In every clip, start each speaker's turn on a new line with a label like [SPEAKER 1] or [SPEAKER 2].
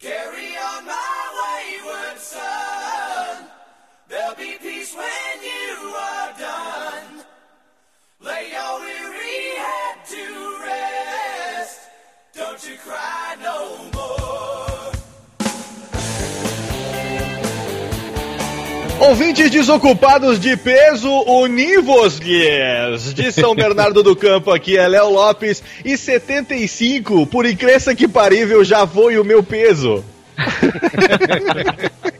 [SPEAKER 1] Carry on my wayward son. There'll be peace when you are done. Lay your weary head to rest. Don't you cry no more.
[SPEAKER 2] Ouvintes desocupados de peso, univos-lhes! De São Bernardo do Campo, aqui é Léo Lopes e 75, por incrença que parível, já foi o meu peso.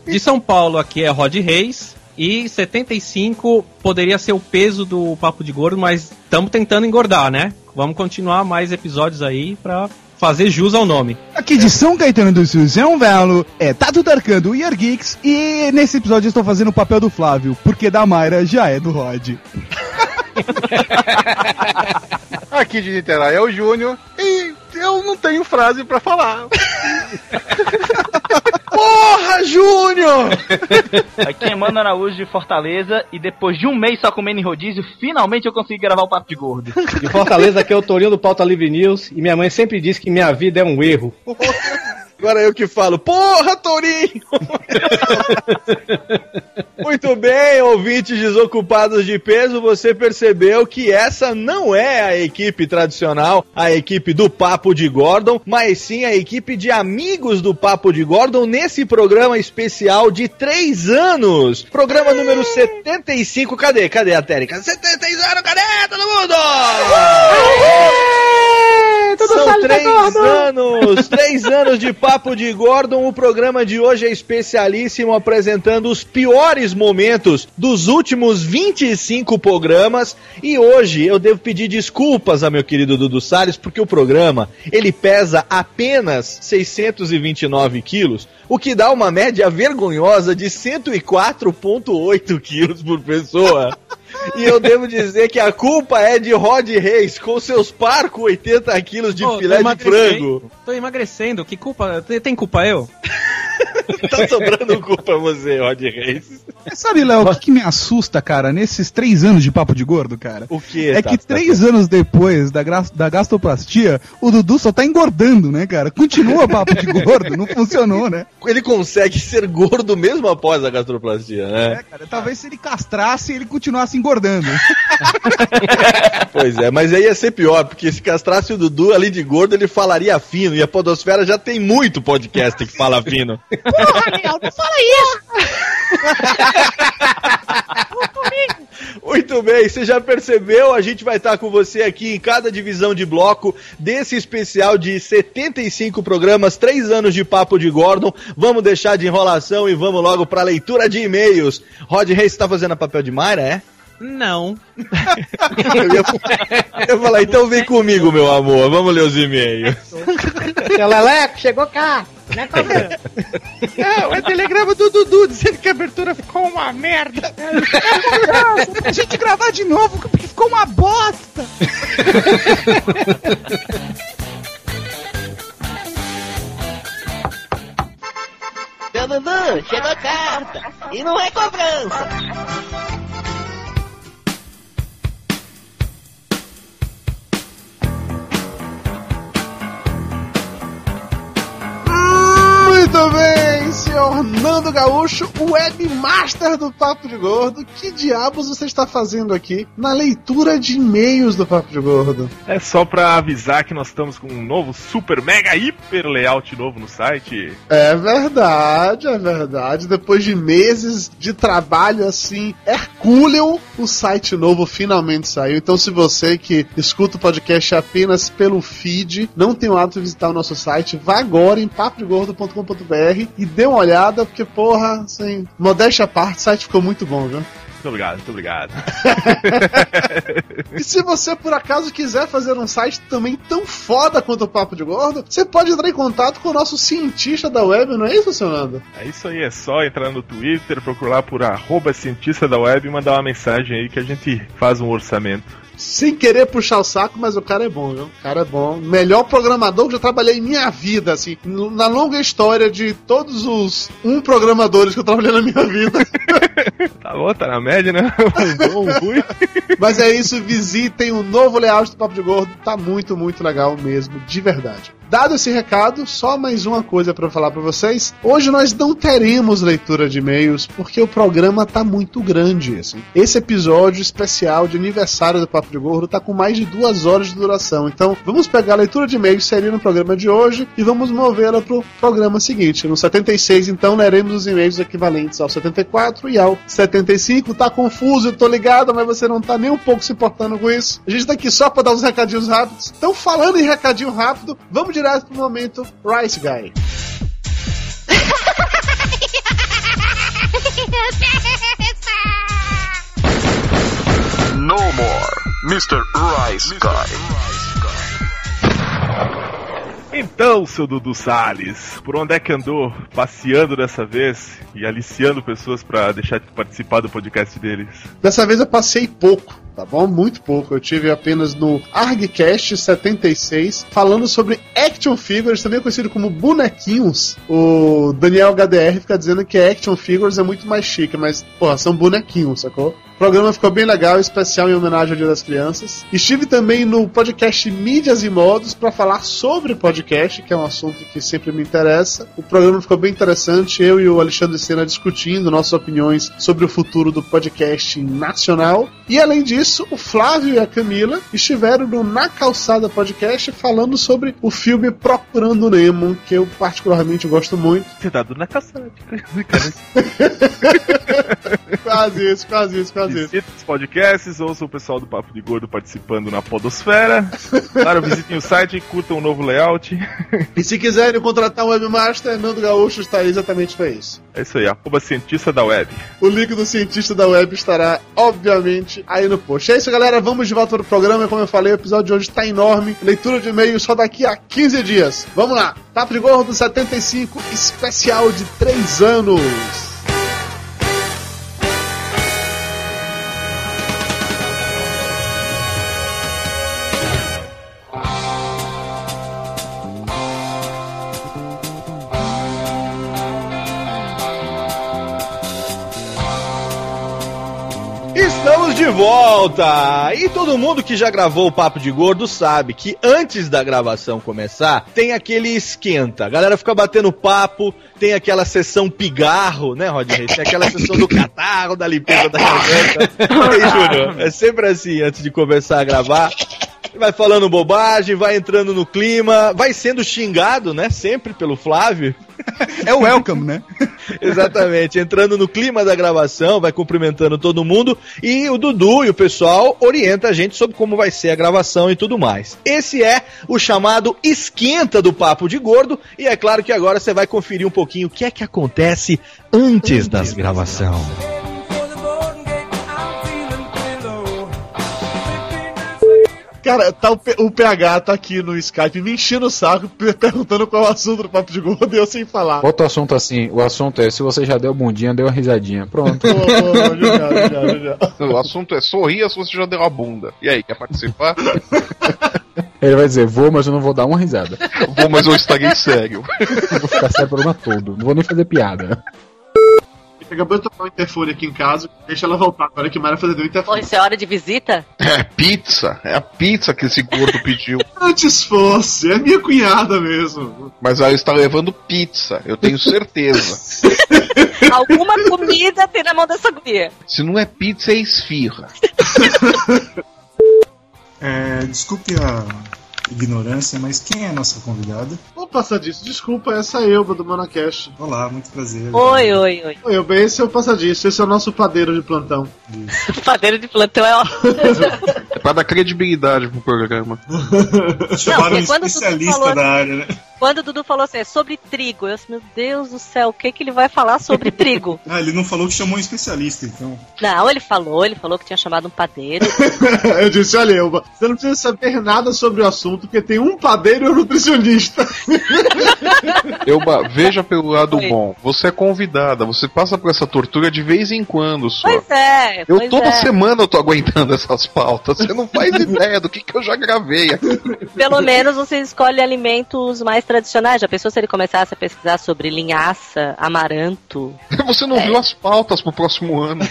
[SPEAKER 3] De São Paulo, aqui é Rod Reis. E 75 poderia ser o peso do Papo de Gordo, mas estamos tentando engordar, né? Vamos continuar mais episódios aí pra fazer jus ao nome.
[SPEAKER 4] Aqui de São Caetano do Sul, João Velo, é Tato Darkando e Geeks, e nesse episódio eu estou fazendo o papel do Flávio, porque da Mayra já é do Rod.
[SPEAKER 5] Aqui de Niterói é o Júnior e eu não tenho frase pra falar.
[SPEAKER 2] Porra, Júnior!
[SPEAKER 6] Aqui é Mano Araújo de Fortaleza e depois de um mês só comendo em rodízio, finalmente eu consegui gravar o Papo de Gordo.
[SPEAKER 7] De Fortaleza, aqui é o Torinho do Pauta Livre News e minha mãe sempre diz que minha vida é um erro.
[SPEAKER 2] Agora eu que falo, porra, Torinho! Muito bem, ouvintes desocupados de peso, você percebeu que essa não é a equipe tradicional, a equipe do Papo de Gordon, mas sim a equipe de amigos do Papo de Gordon nesse programa especial de três anos. Programa número 75, cadê? Cadê a Térica? 76 anos, cadê todo mundo? São três anos, três anos de Papo de Gordon. O programa de hoje é especialíssimo, apresentando os piores momentos dos últimos 25 programas. E hoje eu devo pedir desculpas a meu querido Dudu Salles, porque o programa ele pesa apenas 629 quilos, o que dá uma média vergonhosa de 104,8 quilos por pessoa. E eu devo dizer que a culpa é de Rod Reis, com seus parco 80 quilos É de
[SPEAKER 3] Pô, tô
[SPEAKER 2] filé de
[SPEAKER 3] emagrecendo.
[SPEAKER 2] frango.
[SPEAKER 3] Tô emagrecendo, que culpa? Tem tem culpa eu?
[SPEAKER 2] Tá sobrando culpa a você, Rod Reis.
[SPEAKER 4] Mas sabe, Léo, o que, que me assusta, cara, nesses três anos de Papo de Gordo, cara?
[SPEAKER 2] O que?
[SPEAKER 4] É que três anos depois da, gra- da gastoplastia, o Dudu só tá engordando, né, cara? Continua papo de gordo, não funcionou, né?
[SPEAKER 2] Ele consegue ser gordo mesmo após a gastroplastia, né?
[SPEAKER 4] É, cara, talvez se ele castrasse, ele continuasse engordando.
[SPEAKER 2] Pois é, mas aí ia ser pior, porque se castrasse o Dudu ali de gordo, ele falaria fino. E a Podosfera já tem muito podcast que fala fino. Muito bem, você já percebeu? A gente vai estar com você aqui em cada divisão de bloco desse especial de 75 programas, 3 anos de Papo de Gordon. Vamos deixar de enrolação e vamos logo para a leitura de e-mails. Rod Reis está fazendo a papel de Mayra, é?
[SPEAKER 3] Não.
[SPEAKER 2] Eu ia, eu ia falar, então vem comigo, meu amor, vamos ler os e-mails.
[SPEAKER 7] Seu Leleco, chegou cá!
[SPEAKER 1] né,
[SPEAKER 5] É, o telegrama do Dudu dizendo que a abertura ficou uma merda.
[SPEAKER 4] a gente gravar de novo, porque ficou uma bosta.
[SPEAKER 8] Seu Dudu, chegou carta. E não é cobrança.
[SPEAKER 5] Muito bem, senhor Nando Gaúcho, webmaster do Papo de Gordo. Que diabos você está fazendo aqui na leitura de e-mails do Papo de Gordo?
[SPEAKER 9] É só pra avisar que nós estamos com um novo super mega hiper layout novo no site.
[SPEAKER 5] É verdade, é verdade. Depois de meses de trabalho assim, hercúleo, o site novo finalmente saiu. Então, se você que escuta o podcast apenas pelo feed, não tem o hábito de visitar o nosso site, vá agora em papodegordo.com.br e dê uma olhada, porque, porra, assim, modéstia à parte, o site ficou muito bom, viu?
[SPEAKER 9] Muito obrigado, muito obrigado.
[SPEAKER 5] E se você por acaso quiser fazer um site também tão foda quanto o Papo de Gordo, você pode entrar em contato com o nosso cientista da web, não é isso, seu Nando?
[SPEAKER 9] É isso aí, é só entrar no Twitter, procurar por arroba cientista da web e mandar uma mensagem aí que a gente faz um orçamento.
[SPEAKER 5] Sem querer puxar o saco, mas o cara é bom, viu? O cara é bom. Melhor programador que eu já trabalhei em minha vida, assim. no- Na longa história de todos os um programadores que eu trabalhei na minha vida.
[SPEAKER 10] Tá bom, tá na média, né? Um bom, um ruim.
[SPEAKER 5] Mas é isso, visitem o novo layout do Papo de Gordo, tá muito, muito legal mesmo, de verdade. Dado esse recado, só mais uma coisa pra falar pra vocês. Hoje nós não teremos leitura de e-mails porque o programa tá muito grande. Assim. Esse episódio especial de aniversário do Papo de Gordo tá com mais de duas horas de duração. Então vamos pegar a leitura de e-mails seria no programa de hoje e vamos movê-la pro programa seguinte. No 76, então, leremos os e-mails equivalentes ao 74 e ao 75. Tá confuso, eu tô ligado, mas você não tá nem um pouco se importando com isso. A gente tá aqui só pra dar uns recadinhos rápidos. Então, falando em recadinho rápido, vamos direto pro momento Rice Guy.
[SPEAKER 11] No more Mr. Rice Guy.
[SPEAKER 10] Então, seu Dudu Salles, por onde é que andou passeando dessa vez e aliciando pessoas pra deixar de participar do podcast deles?
[SPEAKER 5] Dessa vez eu passei pouco, tá bom? Muito pouco. Eu tive apenas no ArgCast 76, falando sobre action figures, também conhecido como bonequinhos. O Daniel HDR fica dizendo que action figures é muito mais chique, mas, porra, são bonequinhos, sacou? O programa ficou bem legal, especial em homenagem ao Dia das Crianças. Estive também no podcast Mídias e Modos para falar sobre podcast, que é um assunto que sempre me interessa. O programa ficou bem interessante, eu e o Alexandre Sena discutindo nossas opiniões sobre o futuro do podcast nacional. E além disso, o Flávio e a Camila estiveram no Na Calçada Podcast falando sobre o filme Procurando Nemo, que eu particularmente gosto muito.
[SPEAKER 10] Você tá do Na Calçada. né?
[SPEAKER 5] quase isso, quase isso, quase
[SPEAKER 10] isso. Visitem os podcasts, ouçam o pessoal do Papo de Gordo participando na Podosfera. Claro, visitem o site, curtam o novo layout.
[SPEAKER 5] E se quiserem contratar um webmaster, Nando Gaúcho está aí exatamente para isso.
[SPEAKER 10] É isso aí, arroba cientista da web.
[SPEAKER 5] O link do cientista da web estará, obviamente, aí no post. É isso, galera. Vamos de volta para o programa. Como eu falei, o episódio de hoje está enorme. Leitura de e-mail só daqui a 15 dias. Vamos lá. Papo de Gordo 75, especial de 3 anos.
[SPEAKER 2] Estamos de volta! E todo mundo que já gravou o Papo de Gordo sabe que antes da gravação começar, tem aquele esquenta. A galera fica batendo papo, tem aquela sessão pigarro, né, Rod Reis? Tem aquela sessão do catarro, da limpeza da garganta. Ei, Júnior, é sempre assim antes de começar a gravar. Vai falando bobagem, vai entrando no clima, vai sendo xingado, né? Sempre pelo Flávio. É o welcome, né? Exatamente, entrando no clima da gravação, vai cumprimentando todo mundo e o Dudu e o pessoal orienta a gente sobre como vai ser a gravação e tudo mais. Esse é o chamado esquenta do papo de gordo e é claro que agora você vai conferir um pouquinho o que é que acontece antes das gravação.
[SPEAKER 5] Cara, tá o, P- o PH tá aqui no Skype me enchendo o saco, per- perguntando qual é o assunto do Papo de Gordo e eu sem falar.
[SPEAKER 9] Bota o assunto assim, o assunto é se você já deu bundinha, deu uma risadinha. Pronto.
[SPEAKER 11] O assunto é sorria se você já deu a bunda. E aí, quer participar?
[SPEAKER 9] Ele vai dizer, vou, mas eu não vou dar uma risada.
[SPEAKER 11] Vou, mas eu estaguei sério.
[SPEAKER 9] Eu vou ficar sério o programa todo. Não vou nem fazer piada.
[SPEAKER 5] Acabou de tocar um interfone aqui em casa, deixa ela voltar agora que Mara fazer o interfone.
[SPEAKER 12] Porra, isso é hora de visita?
[SPEAKER 11] É pizza. É a pizza que esse gordo pediu.
[SPEAKER 5] Antes fosse, é minha cunhada mesmo.
[SPEAKER 11] Mas ela está levando pizza, eu tenho certeza.
[SPEAKER 12] Alguma comida tem na mão dessa guria.
[SPEAKER 11] Se não é pizza, é esfirra.
[SPEAKER 13] É, desculpe a ignorância, mas quem é a nossa convidada?
[SPEAKER 5] Vou passar disso. Desculpa, essa é Elba do Manacast.
[SPEAKER 13] Olá, muito prazer.
[SPEAKER 12] Oi, oi, oi.
[SPEAKER 5] Oi, Elba, esse é o Passadiço, esse é o nosso padeiro de plantão.
[SPEAKER 12] Padeiro de plantão é ótimo.
[SPEAKER 11] É pra dar credibilidade pro programa. um
[SPEAKER 12] Não, porque quando tu falou,
[SPEAKER 13] área, né?
[SPEAKER 12] Quando o Dudu falou assim, é sobre trigo, eu disse, meu Deus do céu, o que que ele vai falar sobre trigo?
[SPEAKER 13] Ah, ele não falou que chamou um especialista, então.
[SPEAKER 12] Não, ele falou, ele falou que tinha chamado um padeiro.
[SPEAKER 5] Eu disse, olha, Elba, você não precisa saber nada sobre o assunto, porque tem um padeiro e um nutricionista.
[SPEAKER 11] Euba, veja pelo lado bom. Você é convidada, você passa por essa tortura de vez em quando só.
[SPEAKER 12] Pois é,
[SPEAKER 11] eu
[SPEAKER 12] pois
[SPEAKER 11] toda
[SPEAKER 12] é.
[SPEAKER 11] semana eu tô aguentando essas pautas. Você não faz ideia do que, que eu já gravei. aqui.
[SPEAKER 12] Pelo menos você escolhe alimentos mais tradicionais. Já pensou se ele começasse a pesquisar sobre linhaça, amaranto?
[SPEAKER 11] Você
[SPEAKER 12] É.
[SPEAKER 11] não viu as pautas pro próximo ano.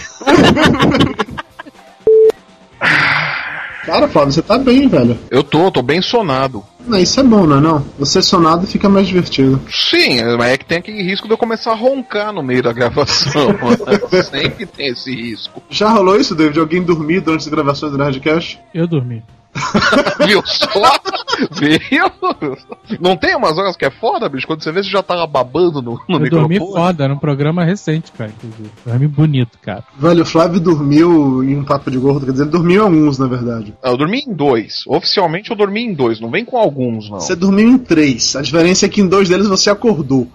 [SPEAKER 5] Cara, Flávio, você tá bem, velho.
[SPEAKER 11] Eu tô, tô bem sonado.
[SPEAKER 5] Não, isso é bom, não é não? Você sonado fica mais divertido.
[SPEAKER 11] Sim, mas é que tem aquele risco de eu começar a roncar no meio da gravação. né? Sempre tem esse risco.
[SPEAKER 5] Já rolou isso, David? Alguém dormir durante as gravações do Nerdcast?
[SPEAKER 14] Eu dormi.
[SPEAKER 11] Viu só? Viu? Não tem umas horas que é foda, bicho? Quando você vê, você já tava babando no, no
[SPEAKER 14] eu dormi
[SPEAKER 11] microfone.
[SPEAKER 14] foda
[SPEAKER 15] um
[SPEAKER 14] num programa Tá recente, cara. inclusive. Dormi bonito, cara.
[SPEAKER 5] Velho, o Flávio dormiu em um papo de gordo, quer dizer, ele dormiu em alguns, na verdade.
[SPEAKER 11] Ah, Eu dormi em dois. Oficialmente eu dormi em dois. Não vem com alguns, não.
[SPEAKER 5] Você dormiu em três. A diferença é que em dois deles você acordou.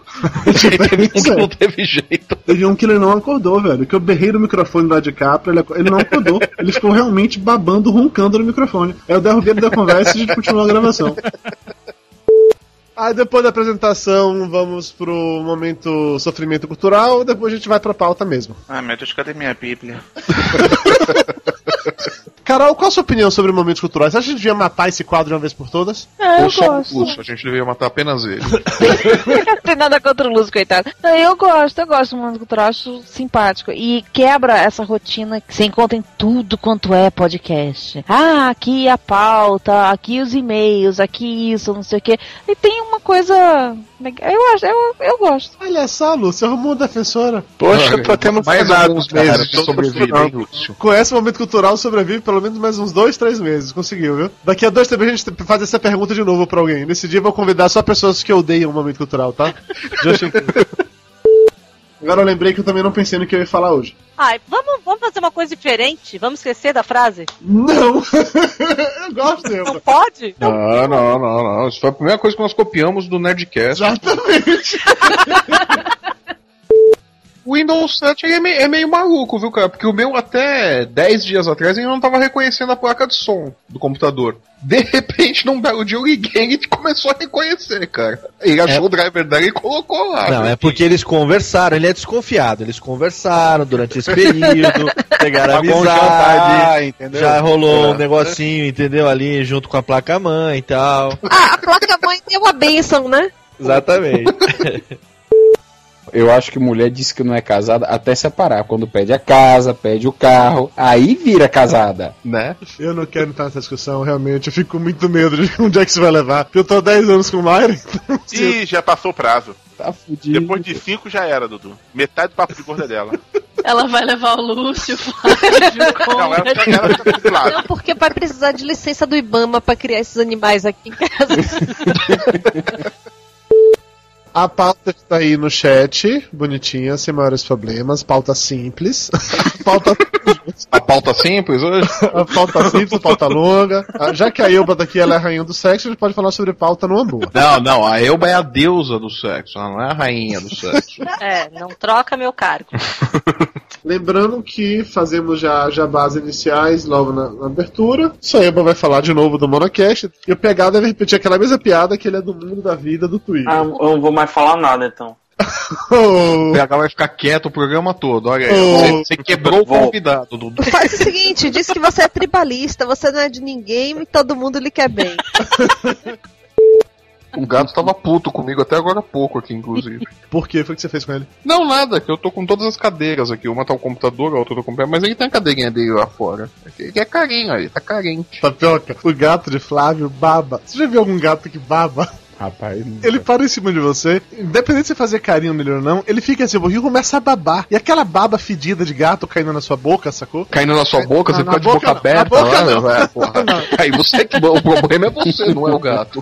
[SPEAKER 5] é
[SPEAKER 11] teve um que não teve jeito.
[SPEAKER 5] Teve um que ele não acordou, velho. Que eu berrei no microfone lá de Capra, ele, ac- ele não acordou. Ele ficou realmente babando, roncando no microfone. Aí eu derrubei ele da conversa e a gente continuou a gravação. Aí depois da apresentação, vamos pro momento sofrimento cultural, depois a gente vai pra pauta mesmo.
[SPEAKER 16] Ah, meu Deus, cadê minha Bíblia?
[SPEAKER 5] Carol, qual a sua opinião sobre momentos culturais? Você acha que a gente devia matar esse quadro de uma vez por todas?
[SPEAKER 17] É,
[SPEAKER 11] Ou só o Lúcio, a gente devia matar apenas ele.
[SPEAKER 18] Não tem nada contra o Lúcio, coitado. Não, eu gosto, eu gosto do mundo cultural, acho simpático. E quebra essa rotina que você encontra em tudo quanto é podcast. Ah, aqui a pauta, aqui os e-mails, aqui isso, não sei o quê. E tem uma coisa. legal. Eu acho, eu, eu gosto.
[SPEAKER 5] Olha só, Lúcio, arrumou uma defensora.
[SPEAKER 16] Poxa, tô até emocionado.
[SPEAKER 11] alguns
[SPEAKER 16] cara.
[SPEAKER 11] meses de
[SPEAKER 16] Tô
[SPEAKER 11] sobrevida,
[SPEAKER 16] emocionado.
[SPEAKER 11] hein, Lúcio?
[SPEAKER 5] Com esse momento cultural sobrevive pelo menos mais uns dois, três meses. Conseguiu, viu? Daqui a dois também a gente faz essa pergunta de novo pra alguém. Nesse dia eu vou convidar só pessoas que odeiam o momento cultural, tá? Just in case. Agora eu lembrei que eu também não pensei no que eu ia falar hoje.
[SPEAKER 12] Ai, vamos, vamos fazer uma coisa diferente? Vamos esquecer da frase?
[SPEAKER 5] Não! eu gosto, eu.
[SPEAKER 12] Não pode?
[SPEAKER 11] Não, não, não, não. Isso foi a primeira coisa que nós copiamos do Nerdcast.
[SPEAKER 5] Exatamente.
[SPEAKER 11] O Windows 7 aí é, me- é meio maluco, viu, cara? Porque o meu até 10 dias atrás ele não tava reconhecendo a placa de som do computador. De repente, num belo dia eu liguei e ele começou a reconhecer, cara. Ele achou o driver dela e colocou lá. né?
[SPEAKER 2] Não, é porque eles conversaram, ele é desconfiado. Eles conversaram durante esse período, pegaram
[SPEAKER 9] Tá
[SPEAKER 11] Pagou um
[SPEAKER 9] então
[SPEAKER 2] amizade,
[SPEAKER 11] jantar de- entendeu?
[SPEAKER 2] já rolou um
[SPEAKER 11] É.
[SPEAKER 2] negocinho, entendeu? Ali junto com a placa mãe e tal.
[SPEAKER 18] Ah, a placa mãe deu uma bênção, né?
[SPEAKER 2] Exatamente.
[SPEAKER 9] Eu acho que mulher diz que não é casada até separar. Quando pede a casa, pede o carro, aí vira casada,
[SPEAKER 11] né?
[SPEAKER 5] Eu não quero entrar nessa discussão, realmente. Eu fico com muito medo de onde é que isso vai levar. Porque eu tô há 10 anos com o então Mayra.
[SPEAKER 16] Ih, já passou o prazo.
[SPEAKER 9] Tá fudido.
[SPEAKER 16] Depois de 5 já era, Dudu. Metade do papo de gorda é dela.
[SPEAKER 17] Ela vai levar o Lúcio, o Flávio, o Conrad.
[SPEAKER 16] Não, ela fica, ela fica desse lado.
[SPEAKER 17] Não,
[SPEAKER 18] porque vai precisar de licença do Ibama pra criar esses animais aqui em casa.
[SPEAKER 5] A pauta está aí no chat, bonitinha, sem maiores problemas, pauta simples. pauta...
[SPEAKER 11] A pauta simples hoje?
[SPEAKER 5] a pauta simples, pauta longa. Ah, Já que a Elba daqui ela é a rainha do sexo, a gente pode falar sobre pauta numa boa.
[SPEAKER 11] Não, não, a Elba é a deusa do sexo, ela não é a rainha do sexo.
[SPEAKER 12] É, não troca meu cargo.
[SPEAKER 5] Lembrando que fazemos já, já bases iniciais logo na, na abertura. Só a Elba vai falar de novo do Monocast. E o pegado deve repetir aquela mesma piada que ele é do mundo da vida do Twitter.
[SPEAKER 16] Ah, eu não vou mais falar nada então.
[SPEAKER 11] O PH vai ficar quieto o programa todo, olha aí.
[SPEAKER 16] Oh.
[SPEAKER 11] Você, você quebrou o
[SPEAKER 16] Vou.
[SPEAKER 11] convidado, Dudu.
[SPEAKER 17] Faz o seguinte, diz que você é tribalista, você não é de ninguém e todo mundo lhe quer bem.
[SPEAKER 11] O gato tava puto comigo até agora há pouco aqui, inclusive.
[SPEAKER 5] Por quê? Foi o que você fez com ele?
[SPEAKER 11] Não, nada, que eu tô com todas as cadeiras aqui. Uma tá o computador, a outra tá o computador, mas ele tem a cadeirinha dele lá fora. Ele é carinho aí, tá carente.
[SPEAKER 5] Tapioca, o gato de Flávio baba. Você já viu algum gato que baba?
[SPEAKER 9] rapaz.
[SPEAKER 5] Ele para em cima de você, independente de você fazer carinho nele ou não, ele fica assim, o rio começa a babar. E aquela baba fedida de gato caindo na sua boca, sacou?
[SPEAKER 11] Caindo na sua boca,
[SPEAKER 5] Na-
[SPEAKER 11] você
[SPEAKER 5] na
[SPEAKER 11] fica de boca
[SPEAKER 5] boca não, na
[SPEAKER 11] aberta
[SPEAKER 5] boca
[SPEAKER 11] lá,
[SPEAKER 5] não.
[SPEAKER 11] né, porra. Aí você que. O problema é você, não é o gato.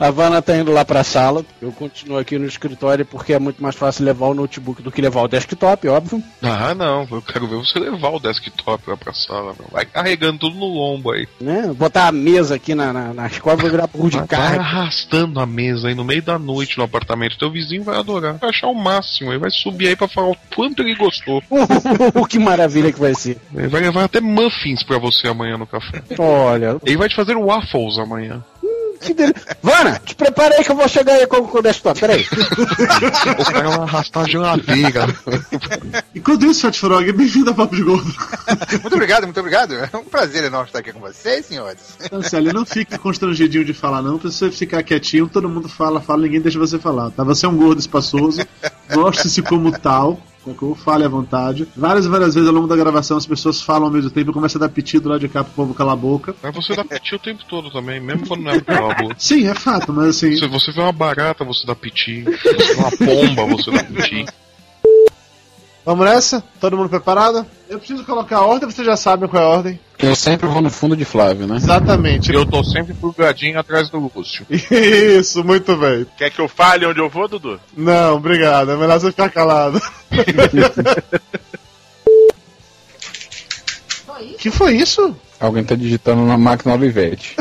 [SPEAKER 7] A Vanna tá indo lá pra sala. Eu continuo aqui no escritório porque é muito mais fácil levar o notebook do que levar o desktop, óbvio.
[SPEAKER 11] Ah, não, eu quero ver você levar o desktop lá pra sala, meu. Vai carregando tudo no lombo aí.
[SPEAKER 7] Né? Botar a mesa aqui na, na, nas costas, vou virar burro de
[SPEAKER 11] Vai vai
[SPEAKER 7] carga.
[SPEAKER 11] arrastando a mesa aí no meio da noite no apartamento. Teu vizinho vai adorar. Vai achar o máximo. Ele vai subir aí pra falar o quanto ele gostou.
[SPEAKER 7] que maravilha que vai ser.
[SPEAKER 11] Ele vai levar até muffins pra você amanhã no café.
[SPEAKER 7] Olha. Hum,
[SPEAKER 11] Ele vai te fazer waffles amanhã.
[SPEAKER 7] Que dele... Vana, te prepara aí que eu vou chegar aí com, com o desktop, peraí.
[SPEAKER 11] o cara vai arrastar a geladeira.
[SPEAKER 5] Enquanto isso, Chat Frog, bem-vindo a Papo de Gordo.
[SPEAKER 19] Muito obrigado, muito obrigado. É um prazer enorme estar aqui com vocês, senhores.
[SPEAKER 5] Anselmo, Então, não fica constrangidinho de falar, não. Precisa ficar quietinho, todo mundo fala, fala, ninguém deixa você falar. Tá? Você é um gordo espaçoso, mostre-se como tal. sacou? Fale à vontade. Várias e várias vezes ao longo da gravação as pessoas falam ao mesmo tempo e começa a dar pedido lá de cá pro povo calar a boca.
[SPEAKER 11] Mas você dá piti o tempo todo também, mesmo quando não é pra boa.
[SPEAKER 5] Sim, é fato, mas assim.
[SPEAKER 11] Se você vê uma barata, você dá piti. Se você vê uma pomba, você dá piti.
[SPEAKER 5] Vamos nessa? Todo mundo preparado? Eu preciso colocar a ordem, vocês já sabem qual é a ordem.
[SPEAKER 13] Eu sempre vou no fundo de Flávio, né?
[SPEAKER 5] Exatamente.
[SPEAKER 11] Eu tô sempre plugadinho atrás do Lúcio.
[SPEAKER 5] Isso, muito bem.
[SPEAKER 9] Quer que eu fale onde eu vou, Dudu?
[SPEAKER 5] Não, obrigado. É melhor você ficar calado. que foi isso?
[SPEAKER 13] Alguém tá digitando na máquina Olivetti.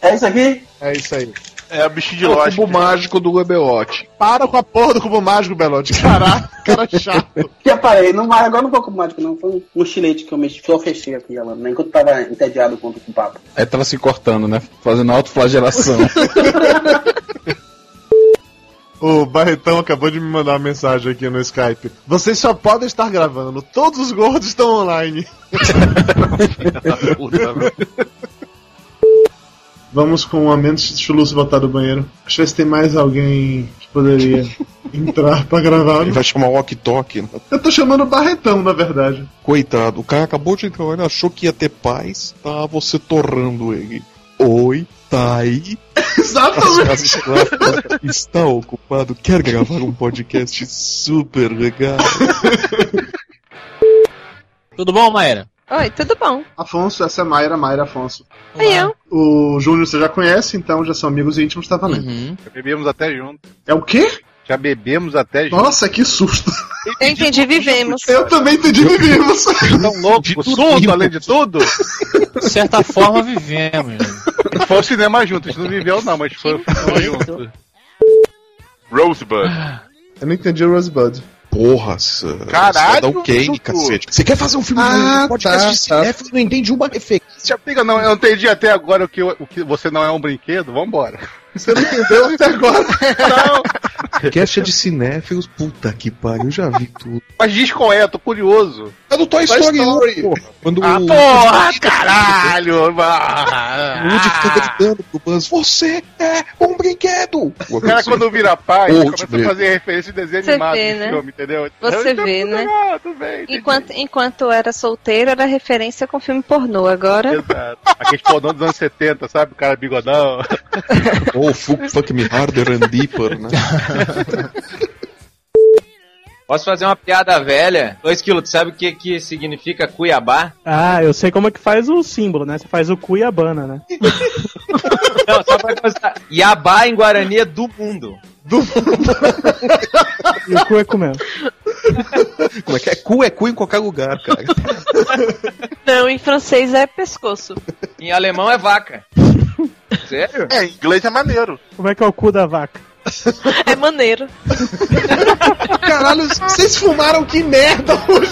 [SPEAKER 5] É isso aqui? É isso aí.
[SPEAKER 9] É a bichinha
[SPEAKER 11] de
[SPEAKER 5] lógica.
[SPEAKER 11] O cubo mágico do Gabelote.
[SPEAKER 5] Para com a porra do cubo mágico, Belote. Caralho, cara chato.
[SPEAKER 20] Já parei, não, mas agora não foi com mágico, não. Foi um mochilete que eu mexi, só fechei aqui, ela, né? enquanto tava entediado com o papo.
[SPEAKER 13] Aí tava se cortando, né? Fazendo autoflagelação.
[SPEAKER 5] O Barretão acabou de me mandar uma mensagem aqui no Skype. Vocês só podem estar gravando. Todos os gordos estão online. Vamos com um a menos chuluço voltar do banheiro. Deixa eu ver se tem mais alguém que poderia entrar pra gravar.
[SPEAKER 11] Ele vai chamar o Ok Tok.
[SPEAKER 5] Tá Eu tô chamando o Barretão, na verdade.
[SPEAKER 11] Coitado, o cara acabou de entrar, ele achou que ia ter paz, tá você torrando ele. Oi, tá aí? As
[SPEAKER 5] Exatamente.
[SPEAKER 11] casas lá Está ocupado, quer gravar um podcast super legal.
[SPEAKER 21] Tudo bom, Maera?
[SPEAKER 17] Oi, tudo bom?
[SPEAKER 5] Afonso, essa é Mayra, Mayra Afonso.
[SPEAKER 17] Aí eu.
[SPEAKER 5] O Júnior você já conhece, então já são amigos íntimos, tá valendo.
[SPEAKER 11] Uhum.
[SPEAKER 19] Já bebemos até junto.
[SPEAKER 5] É o quê?
[SPEAKER 19] Já bebemos até junto.
[SPEAKER 5] Nossa, que susto.
[SPEAKER 17] Eu entendi, vivemos.
[SPEAKER 5] Eu também entendi, vivemos.
[SPEAKER 19] Tão louco, de tudo, além de tudo.
[SPEAKER 21] De certa forma, vivemos.
[SPEAKER 19] Foi o cinema junto, a gente não viveu não, mas foi, foi junto.
[SPEAKER 9] Rosebud.
[SPEAKER 5] Eu não entendi o Rosebud.
[SPEAKER 11] Porra, Sam.
[SPEAKER 19] Caralho,
[SPEAKER 11] Você dá o quê,
[SPEAKER 19] Dudu?
[SPEAKER 11] um cacete? Você quer fazer um filme
[SPEAKER 19] Ah,
[SPEAKER 11] um podcast
[SPEAKER 19] tá,
[SPEAKER 11] de cinéfilo e não entende uma efeito.
[SPEAKER 19] Já pega, não, eu entendi até agora o que, eu- o que você não é um brinquedo, vambora.
[SPEAKER 5] Você não entendeu até agora.
[SPEAKER 11] Podcast é de cinéfilos, puta que pariu, já vi tudo.
[SPEAKER 19] Mas diz qual é, eu tô curioso.
[SPEAKER 11] É do Toy, Story, um, porra. Quando
[SPEAKER 19] Ah,
[SPEAKER 11] o-
[SPEAKER 19] porra, caralho! ah,
[SPEAKER 11] O Woody fica gritando pro Buzz, você é um brinquedo!
[SPEAKER 19] O cara quando vira pai,
[SPEAKER 11] Ou,
[SPEAKER 19] ele começa
[SPEAKER 11] tipo,
[SPEAKER 19] a fazer referência de desenho
[SPEAKER 17] Você
[SPEAKER 19] animado
[SPEAKER 17] vê,
[SPEAKER 19] de
[SPEAKER 17] né?
[SPEAKER 19] filme, entendeu?
[SPEAKER 17] Você
[SPEAKER 19] Então,
[SPEAKER 17] vê, né?
[SPEAKER 19] legal, tudo bem, entendi.
[SPEAKER 17] Enquanto, enquanto eu era solteiro, era referência com filme pornô. Agora.
[SPEAKER 19] Exato. Aquele fodão dos anos 70, sabe? O cara bigodão.
[SPEAKER 11] Ou oh, fuck, fuck me harder and deeper, né?
[SPEAKER 3] Posso fazer uma piada velha? 2 quilos, tu sabe o que, que significa Cuiabá?
[SPEAKER 22] Ah, eu sei como é que faz o símbolo, né? Você faz o cu e a bana, né?
[SPEAKER 3] Não, só pra constar. Iabá em Guarani é do mundo.
[SPEAKER 22] E o cu é comendo.
[SPEAKER 11] Como é que é? Cu é cu em qualquer lugar, cara.
[SPEAKER 17] Não, em francês é pescoço.
[SPEAKER 3] Em alemão é vaca. Sério?
[SPEAKER 9] É, em inglês é maneiro.
[SPEAKER 22] Como é que é o cu da vaca?
[SPEAKER 17] É maneiro.
[SPEAKER 5] Caralho, vocês fumaram que merda hoje.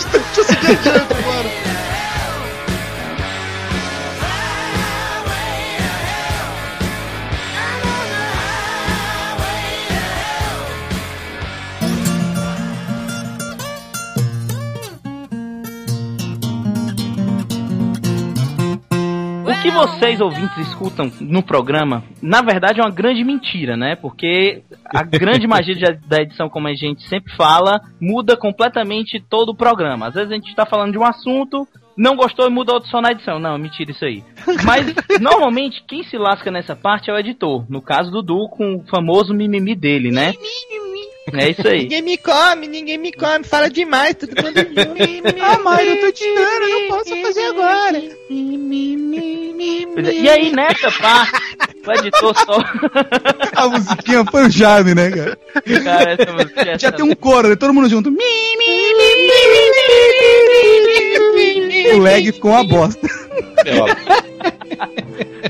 [SPEAKER 6] O que vocês ouvintes escutam no programa, na verdade é uma grande mentira, né? Porque a grande magia de- da edição, como a gente sempre fala, muda completamente todo o programa. Às vezes a gente tá falando de um assunto, não gostou e muda outro som na edição. Não, mentira isso aí. Mas normalmente quem se lasca nessa parte é o editor. No caso do Du, com o famoso mimimi dele, né? É isso aí.
[SPEAKER 1] Ninguém me come, ninguém me come. Fala demais, tudo quando Ah, mãe, eu tô te dando, eu não posso fazer agora.
[SPEAKER 6] E aí, é. nessa parte, O editor só.
[SPEAKER 23] A musiquinha foi o charme, né, cara?
[SPEAKER 6] Cara, essa música é
[SPEAKER 23] Já tem um coro, né? todo mundo junto. Mi, mi, mi, mi, mi, mi, mi, mi. O lag ficou uma bosta.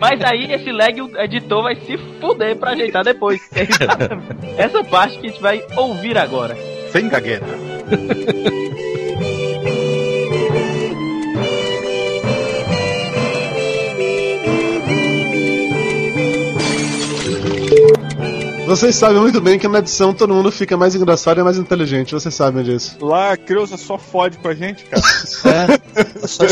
[SPEAKER 6] Mas aí esse lag o editor vai se fuder pra ajeitar depois. É exatamente Essa parte que a gente vai ouvir agora.
[SPEAKER 24] Sem gagueira.
[SPEAKER 5] Vocês sabem muito bem que na edição todo mundo fica mais engraçado e mais inteligente, vocês sabem disso.
[SPEAKER 9] Lá a Creuza só fode com a gente, cara.
[SPEAKER 5] É, só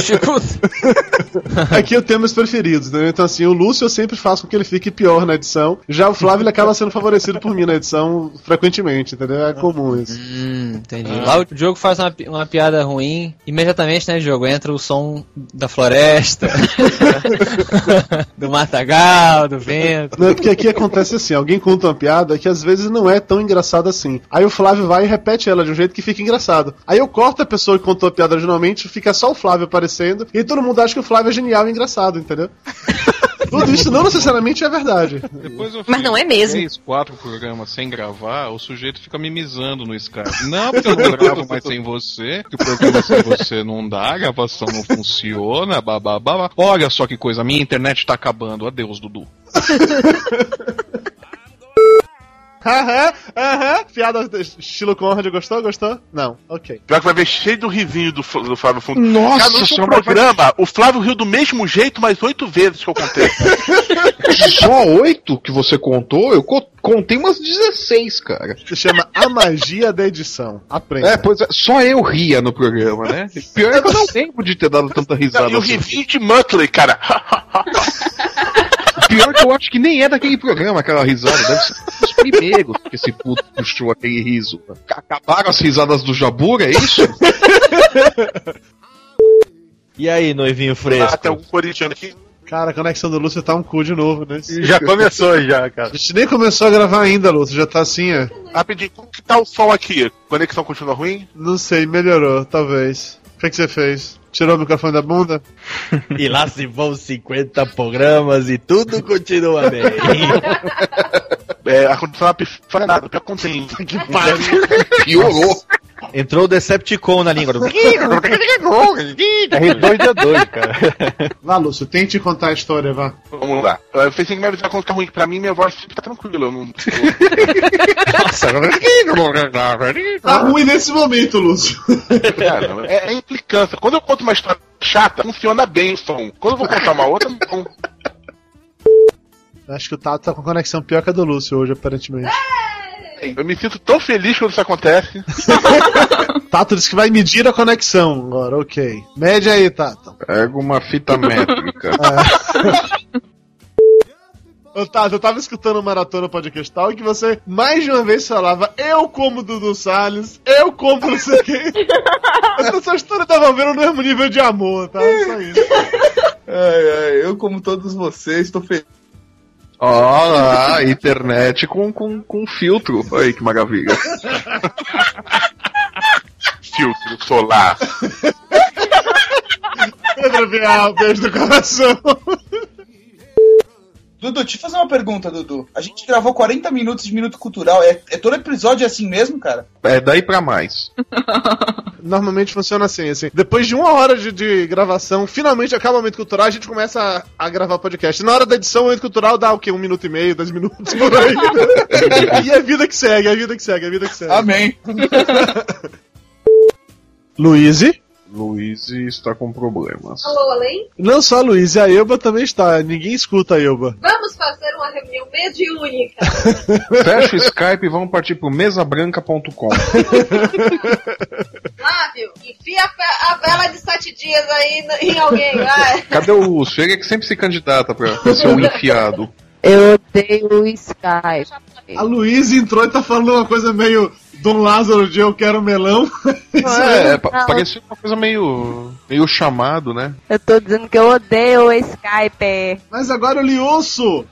[SPEAKER 5] Aqui eu tenho meus preferidos, né? Então, assim, o Lúcio eu sempre faço com que ele fique pior na edição. Já o Flávio ele acaba sendo favorecido por mim na edição frequentemente, entendeu? É comum isso.
[SPEAKER 3] Hum, entendi. Lá o jogo faz uma, pi- uma piada ruim, imediatamente, né, jogo? Entra o som da floresta, do matagal, do vento.
[SPEAKER 5] Não, é porque aqui acontece assim, alguém conta uma piada que às vezes não é tão engraçada assim. Aí o Flávio vai e repete ela de um jeito que fica engraçado. Aí eu corto a pessoa que contou a piada originalmente, fica só o Flávio aparecendo, e todo mundo acha que o Flávio é genial e engraçado, entendeu? Tudo isso não necessariamente é verdade.
[SPEAKER 11] Depois eu
[SPEAKER 25] Mas não é mesmo.
[SPEAKER 11] Três, quatro programas sem gravar, o sujeito fica mimizando no Skype. Não, porque eu não gravo mais sem você, que o programa sem você não dá, a gravação não funciona, babá, babá. Olha só que coisa, minha internet tá acabando. Adeus, Dudu.
[SPEAKER 5] Aham, aham. Piada estilo Conrad, gostou? Gostou? Não, ok.
[SPEAKER 9] Pior que vai ver cheio do rivinho do, Fl- do Flávio Fundo.
[SPEAKER 5] Nossa
[SPEAKER 9] Cara, no último
[SPEAKER 5] senhora,
[SPEAKER 9] programa, o Flávio riu do mesmo jeito mais oito vezes que eu contei.
[SPEAKER 11] Só oito que você contou, eu co- contei umas 16, cara.
[SPEAKER 5] Se chama A Magia da Edição. Aprenda.
[SPEAKER 11] É, pois é, só eu ria no programa, né? Pior é que eu não lembro de ter dado tanta risada
[SPEAKER 9] e o
[SPEAKER 11] assim.
[SPEAKER 9] rivinho de Muttley, cara.
[SPEAKER 11] Pior que eu acho que nem é daquele programa aquela risada, deve ser um dos primeiros que esse puto puxou aquele riso. Acabaram as risadas do Jabura, é isso?
[SPEAKER 2] E aí, noivinho fresco?
[SPEAKER 9] Até um corintiano aqui.
[SPEAKER 5] Cara, a conexão do Lúcio tá um cu de novo, né?
[SPEAKER 9] Já começou, já, cara.
[SPEAKER 5] A gente nem começou a gravar ainda, Lúcio. Já tá assim, é.
[SPEAKER 9] Rapidinho, como que tá o sol aqui? Conexão continua ruim?
[SPEAKER 5] Não sei, melhorou, talvez. O que, que você fez? Tirou o microfone da bunda?
[SPEAKER 2] E lá se vão 50 programas e tudo continua bem.
[SPEAKER 9] É, a condição da pifada nada, pior que contém.
[SPEAKER 5] Que
[SPEAKER 11] Piorou.
[SPEAKER 2] Entrou o Decepticon na língua. do-
[SPEAKER 9] É
[SPEAKER 5] R2D2, cara. Vá, Lúcio, tente contar a história, vá.
[SPEAKER 9] Vamos lá. Eu pensei que me avisar quando fica ruim. Pra mim, minha voz sempre tá tranquila. Eu não...
[SPEAKER 5] Tá ruim nesse momento, Lúcio.
[SPEAKER 9] Cara, é, é implicância. Quando eu conto uma história chata, funciona bem o som. Quando eu vou contar uma outra, não.
[SPEAKER 5] Acho que o Tato tá com conexão pior que a do Lúcio hoje, aparentemente.
[SPEAKER 9] Eu me sinto tão feliz quando isso acontece.
[SPEAKER 5] Tato disse que vai medir a conexão agora, ok. Mede aí, Tato.
[SPEAKER 11] Pega uma fita métrica.
[SPEAKER 5] É. Ô, Tato, eu tava escutando o Maratona Podcastal e que você mais de uma vez falava eu como Dudu Salles, eu como não sei quem. As pessoas todas estavam vendo no mesmo nível de amor, tá? É Só isso.
[SPEAKER 4] Ai, ai, eu, como todos vocês, tô feliz.
[SPEAKER 11] Ó, lá, internet com, com, com filtro. Olha aí que maravilha.
[SPEAKER 9] Filtro solar.
[SPEAKER 5] Pedro Bial, beijo do coração.
[SPEAKER 4] Dudu, deixa eu fazer uma pergunta, Dudu. A gente gravou 40 minutos de Minuto Cultural. É, é todo episódio assim mesmo, cara?
[SPEAKER 11] É daí pra mais.
[SPEAKER 5] Normalmente funciona assim, assim. Depois de uma hora de, de gravação, finalmente acaba o momento cultural, a gente começa a, a gravar podcast. E na hora da edição, o momento cultural dá o quê? Um minuto e meio, dois minutos por aí. né? e a vida que segue, a vida que segue, a vida que segue.
[SPEAKER 4] Amém.
[SPEAKER 5] Luiz?
[SPEAKER 11] Luiz está Tá com problemas.
[SPEAKER 17] Alô, além?
[SPEAKER 5] Não só a Luiz, a Elba também está. Ninguém escuta a Elba.
[SPEAKER 17] Vamos fazer uma reunião mediúnica.
[SPEAKER 11] Fecha o Skype e vamos partir pro mesabranca.com.
[SPEAKER 17] Flávio, enfia a fe- a vela de sete dias aí no- em alguém, vai.
[SPEAKER 11] Cadê o Lúcio? Ele é que sempre se candidata pra, pra ser um enfiado.
[SPEAKER 10] Eu odeio o Skype.
[SPEAKER 5] A Luiz entrou e tá falando uma coisa meio Dom Lázaro de Eu Quero Melão.
[SPEAKER 11] É, é, pa- parecia uma coisa meio. meio chamado, né?
[SPEAKER 10] Eu tô dizendo que eu odeio o Skype.
[SPEAKER 5] Mas agora o Lionso!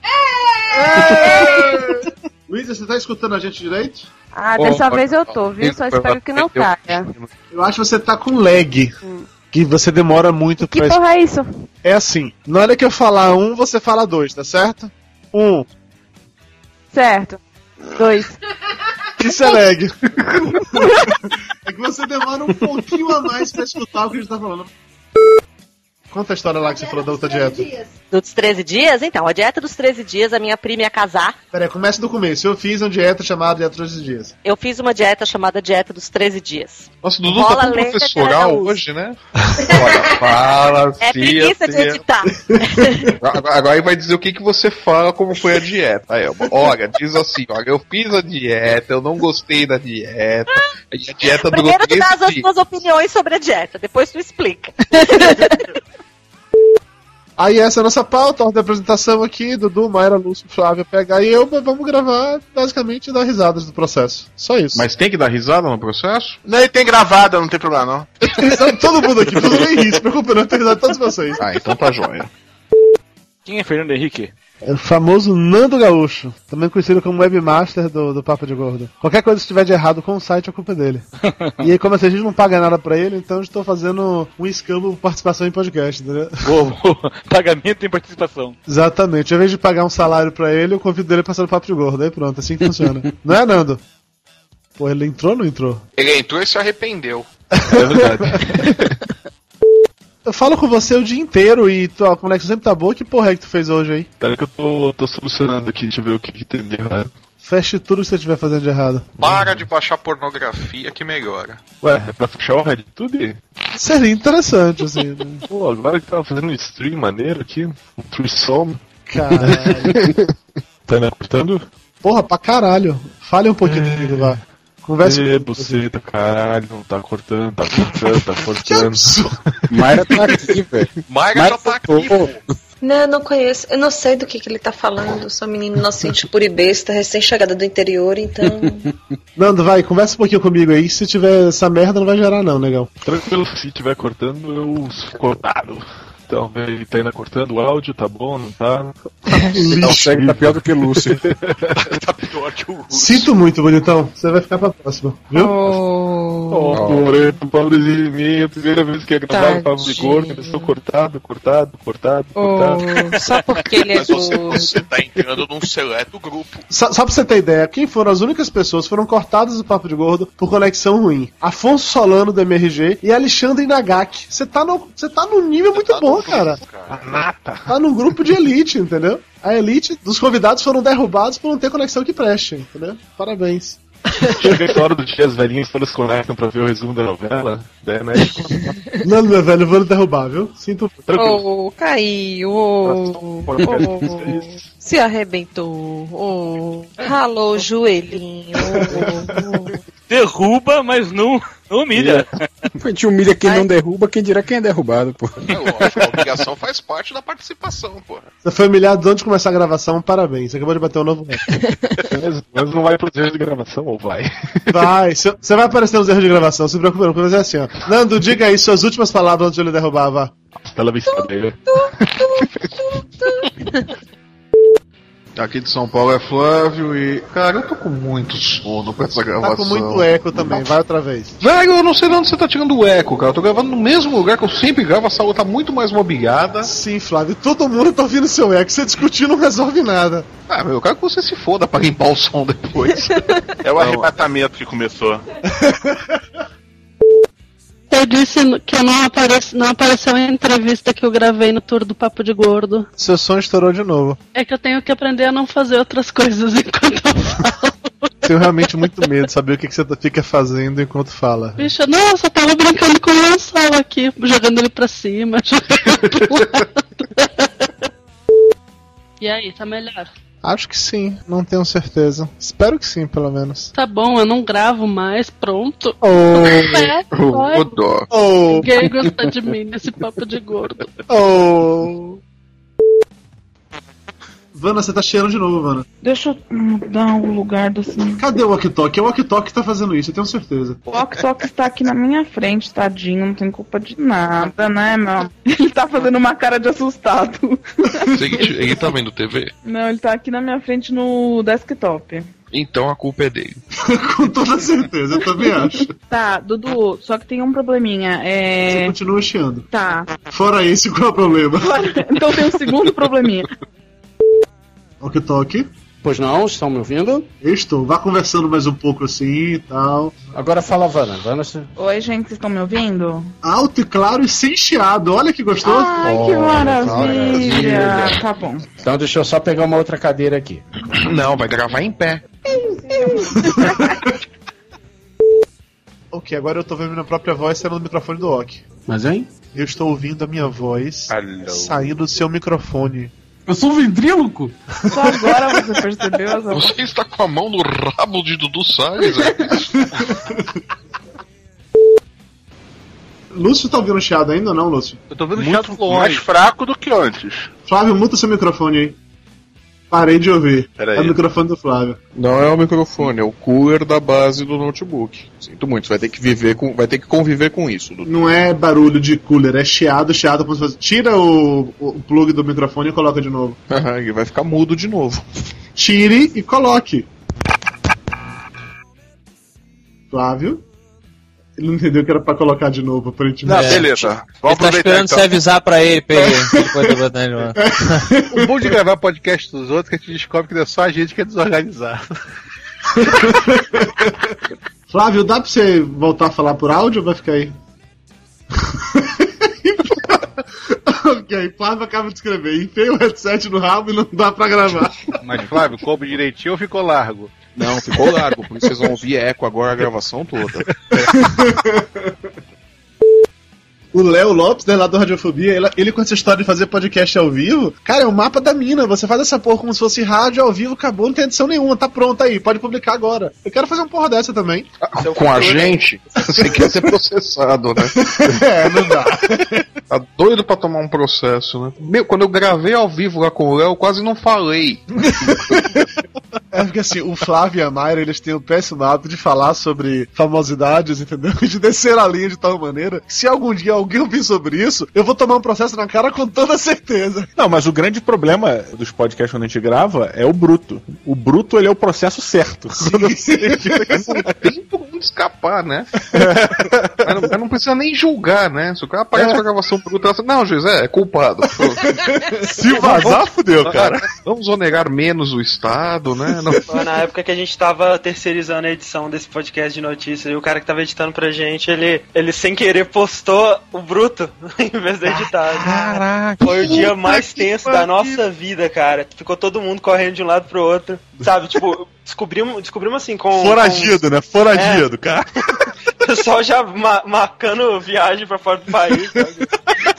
[SPEAKER 5] É! Luiz, você tá escutando a gente direito?
[SPEAKER 10] Ah, dessa vez eu tô, viu? Só espero que não caia. Hum.
[SPEAKER 5] Eu acho que você tá com lag. Que você demora muito
[SPEAKER 10] Que
[SPEAKER 5] pra.
[SPEAKER 10] porra é isso?
[SPEAKER 5] É assim, na hora que eu falar um, você fala dois, tá certo? Um.
[SPEAKER 26] Certo. Dois.
[SPEAKER 5] Isso é lag. é que você demora um pouquinho a mais pra escutar o que a gente tá falando. Conta a história lá que você falou da outra dieta.
[SPEAKER 12] Dos 13 dias? Então, a dieta dos 13 dias, a minha prima ia casar.
[SPEAKER 5] Peraí, começa do começo. Eu fiz uma dieta chamada Dieta dos 13 Dias.
[SPEAKER 12] Eu fiz uma dieta chamada Dieta dos 13 Dias.
[SPEAKER 11] Nossa, o Dudu
[SPEAKER 12] Rola
[SPEAKER 11] tá tão
[SPEAKER 12] lenha,
[SPEAKER 11] professoral
[SPEAKER 12] tiraúza.
[SPEAKER 11] hoje, né? Olha, fala, assim,
[SPEAKER 12] É preguiça de editar.
[SPEAKER 11] Agora agora aí vai dizer o que, que você fala, como foi a dieta. Aí, ó, olha, diz assim, olha, eu fiz a dieta, eu não gostei da dieta, a dieta durou
[SPEAKER 12] é Primeiro tu dá as
[SPEAKER 11] três dias.
[SPEAKER 12] suas opiniões sobre a dieta, depois tu explica.
[SPEAKER 5] Aí essa é a nossa pauta, ordem da apresentação aqui, Dudu, Mayra, Lúcio, Flávio, PH e eu, mas vamos gravar basicamente e dar risadas do processo. Só isso.
[SPEAKER 11] Mas tem que dar risada no processo?
[SPEAKER 27] Não, ele tem gravada, não tem problema não.
[SPEAKER 5] todo mundo aqui, todo
[SPEAKER 11] é
[SPEAKER 5] mundo ri, se preocupa, não tem risada de todos vocês.
[SPEAKER 11] Ah, então tá jóia.
[SPEAKER 22] Quem é Fernando Henrique?
[SPEAKER 5] É o famoso Nando Gaúcho, também conhecido como webmaster do, do Papo de Gordo. Qualquer coisa que estiver de errado com o site é culpa dele. e aí, como assim, a gente não paga nada pra ele, então eu estou fazendo um escambo por participação em podcast, entendeu?
[SPEAKER 22] Boa, boa. Pagamento em participação.
[SPEAKER 5] Exatamente. Ao invés de pagar um salário pra ele, eu convido ele a passar no Papo de Gordo. Aí pronto, assim que funciona. não é, Nando? Pô, ele entrou ou não entrou?
[SPEAKER 27] Ele entrou e se arrependeu.
[SPEAKER 11] É verdade.
[SPEAKER 5] Eu falo com você o dia inteiro e tua conexão sempre tá boa. Que porra é que tu fez hoje aí?
[SPEAKER 9] Pera que eu tô, tô solucionando aqui, deixa eu ver o que, que tem de errado.
[SPEAKER 5] Feche tudo que você estiver fazendo de errado.
[SPEAKER 27] Para de baixar pornografia que melhora.
[SPEAKER 9] Ué, é pra fechar o Red Tube?
[SPEAKER 5] Seria interessante, assim. né?
[SPEAKER 9] Pô, agora que tava fazendo um stream maneiro aqui, um threesome.
[SPEAKER 5] Caralho.
[SPEAKER 9] tá me escutando?
[SPEAKER 5] Porra, pra caralho. Fale um pouquinho dele, vá. Conversa
[SPEAKER 9] Ê, buceta, caralho, não tá cortando, tá cortando, tá cortando.
[SPEAKER 13] Mayra tá aqui, velho.
[SPEAKER 27] Marga só tá aqui, pô.
[SPEAKER 17] Não, eu não conheço. Eu não sei do que, que ele tá falando. Eu sou um menino inocente, pura e besta, recém-chegada do interior, então.
[SPEAKER 5] Nando, vai, conversa um pouquinho comigo aí. Se tiver essa merda, não vai gerar, não, negão.
[SPEAKER 9] Tranquilo, se tiver cortando, eu sou cortado. Então, ele tá ainda cortando o áudio, tá bom, não tá?
[SPEAKER 13] Não, segue tá pior do que Lúcio.
[SPEAKER 5] Sinto muito, bonitão. Você vai ficar pra próxima, viu?
[SPEAKER 9] Oh, Loreto, pobrezinho de mim, é a primeira vez que ia gravar o Pablo de Gordo, eles estão cortado, cortado, cortado, cortado.
[SPEAKER 10] Oh, Só porque ele é
[SPEAKER 27] Mas você,
[SPEAKER 10] do.
[SPEAKER 27] você tá entrando num é- seleto grupo.
[SPEAKER 5] Só, só pra você ter ideia, quem foram as únicas pessoas que foram cortadas do Papo de Gordo por conexão ruim? Afonso Solano, do MRG, e Alexandre Nagak. Você tá, no- você tá num nível muito bom, cara. Tá num grupo de elite, entendeu? A elite dos convidados foram derrubados por não ter conexão que preste, entendeu? Parabéns.
[SPEAKER 9] Chega a hora do dia, as velhinhas todas conectam pra ver o resumo da novela, né? né?
[SPEAKER 5] Não, meu velho, eu vou lhe derrubar, viu? Sinto.
[SPEAKER 10] Oh, caiu, oh, oh, se arrebentou, oh, ralou o joelhinho.
[SPEAKER 22] Derruba, mas não, não humilha.
[SPEAKER 13] A gente humilha quem não derruba, quem dirá quem é derrubado, pô.
[SPEAKER 27] É lógico, a obrigação faz parte da participação, pô.
[SPEAKER 5] Você foi humilhado antes de começar a gravação, parabéns. Você acabou de bater um novo recorde.
[SPEAKER 9] Mas, mas não vai fazer de gravação, ou vai?
[SPEAKER 5] Vai, você você vai aparecer nos erros de gravação, se preocupe não, porque vai ser assim, ó. Nando, diga aí suas últimas palavras antes de eu lhe derrubar, vá.
[SPEAKER 9] Hasta la vista, baby.
[SPEAKER 11] Aqui de São Paulo é Flávio e. Cara, eu tô com muito sono pra essa
[SPEAKER 5] Tá
[SPEAKER 11] gravação.
[SPEAKER 5] com muito eco também, vai outra vez.
[SPEAKER 11] Velho, eu não sei de onde você tá tirando o eco, cara. Eu tô gravando no mesmo lugar que eu sempre gravo, a sala tá muito mais mobiliada.
[SPEAKER 5] Sim, Flávio, todo mundo tá ouvindo seu eco. Você discutir não resolve nada.
[SPEAKER 11] Ah, meu, eu quero que você se foda pra limpar o som depois.
[SPEAKER 27] É
[SPEAKER 9] Então,
[SPEAKER 27] o arrebatamento que começou.
[SPEAKER 28] Eu disse que eu não, apareço, não apareceu a entrevista que eu gravei no tour do Um Papo de Gordo.
[SPEAKER 5] Seu som estourou de novo.
[SPEAKER 28] É que eu tenho que aprender a não fazer outras coisas enquanto eu falo.
[SPEAKER 5] Tenho realmente muito medo de saber o que, que você tá- fica fazendo enquanto fala.
[SPEAKER 28] Bicho, nossa, eu tava brincando com o lençol aqui, jogando ele pra cima, jogando pro lado. E aí, tá melhor?
[SPEAKER 5] Acho que sim, não tenho certeza. Espero que sim, pelo menos.
[SPEAKER 28] Tá bom, eu não gravo mais, pronto. É,
[SPEAKER 5] Oh,
[SPEAKER 28] pode.
[SPEAKER 5] dó. Oh.
[SPEAKER 28] Ninguém gosta de mim nesse papo de gordo.
[SPEAKER 5] Oh. Vana, você tá cheirando de novo, Vana.
[SPEAKER 10] Deixa eu mudar o lugar do assim.
[SPEAKER 5] Cadê o walkie-talkie? É o walkie-talkie que tá fazendo isso, eu tenho certeza.
[SPEAKER 10] O Octoc está aqui na minha frente, tadinho, não tem culpa de nada, né, meu? amor? Ele tá fazendo uma cara de assustado.
[SPEAKER 27] Seguinte, ele tá vendo TV?
[SPEAKER 10] Não, ele tá aqui na minha frente no desktop.
[SPEAKER 27] Então a culpa é dele.
[SPEAKER 5] Com toda certeza, eu também acho.
[SPEAKER 10] Tá, Dudu, só que tem um probleminha.
[SPEAKER 5] Você
[SPEAKER 10] É.
[SPEAKER 5] continua chiando.
[SPEAKER 10] Tá.
[SPEAKER 5] Fora esse, qual é o problema?
[SPEAKER 10] Então tem um segundo probleminha.
[SPEAKER 5] Ok, toque.
[SPEAKER 21] Pois não, estão me ouvindo?
[SPEAKER 5] Eu estou. Vá conversando mais um pouco assim e tal.
[SPEAKER 21] Agora fala, Vana. Vana se-
[SPEAKER 10] Oi, gente, vocês estão me ouvindo?
[SPEAKER 5] Alto e claro e sem chiado. Olha que gostoso.
[SPEAKER 10] Ai, que maravilha! Tá bom.
[SPEAKER 21] Então
[SPEAKER 11] É
[SPEAKER 21] deixa eu só pegar uma outra cadeira aqui.
[SPEAKER 11] Não, vai gravar em pé.
[SPEAKER 5] Ok, agora eu tô vendo minha própria voz saindo do microfone do Ok.
[SPEAKER 21] Mas, hein?
[SPEAKER 5] Eu estou ouvindo a minha voz saindo do seu microfone.
[SPEAKER 21] Eu sou um ventríloco?
[SPEAKER 10] Só agora você percebeu essa
[SPEAKER 16] Você está com a mão no rabo de Dudu Salles, é?
[SPEAKER 5] Lúcio tá ouvindo chiado ainda ou não, Lúcio?
[SPEAKER 16] Eu tô vendo
[SPEAKER 5] chato longe.
[SPEAKER 16] mais fraco do que antes.
[SPEAKER 5] Flávio, muta seu microfone aí. Parei de ouvir.
[SPEAKER 11] Pera aí.
[SPEAKER 5] É o microfone do Flávio.
[SPEAKER 11] Não é o microfone, é o cooler da base do notebook. Sinto muito, você vai ter que viver com, vai ter que conviver com isso. Dudu.
[SPEAKER 5] Não é barulho de cooler, é chiado, chiado. como se fosse- Tira o, o plug do microfone e coloca de novo.
[SPEAKER 11] E vai ficar mudo de novo.
[SPEAKER 5] Tire e coloque. Flávio? Ele não entendeu que era pra colocar de novo, aparentemente.
[SPEAKER 3] É. Ele tá esperando
[SPEAKER 19] então.
[SPEAKER 1] então.
[SPEAKER 3] você avisar pra ele, Pedro. depois do botão de lá.
[SPEAKER 1] O bom de gravar podcast dos outros é que a gente descobre que não é só a gente que é desorganizado.
[SPEAKER 5] Flávio, dá pra você voltar a falar por áudio ou vai ficar aí? ok, Flávio acaba de escrever. Enfia o headset no rabo e não dá pra gravar.
[SPEAKER 1] Mas, Flávio, coube direitinho ou ficou largo?
[SPEAKER 11] Não, ficou largo, por isso vocês vão ouvir eco agora a gravação toda.
[SPEAKER 5] O Léo Lopes, né, lá do Radiofobia, ele, ele com essa história de fazer podcast ao vivo, cara, é o mapa da mina. Você faz essa porra como se fosse rádio ao vivo, acabou, não tem edição nenhuma, tá pronto aí, pode publicar agora. Eu quero fazer uma porra dessa também.
[SPEAKER 11] com a gente, você quer ser processado, né?
[SPEAKER 5] É, não dá.
[SPEAKER 11] Tá doido pra tomar um processo, né? Meu, quando eu gravei ao vivo lá com o Léo, eu quase não falei.
[SPEAKER 5] É porque assim, o Flávio e a Mayra, eles têm o péssimo hábito de falar sobre famosidades, entendeu? De descer a linha de tal maneira que se algum dia alguém ouvir sobre isso, eu vou tomar um processo na cara com toda certeza.
[SPEAKER 14] Não, mas o grande problema é- dos podcasts quando a gente grava é o bruto. O bruto, ele é o processo certo.
[SPEAKER 11] Pra não escapar, né? Mas não, mas não precisa nem julgar, né? Se o cara
[SPEAKER 14] É.
[SPEAKER 11] aparece com a gravação bruta, ela fala, não, juiz, é, é culpado.
[SPEAKER 5] Se
[SPEAKER 14] vazar, fudeu, cara.
[SPEAKER 11] Vamos onegar menos o Estado, né? Não-
[SPEAKER 29] Foi na época que a gente tava terceirizando a edição desse podcast de notícias e o cara que tava editando pra gente, ele, ele sem querer postou o bruto em vez de editar.
[SPEAKER 11] Caraca!
[SPEAKER 29] Foi o dia
[SPEAKER 11] Puta
[SPEAKER 29] mais
[SPEAKER 11] que
[SPEAKER 29] tenso
[SPEAKER 11] pariu.
[SPEAKER 29] da nossa vida, cara. Ficou todo mundo correndo de um lado pro outro. Sabe, tipo, descobrimos, descobrimos assim com.
[SPEAKER 14] Foragido, né? Foragido,
[SPEAKER 9] É.
[SPEAKER 14] cara.
[SPEAKER 29] com o pessoal já ma- marcando viagem pra fora do país, sabe?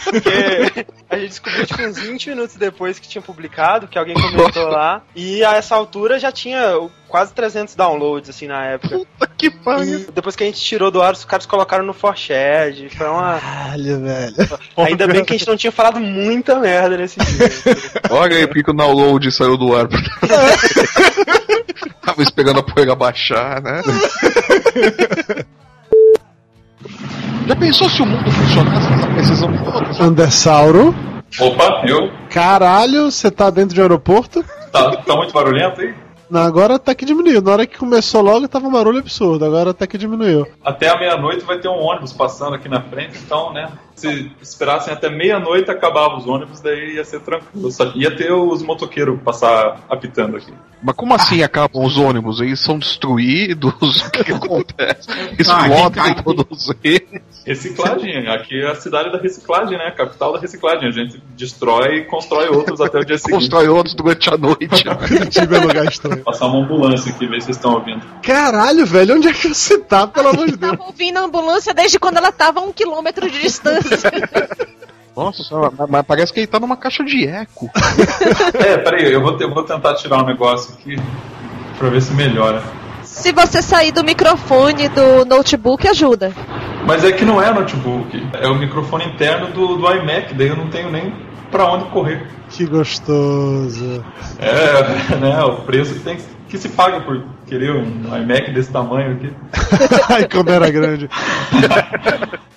[SPEAKER 29] Porque a gente descobriu tipo uns 20 minutos depois que tinha publicado, que alguém comentou lá, e a essa altura já tinha quase 300 downloads, assim, na época. Puta
[SPEAKER 11] que
[SPEAKER 29] pariu! Depois que a gente tirou do ar, os caras colocaram no Forshed, foi uma...
[SPEAKER 5] Caralho, velho.
[SPEAKER 29] Ainda bem que a gente não tinha falado muita merda nesse dia.
[SPEAKER 11] Olha aí porque que o download saiu do ar. Tava esperando a poeira baixar, né? Já pensou se o mundo funcionasse nessa precisão toda?
[SPEAKER 5] Andessauro?
[SPEAKER 30] Opa, eu?
[SPEAKER 5] Caralho, você tá dentro de um aeroporto?
[SPEAKER 30] Tá, tá muito barulhento aí?
[SPEAKER 5] Não, agora tá que diminuiu. Na hora que começou logo tava um barulho absurdo, agora até que diminuiu.
[SPEAKER 30] Até a meia-noite vai ter um ônibus passando aqui na frente, então, né? Se esperassem até meia-noite acabava os ônibus, daí ia ser tranquilo. Só ia ter os motoqueiros passar apitando aqui.
[SPEAKER 11] Mas como assim acabam os ônibus? Eles são destruídos? O que, que acontece?
[SPEAKER 30] Tá,
[SPEAKER 5] Ah,
[SPEAKER 11] Explodem todos eles.
[SPEAKER 30] Reciclagem, aqui é a cidade da reciclagem, né? A capital da reciclagem. A gente destrói e constrói outros até o dia seguinte.
[SPEAKER 11] Constrói outros durante a noite.
[SPEAKER 5] Tive lugar estranho.
[SPEAKER 30] Passar uma ambulância aqui, ver se vocês estão ouvindo.
[SPEAKER 5] Caralho, velho, onde é que você tá, pelo amor de Deus?
[SPEAKER 17] Tava ouvindo a ambulância desde quando ela tava a um quilômetro de distância.
[SPEAKER 11] Nossa, senhora, mas, mas parece que ele tá numa caixa de eco.
[SPEAKER 30] É, peraí, eu vou, te- eu vou tentar tirar um negócio aqui pra ver se melhora.
[SPEAKER 17] Se você sair do microfone do notebook, ajuda.
[SPEAKER 30] Mas é que não é notebook, é o microfone interno do, do iMac, daí eu não tenho nem pra onde correr.
[SPEAKER 5] Que gostoso.
[SPEAKER 30] É, né, o preço que, tem, que se paga por querer um iMac desse tamanho aqui.
[SPEAKER 5] Ai, como era grande.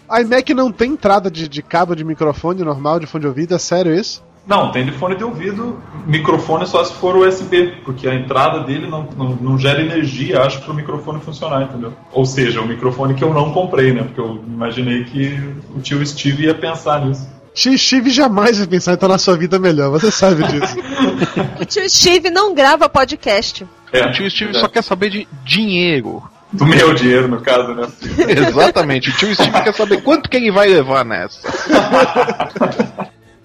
[SPEAKER 5] A iMac não tem entrada de, de cabo de microfone normal, de fone de ouvido, é sério isso?
[SPEAKER 30] Não, tem de fone de ouvido, microfone só se for USB, porque a entrada dele não, não, não gera energia, acho, para o microfone funcionar, entendeu? Ou seja, o microfone que eu não comprei, né, porque eu imaginei que o tio Steve ia pensar nisso.
[SPEAKER 5] Steve jamais vai pensar em estar na sua vida melhor, você sabe disso.
[SPEAKER 17] O tio Steve não grava podcast.
[SPEAKER 11] O tio Steve só quer saber de dinheiro.
[SPEAKER 30] É, Do meu dinheiro, no caso, né?
[SPEAKER 11] Exatamente. O tio Steve quer saber quanto que ele vai levar nessa.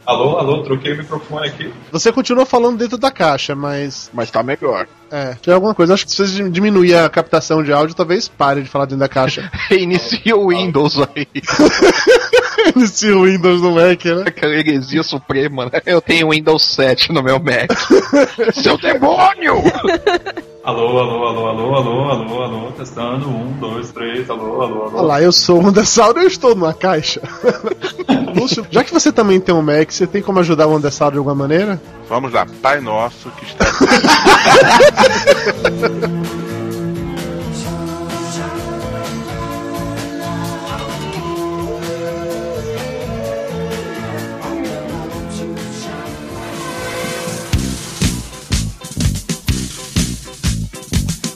[SPEAKER 30] Alô, alô, troquei o microfone aqui.
[SPEAKER 5] Você continuou falando dentro da caixa, mas.
[SPEAKER 11] Mas tá melhor.
[SPEAKER 5] É, tem alguma coisa. Acho que se você diminuir a captação de áudio, talvez pare de falar dentro da caixa.
[SPEAKER 11] Reinicia o Windows aí.
[SPEAKER 5] Reinicia o Windows no Mac, né?
[SPEAKER 11] Aquela heresia suprema, né? Eu tenho Windows 7 no meu Mac. Seu demônio!
[SPEAKER 30] Alô, alô, alô, alô, alô, alô, alô, testando. Um, dois, três, alô, alô, alô.
[SPEAKER 5] Olha lá, eu sou um dessauro e eu estou numa caixa. Lúcio, já que você também tem um Mac, você tem como ajudar o Andessaro de alguma maneira?
[SPEAKER 16] Vamos lá, Pai Nosso que está.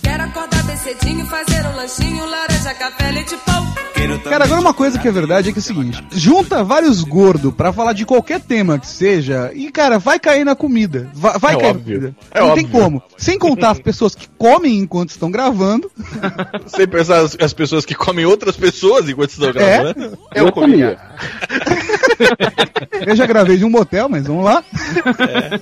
[SPEAKER 31] Quero acordar bem cedinho, fazer um lanchinho, laranja, café, leite, pão.
[SPEAKER 4] Cara, agora uma coisa que é verdade é que é o seguinte: junta vários gordos pra falar de qualquer tema que seja, e cara, vai cair na comida. Vai, vai
[SPEAKER 14] É
[SPEAKER 4] cair
[SPEAKER 14] óbvio.
[SPEAKER 4] na comida.
[SPEAKER 14] É
[SPEAKER 4] Não
[SPEAKER 14] óbvio.
[SPEAKER 4] tem como. Sem contar as pessoas que comem enquanto estão gravando.
[SPEAKER 14] Sempre as, as pessoas que comem outras pessoas enquanto estão
[SPEAKER 4] É.
[SPEAKER 14] gravando. né?
[SPEAKER 4] Eu Eu já gravei de um motel, mas vamos lá.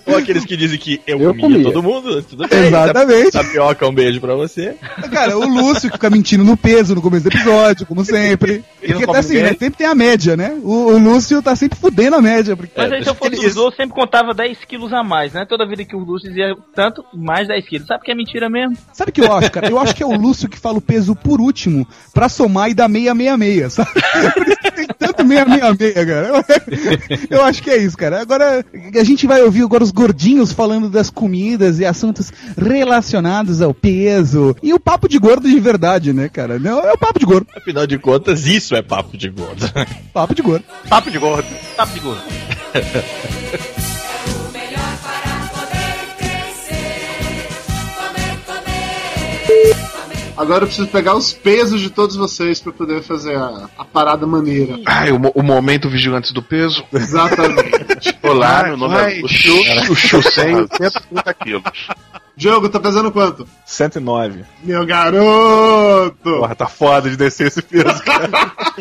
[SPEAKER 14] É. Ou aqueles que dizem que eu, comia,
[SPEAKER 4] comia.
[SPEAKER 14] todo mundo, tudo
[SPEAKER 2] tá-
[SPEAKER 14] bem.
[SPEAKER 4] Exatamente.
[SPEAKER 14] Ta-
[SPEAKER 2] é
[SPEAKER 14] Tapioca, um beijo pra você.
[SPEAKER 4] Cara, o Lúcio fica mentindo no peso no começo do episódio, como sempre.
[SPEAKER 14] Ele não
[SPEAKER 4] Porque
[SPEAKER 14] come
[SPEAKER 4] tá assim,
[SPEAKER 14] bem.
[SPEAKER 4] né? Sempre tem a média, né? O, o Lúcio tá sempre fudendo a média. Porque...
[SPEAKER 14] É,
[SPEAKER 6] Mas aí, se eu fosse o Zou, sempre contava 10 quilos a mais, né? Toda vida que o Lúcio dizia tanto, mais 10 quilos. Sabe que é mentira mesmo?
[SPEAKER 4] Sabe o que eu acho, cara? Eu acho que é o Lúcio que fala o peso por último pra somar e dar 666, sabe? Por isso que tem tanto 666, cara. Eu- Eu acho que é isso, cara. Agora, a gente vai ouvir agora os gordinhos falando das comidas e assuntos relacionados ao peso. E o papo de gordo de verdade, né, cara? Não, é o papo de gordo.
[SPEAKER 14] Afinal de contas, isso é papo de gordo.
[SPEAKER 4] Papo de gordo.
[SPEAKER 14] papo de gordo.
[SPEAKER 6] Papo de gordo.
[SPEAKER 5] Agora eu preciso pegar os pesos de todos vocês pra poder fazer a, a parada maneira.
[SPEAKER 11] Ai, o, mo- o momento vigilantes do peso.
[SPEAKER 5] Exatamente.
[SPEAKER 16] Olá,
[SPEAKER 5] Vai,
[SPEAKER 16] meu nome
[SPEAKER 5] Ah, vai.
[SPEAKER 16] é Lúcio. Lúcio
[SPEAKER 5] Senho.
[SPEAKER 14] É,
[SPEAKER 16] 130 quilos.
[SPEAKER 5] Diogo, tá pesando quanto?
[SPEAKER 14] 109.
[SPEAKER 5] Meu garoto!
[SPEAKER 14] Porra, tá foda de descer esse peso,
[SPEAKER 5] cara.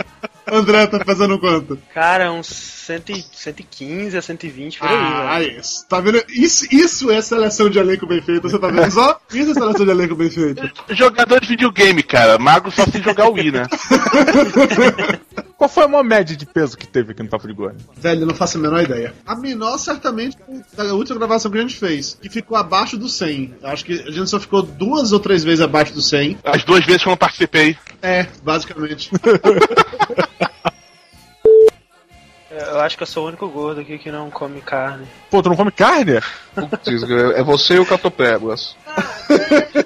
[SPEAKER 5] André, tá pesando quanto?
[SPEAKER 29] Cara, uns 100, 115 a 120 por aí.
[SPEAKER 5] Ah,
[SPEAKER 29] velho.
[SPEAKER 5] isso. Tá vendo? Isso, isso é seleção de elenco bem feita. Você tá vendo só? Isso é seleção de elenco bem feita.
[SPEAKER 16] Jogador de videogame, cara. Magro só se jogar o Wii, né?
[SPEAKER 14] Qual foi a maior média de peso que teve aqui no Papo de Gordo?
[SPEAKER 5] Velho, não faço a menor ideia. A menor, certamente, da última gravação que a gente fez, que ficou abaixo do 100. Acho que a gente só ficou duas ou três vezes abaixo do 100.
[SPEAKER 16] As duas vezes que eu não participei.
[SPEAKER 5] É, basicamente.
[SPEAKER 29] Eu acho que eu sou o único gordo aqui que não come carne.
[SPEAKER 14] Pô, tu não come carne?
[SPEAKER 11] Diz que É você e o Catopéguas.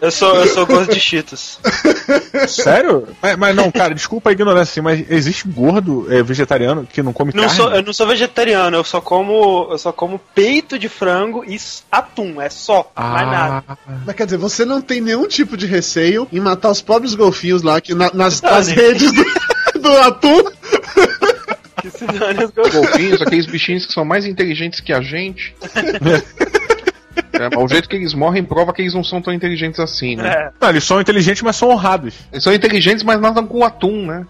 [SPEAKER 29] Eu sou, eu sou
[SPEAKER 5] Tá
[SPEAKER 29] gordo de Cheetos.
[SPEAKER 14] Sério? Mas, mas não, cara, desculpa a ignorância, assim, mas existe gordo é, vegetariano que não come
[SPEAKER 29] Não
[SPEAKER 14] carne?
[SPEAKER 29] sou, eu não sou vegetariano, eu só como. Eu só como peito de frango e s- atum, é só. Mais
[SPEAKER 5] Ah.
[SPEAKER 29] nada.
[SPEAKER 5] Mas quer dizer, você não tem nenhum tipo de receio em matar os pobres golfinhos lá que na- nas,
[SPEAKER 29] Tá,
[SPEAKER 5] nas
[SPEAKER 29] né?
[SPEAKER 5] redes do, do atum.
[SPEAKER 29] Que se dane
[SPEAKER 11] Os
[SPEAKER 29] os gordos.
[SPEAKER 11] golfinhos, aqueles bichinhos que são mais inteligentes que a gente. É, mas o jeito que eles morrem prova que eles não são tão inteligentes assim, né?
[SPEAKER 14] Não, eles são inteligentes, mas são honrados.
[SPEAKER 11] Eles são inteligentes, mas nadam com atum, né?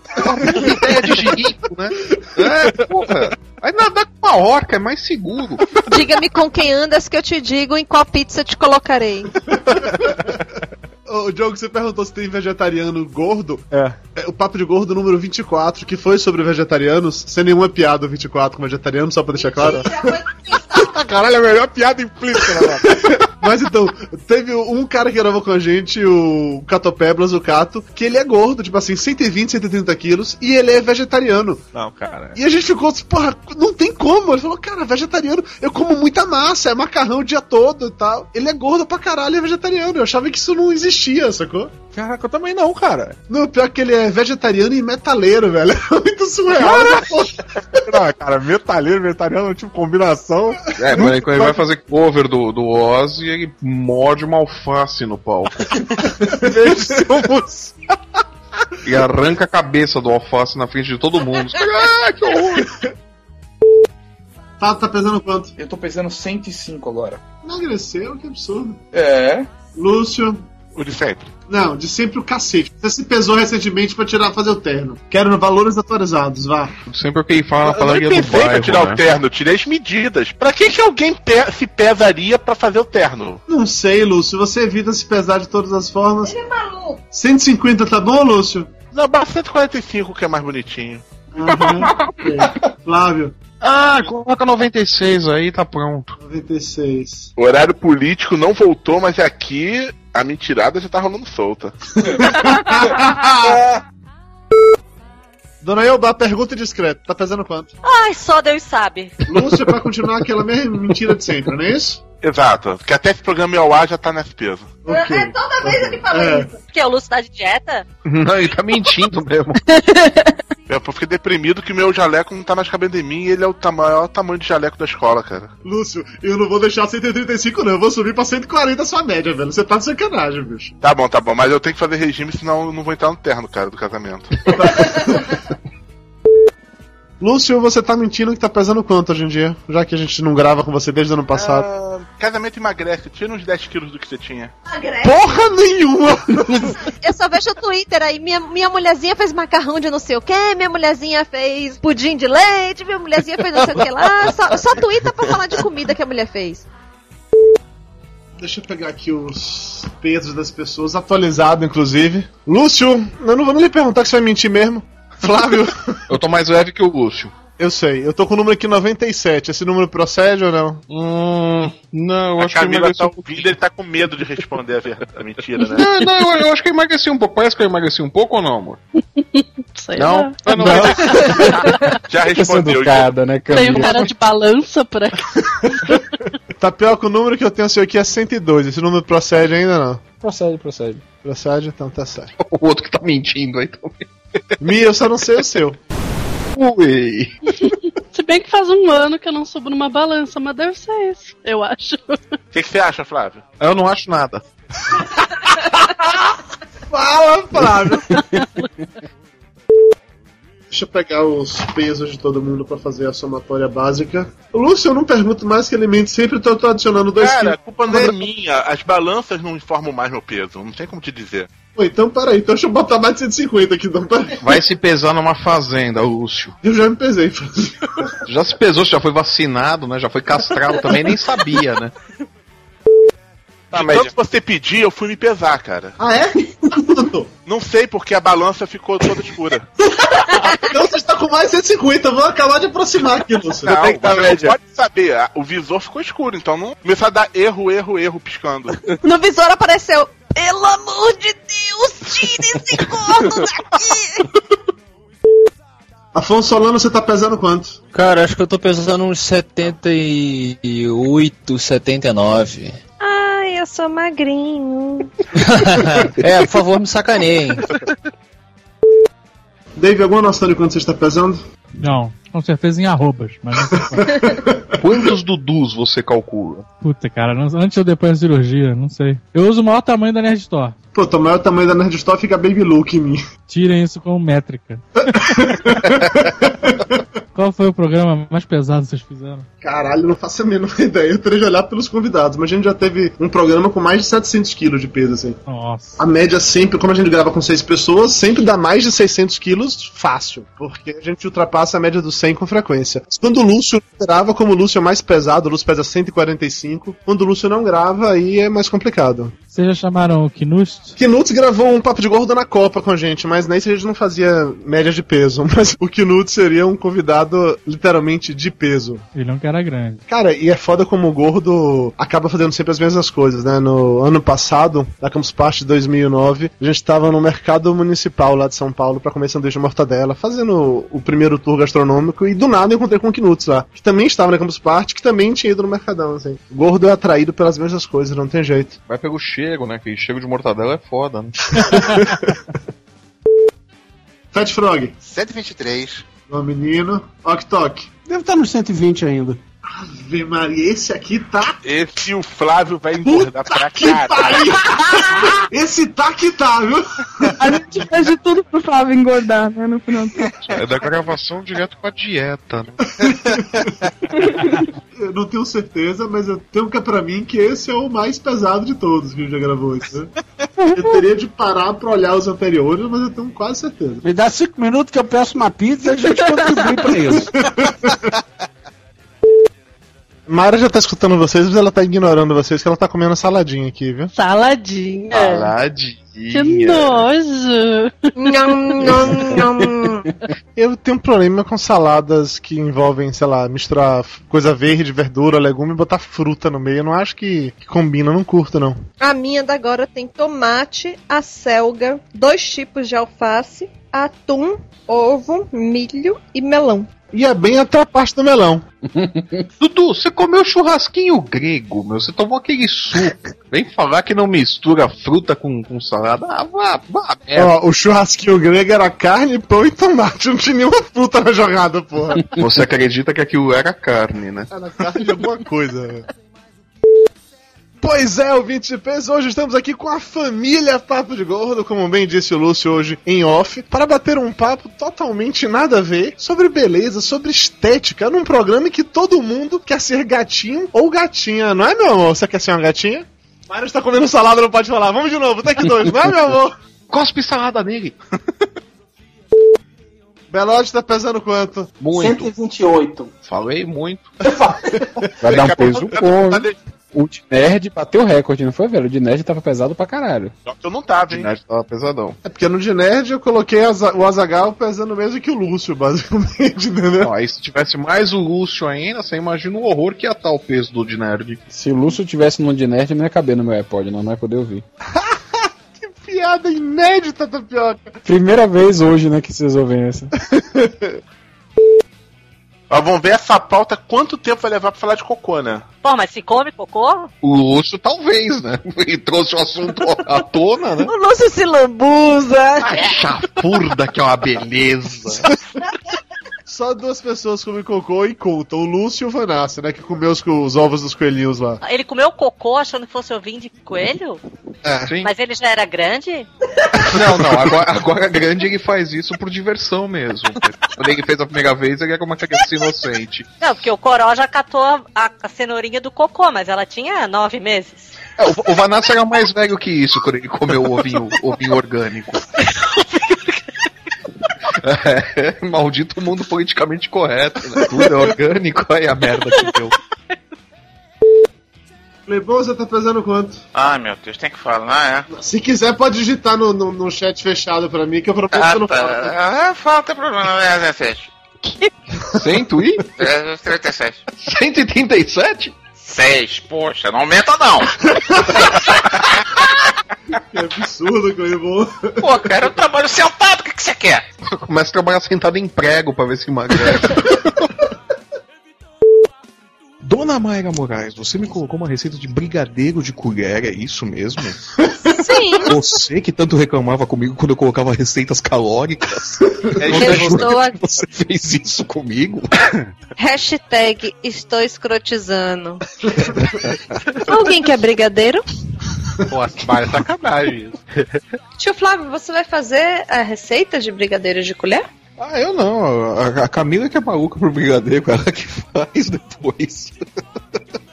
[SPEAKER 11] ideia de girico, né? É, porra. Aí nadar com uma orca é mais seguro.
[SPEAKER 17] Diga-me com quem andas que eu te digo em qual pizza te colocarei.
[SPEAKER 5] Ô, Diogo, você perguntou se tem vegetariano gordo.
[SPEAKER 14] É.
[SPEAKER 5] o Papo de Gordo número 24, que foi sobre vegetarianos, sem nenhuma piada o 24 com vegetariano, só pra deixar claro.
[SPEAKER 14] Caralho, é a melhor piada implícita, né?
[SPEAKER 5] Mas então, teve um cara que gravou com a gente, o Catopeblas, o Cato, que ele é gordo, tipo assim, 120, 130 quilos, e ele é vegetariano.
[SPEAKER 14] Não, cara.
[SPEAKER 5] E a gente ficou assim, porra, não tem como. Ele falou, cara, vegetariano, eu como muita massa, é macarrão o dia todo e tal. Ele é gordo pra caralho, é vegetariano. Eu achava que isso não existia, sacou?
[SPEAKER 14] Caraca, eu também não, cara.
[SPEAKER 5] Não, pior que ele é vegetariano e metaleiro, velho. É muito surreal. né,
[SPEAKER 14] Não, cara, metalheiro, metaliano, tipo, combinação.
[SPEAKER 11] É, quando ele, quando ele vai fazer cover do, do Ozzy, ele morde uma alface no palco. E arranca a cabeça do alface na frente de todo mundo. Ah, que horror!
[SPEAKER 5] Tá, tá pesando quanto?
[SPEAKER 28] Eu tô pesando 105 agora.
[SPEAKER 5] Emagreceu? Que absurdo.
[SPEAKER 32] É.
[SPEAKER 5] Lúcio.
[SPEAKER 9] O de sempre.
[SPEAKER 5] Não, de sempre o cacete. Você se pesou recentemente pra tirar, fazer o terno. Quero valores atualizados, vá.
[SPEAKER 11] Sempre quem fala,
[SPEAKER 9] Eu
[SPEAKER 11] fala
[SPEAKER 9] nem
[SPEAKER 11] que é do
[SPEAKER 9] pensei pra
[SPEAKER 11] bairro,
[SPEAKER 9] tirar
[SPEAKER 11] né?
[SPEAKER 9] o terno, eu tirei as medidas. Pra que que alguém pe- se pesaria pra fazer o terno?
[SPEAKER 5] Não sei, Lúcio. Você evita se pesar de todas as formas.
[SPEAKER 9] é maluco.
[SPEAKER 5] 150 tá bom, Lúcio?
[SPEAKER 9] Não, basta 145 que é mais bonitinho.
[SPEAKER 5] Uhum. Flávio.
[SPEAKER 11] Ah, coloca 96 aí, tá pronto.
[SPEAKER 5] 96.
[SPEAKER 9] O horário político não voltou, mas aqui a mentirada já tá rolando solta.
[SPEAKER 5] Dona Elba, pergunta discreta. Tá pesando quanto?
[SPEAKER 12] Ai, só Deus sabe.
[SPEAKER 5] Lúcio, pra continuar aquela mesma mentira de sempre, não é isso?
[SPEAKER 9] Exato, porque até esse programa ao ar já tá nesse peso.
[SPEAKER 12] É toda vez ele
[SPEAKER 5] fala É.
[SPEAKER 12] isso. Porque o Lúcio tá de dieta?
[SPEAKER 11] Não, ele tá mentindo mesmo.
[SPEAKER 9] Eu fiquei deprimido que meu jaleco não tá mais cabendo em mim e ele é o ta- maior tamanho de jaleco da escola, cara.
[SPEAKER 5] Lúcio, eu não vou deixar 135, não. Eu vou subir pra 140 a sua média, velho. Você tá de sacanagem, bicho.
[SPEAKER 9] Tá bom, tá bom, mas eu tenho que fazer regime, senão eu não vou entrar no terno, cara, do casamento.
[SPEAKER 5] Lúcio, você tá mentindo que tá pesando quanto hoje em dia? Já que a gente não grava com você desde o ano passado.
[SPEAKER 9] Ah, casamento emagrece, tira uns 10 quilos do que você tinha.
[SPEAKER 5] Porra nenhuma!
[SPEAKER 17] Eu só vejo o Twitter aí. Minha, minha mulherzinha fez macarrão de não sei o que, minha mulherzinha fez pudim de leite, minha mulherzinha fez não sei o que lá. Só, só Twitter pra falar de comida que a mulher fez.
[SPEAKER 5] Deixa eu pegar aqui os pesos das pessoas, atualizado inclusive. Lúcio, eu não vou nem lhe perguntar que você vai mentir mesmo. Flávio.
[SPEAKER 11] eu tô mais leve que o Lúcio.
[SPEAKER 5] Eu sei, eu tô com o número aqui 97. Esse número procede ou não?
[SPEAKER 11] Hum, não, eu
[SPEAKER 9] A
[SPEAKER 11] acho que eu
[SPEAKER 9] Camila
[SPEAKER 11] emagreci
[SPEAKER 9] tá
[SPEAKER 11] um
[SPEAKER 9] ouvindo, ele tá com medo de responder a, verdade, a mentira, né?
[SPEAKER 11] Não, não, eu, eu acho que eu emagreci um pouco. Parece que eu emagreci um pouco ou não, amor?
[SPEAKER 28] Sei
[SPEAKER 11] Não?
[SPEAKER 28] lá.
[SPEAKER 11] Ah, não.
[SPEAKER 9] Já
[SPEAKER 11] respondeu.
[SPEAKER 13] Educada, né,
[SPEAKER 28] Tem um
[SPEAKER 13] Camila?
[SPEAKER 28] cara de balança por aqui.
[SPEAKER 5] Tá pior que o número que eu tenho seu aqui é 102. Esse número procede ainda ou não?
[SPEAKER 13] Procede, procede.
[SPEAKER 5] Procede, então tá certo.
[SPEAKER 11] O outro que tá mentindo aí também.
[SPEAKER 5] Mi, eu só não sei o seu.
[SPEAKER 11] Ui.
[SPEAKER 28] Se bem que faz um ano que eu não subo numa balança, mas deve ser esse, eu acho.
[SPEAKER 9] O que, que você acha, Flávio?
[SPEAKER 11] Eu não acho nada.
[SPEAKER 5] Fala, Flávio! Deixa eu pegar os pesos de todo mundo pra fazer a somatória básica. O Lúcio, eu não pergunto mais que ele mente sempre, então eu tô adicionando dois
[SPEAKER 9] Cara, a
[SPEAKER 5] quilos.
[SPEAKER 9] culpa não é minha. As balanças não informam mais meu peso. Não tem como te dizer.
[SPEAKER 5] Pô, então peraí, então deixa eu botar mais de 150 aqui, então peraí.
[SPEAKER 11] Vai se pesar numa fazenda, Lúcio.
[SPEAKER 5] Eu já me pesei.
[SPEAKER 11] Já se pesou, já foi vacinado, né? Já foi castrado também, nem sabia, né?
[SPEAKER 9] Tá, mas... Tanto que você pedir, eu fui me pesar, cara.
[SPEAKER 5] Ah, é?
[SPEAKER 9] Não sei porque a balança ficou toda escura.
[SPEAKER 5] Então você está com mais 150, vou acabar de aproximar aqui, Lúcio.
[SPEAKER 9] Não, você não pode saber. a- O visor ficou escuro, então não começou a dar erro, erro, erro, piscando.
[SPEAKER 17] No visor apareceu. Pelo amor de Deus, tire esse corno
[SPEAKER 5] Afonso Solano, você tá pesando quanto?
[SPEAKER 33] Cara, acho que eu tô pesando uns 78, 79.
[SPEAKER 34] Ai, eu sou magrinho.
[SPEAKER 33] é, por favor, me sacaneiem.
[SPEAKER 5] Dave, alguma noção de quanto você está pesando?
[SPEAKER 15] Não, com certeza em arrobas, mas não sei quanto.
[SPEAKER 11] Quantos Dudus você calcula?
[SPEAKER 15] Puta, cara, não- antes ou depois da cirurgia, não sei. Eu uso o maior tamanho da Nerd Store.
[SPEAKER 5] Pô, tô maior tamanho da Nerd Store fica Baby Luke em mim.
[SPEAKER 15] Tirem isso como métrica. Qual foi o programa mais pesado que vocês fizeram?
[SPEAKER 5] Caralho, não faço a menor ideia. Eu teria de olhar pelos convidados, mas a gente já teve um programa com mais de 700 quilos de peso, assim.
[SPEAKER 15] Nossa.
[SPEAKER 5] A média sempre, como a gente grava com seis pessoas, sempre dá mais de 600 quilos fácil, porque a gente ultrapassa a média dos 100 com frequência. Quando o Lúcio grava, como o Lúcio é mais pesado, o Lúcio pesa 145. Quando o Lúcio não grava, aí é mais complicado.
[SPEAKER 15] Vocês já chamaram o Knust?
[SPEAKER 5] Knutz gravou um papo de gordo na Copa com a gente, mas nem se a gente não fazia média de peso. Mas o Knutz seria um convidado literalmente de peso.
[SPEAKER 15] Ele não que era grande.
[SPEAKER 5] Cara, e é foda como o gordo acaba fazendo sempre as mesmas coisas, né? No ano passado, na Campus Party 2009, a gente tava no mercado municipal lá de São Paulo pra comer sanduíche de mortadela, fazendo o primeiro tour gastronômico, e do nada eu encontrei com o Knutz lá, que também estava na Campus Party, que também tinha ido no mercadão, assim. O gordo é atraído pelas mesmas coisas, não tem jeito.
[SPEAKER 11] Vai pelo cheiro, né? Que cheiro de mortadela é foda, né?
[SPEAKER 5] Fat Frog.
[SPEAKER 35] 123.
[SPEAKER 5] Ó, menino. Ok, Tok.
[SPEAKER 36] Deve estar nos 120 ainda.
[SPEAKER 5] Ave Maria, esse aqui tá.
[SPEAKER 14] Esse o Flávio vai engordar pra
[SPEAKER 5] Que
[SPEAKER 14] caralho.
[SPEAKER 5] pariu! Esse tá que tá, viu?
[SPEAKER 10] A gente fez de tudo pro Flávio engordar, né? No final do
[SPEAKER 11] É da gravação direto pra dieta, né?
[SPEAKER 5] Eu não tenho certeza, mas eu tenho que é pra mim que esse é o mais pesado de todos que já gravou isso, né? Eu teria de parar pra olhar os anteriores, mas eu tenho quase certeza.
[SPEAKER 21] Me dá cinco minutos que eu peço uma pizza e a gente contribui pra isso.
[SPEAKER 5] Mara já tá escutando vocês, mas ela tá ignorando vocês, que ela tá comendo saladinha aqui, viu?
[SPEAKER 13] Saladinha.
[SPEAKER 5] É.
[SPEAKER 13] Que
[SPEAKER 5] nojo!
[SPEAKER 13] nojo.
[SPEAKER 5] Eu tenho um problema com saladas que envolvem, sei lá, misturar f- coisa verde, verdura, legume e botar fruta no meio. Eu não acho que, que combina, eu não curto, não.
[SPEAKER 17] A minha da agora tem tomate, a selga, dois tipos de alface, atum, ovo, milho e melão.
[SPEAKER 5] E é bem até a parte do melão.
[SPEAKER 11] Dudu, você comeu churrasquinho grego, meu. Você tomou aquele suco. Vem falar que não mistura fruta com, com salada. Ah, vá, vá,
[SPEAKER 13] É.
[SPEAKER 11] merda.
[SPEAKER 5] Ó, o churrasquinho grego era carne, pão e tomate. Não tinha nenhuma fruta na jogada, porra.
[SPEAKER 11] Você acredita que aquilo era carne, né?
[SPEAKER 5] Era carne de alguma coisa, velho. Pois é, ouvinte de peso, hoje estamos aqui com a família Papo de Gordo, como bem disse o Lúcio hoje em off, para bater um papo totalmente nada a ver sobre beleza, sobre estética, num programa em que todo mundo quer ser gatinho ou gatinha, não é, meu amor? Você quer ser uma gatinha? Mário está comendo salada, não pode falar. Vamos de novo, take dois, não é, meu amor? Cospe salada nele. Belote tá pesando quanto?
[SPEAKER 9] Muito.
[SPEAKER 11] 128. Falei muito.
[SPEAKER 9] Vai dar um peso bom. hein? O de nerd bateu recorde, não foi, velho? O de nerd tava pesado pra caralho.
[SPEAKER 11] Eu não tava, hein? tava pesadão.
[SPEAKER 5] É porque no de nerd eu coloquei Aza- o Azagal pesando mesmo que o Lúcio, basicamente, entendeu?
[SPEAKER 11] Ó, aí se tivesse mais o Lúcio ainda, você imagina o horror que ia estar o peso do de nerd.
[SPEAKER 9] Se o Lúcio tivesse no de nerd, não ia caber no meu iPod, não, não ia poder ouvir.
[SPEAKER 5] Piada inédita, Tapioca.
[SPEAKER 9] Primeira vez hoje, né, que vocês ouvem essa.
[SPEAKER 16] Ó, vamos ver essa pauta quanto tempo vai levar pra falar de cocô, né?
[SPEAKER 12] Pô, mas se come cocô?
[SPEAKER 11] O Lúcio talvez, né? Ele trouxe o assunto à tona, né?
[SPEAKER 12] O Lúcio se lambuza.
[SPEAKER 11] Chapurda, que é uma beleza.
[SPEAKER 5] Só duas pessoas comem cocô e contam, o Lúcio e o Vanassa, né, que comeu os, os ovos dos coelhinhos lá.
[SPEAKER 12] Ele comeu cocô achando que fosse ovinho de coelho?
[SPEAKER 11] É, sim.
[SPEAKER 12] Mas ele já era grande?
[SPEAKER 11] Não, não, agora, agora grande ele faz isso por diversão mesmo. Quando ele fez a primeira vez, ele era uma criança inocente.
[SPEAKER 12] Não, porque o Coró já catou a, a- a cenourinha do cocô, mas ela tinha nove meses.
[SPEAKER 11] É, o, o Vanassa era mais velho que isso quando ele comeu o ovinho, ovinho orgânico. É, maldito mundo politicamente correto, né? Tudo é orgânico, aí a merda que deu.
[SPEAKER 5] Lebon, você tá pesando quanto?
[SPEAKER 16] Ai, Ah, meu Deus, tem que falar, é?
[SPEAKER 5] Se quiser, pode digitar no, no, no chat fechado pra mim, que eu prometo que eu
[SPEAKER 16] Ah,
[SPEAKER 5] não falo.
[SPEAKER 16] tá. Ah, falta problema, é 17.
[SPEAKER 11] 100 e?
[SPEAKER 16] É 37.
[SPEAKER 11] 137?
[SPEAKER 16] 6, poxa, não aumenta não.
[SPEAKER 5] Que absurdo, Lebon.
[SPEAKER 16] Pô, cara, eu trabalho sentado, o que, que você quer?
[SPEAKER 11] Começa a trabalhar sentado em prego pra ver se emagrece. Dona Mayra Moraes, você me colocou uma receita de brigadeiro de colher, é isso mesmo?
[SPEAKER 17] Sim.
[SPEAKER 11] Você que tanto reclamava comigo quando eu colocava receitas calóricas.
[SPEAKER 17] Eu estou aqui.
[SPEAKER 11] Você fez isso comigo?
[SPEAKER 17] Hashtag estou escrotizando. Alguém quer brigadeiro?
[SPEAKER 11] Pô, para
[SPEAKER 1] tá
[SPEAKER 11] sacanagem isso.
[SPEAKER 17] Tio Flávio, você vai fazer a receita de brigadeiro de colher?
[SPEAKER 11] Ah, eu não. A, a Camila que é maluca pro brigadeiro, ela que faz depois.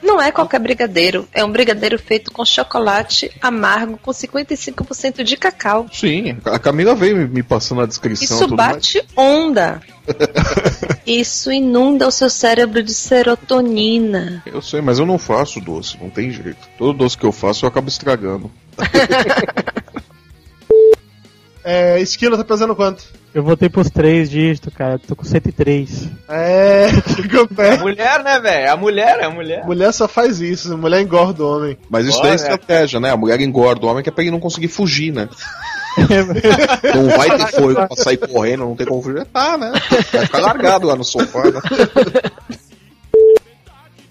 [SPEAKER 17] Não é qualquer brigadeiro, é um brigadeiro feito com chocolate amargo com 55% de cacau.
[SPEAKER 11] Sim, a Camila veio me, me passando a descrição.
[SPEAKER 17] Isso
[SPEAKER 11] tudo
[SPEAKER 17] bate onda. Isso inunda o seu cérebro de
[SPEAKER 11] mais.
[SPEAKER 17] serotonina.
[SPEAKER 11] Eu sei, mas eu não faço doce, não tem jeito. Todo doce que eu faço eu acabo estragando.
[SPEAKER 5] É, Esquilo, tá pesando quanto?
[SPEAKER 2] Eu voltei pros três dígitos, cara. Tô com 103.
[SPEAKER 5] É, fica perto.
[SPEAKER 18] Mulher, né, velho? A mulher, a mulher.
[SPEAKER 5] Mulher só faz isso, mulher engorda o homem.
[SPEAKER 11] Mas isso daí é estratégia, né? A mulher engorda o homem que é pra ele não conseguir fugir, né? Não vai ter fôlego pra sair correndo, não tem como fugir. Tá, né? Vai ficar largado lá no sofá, né?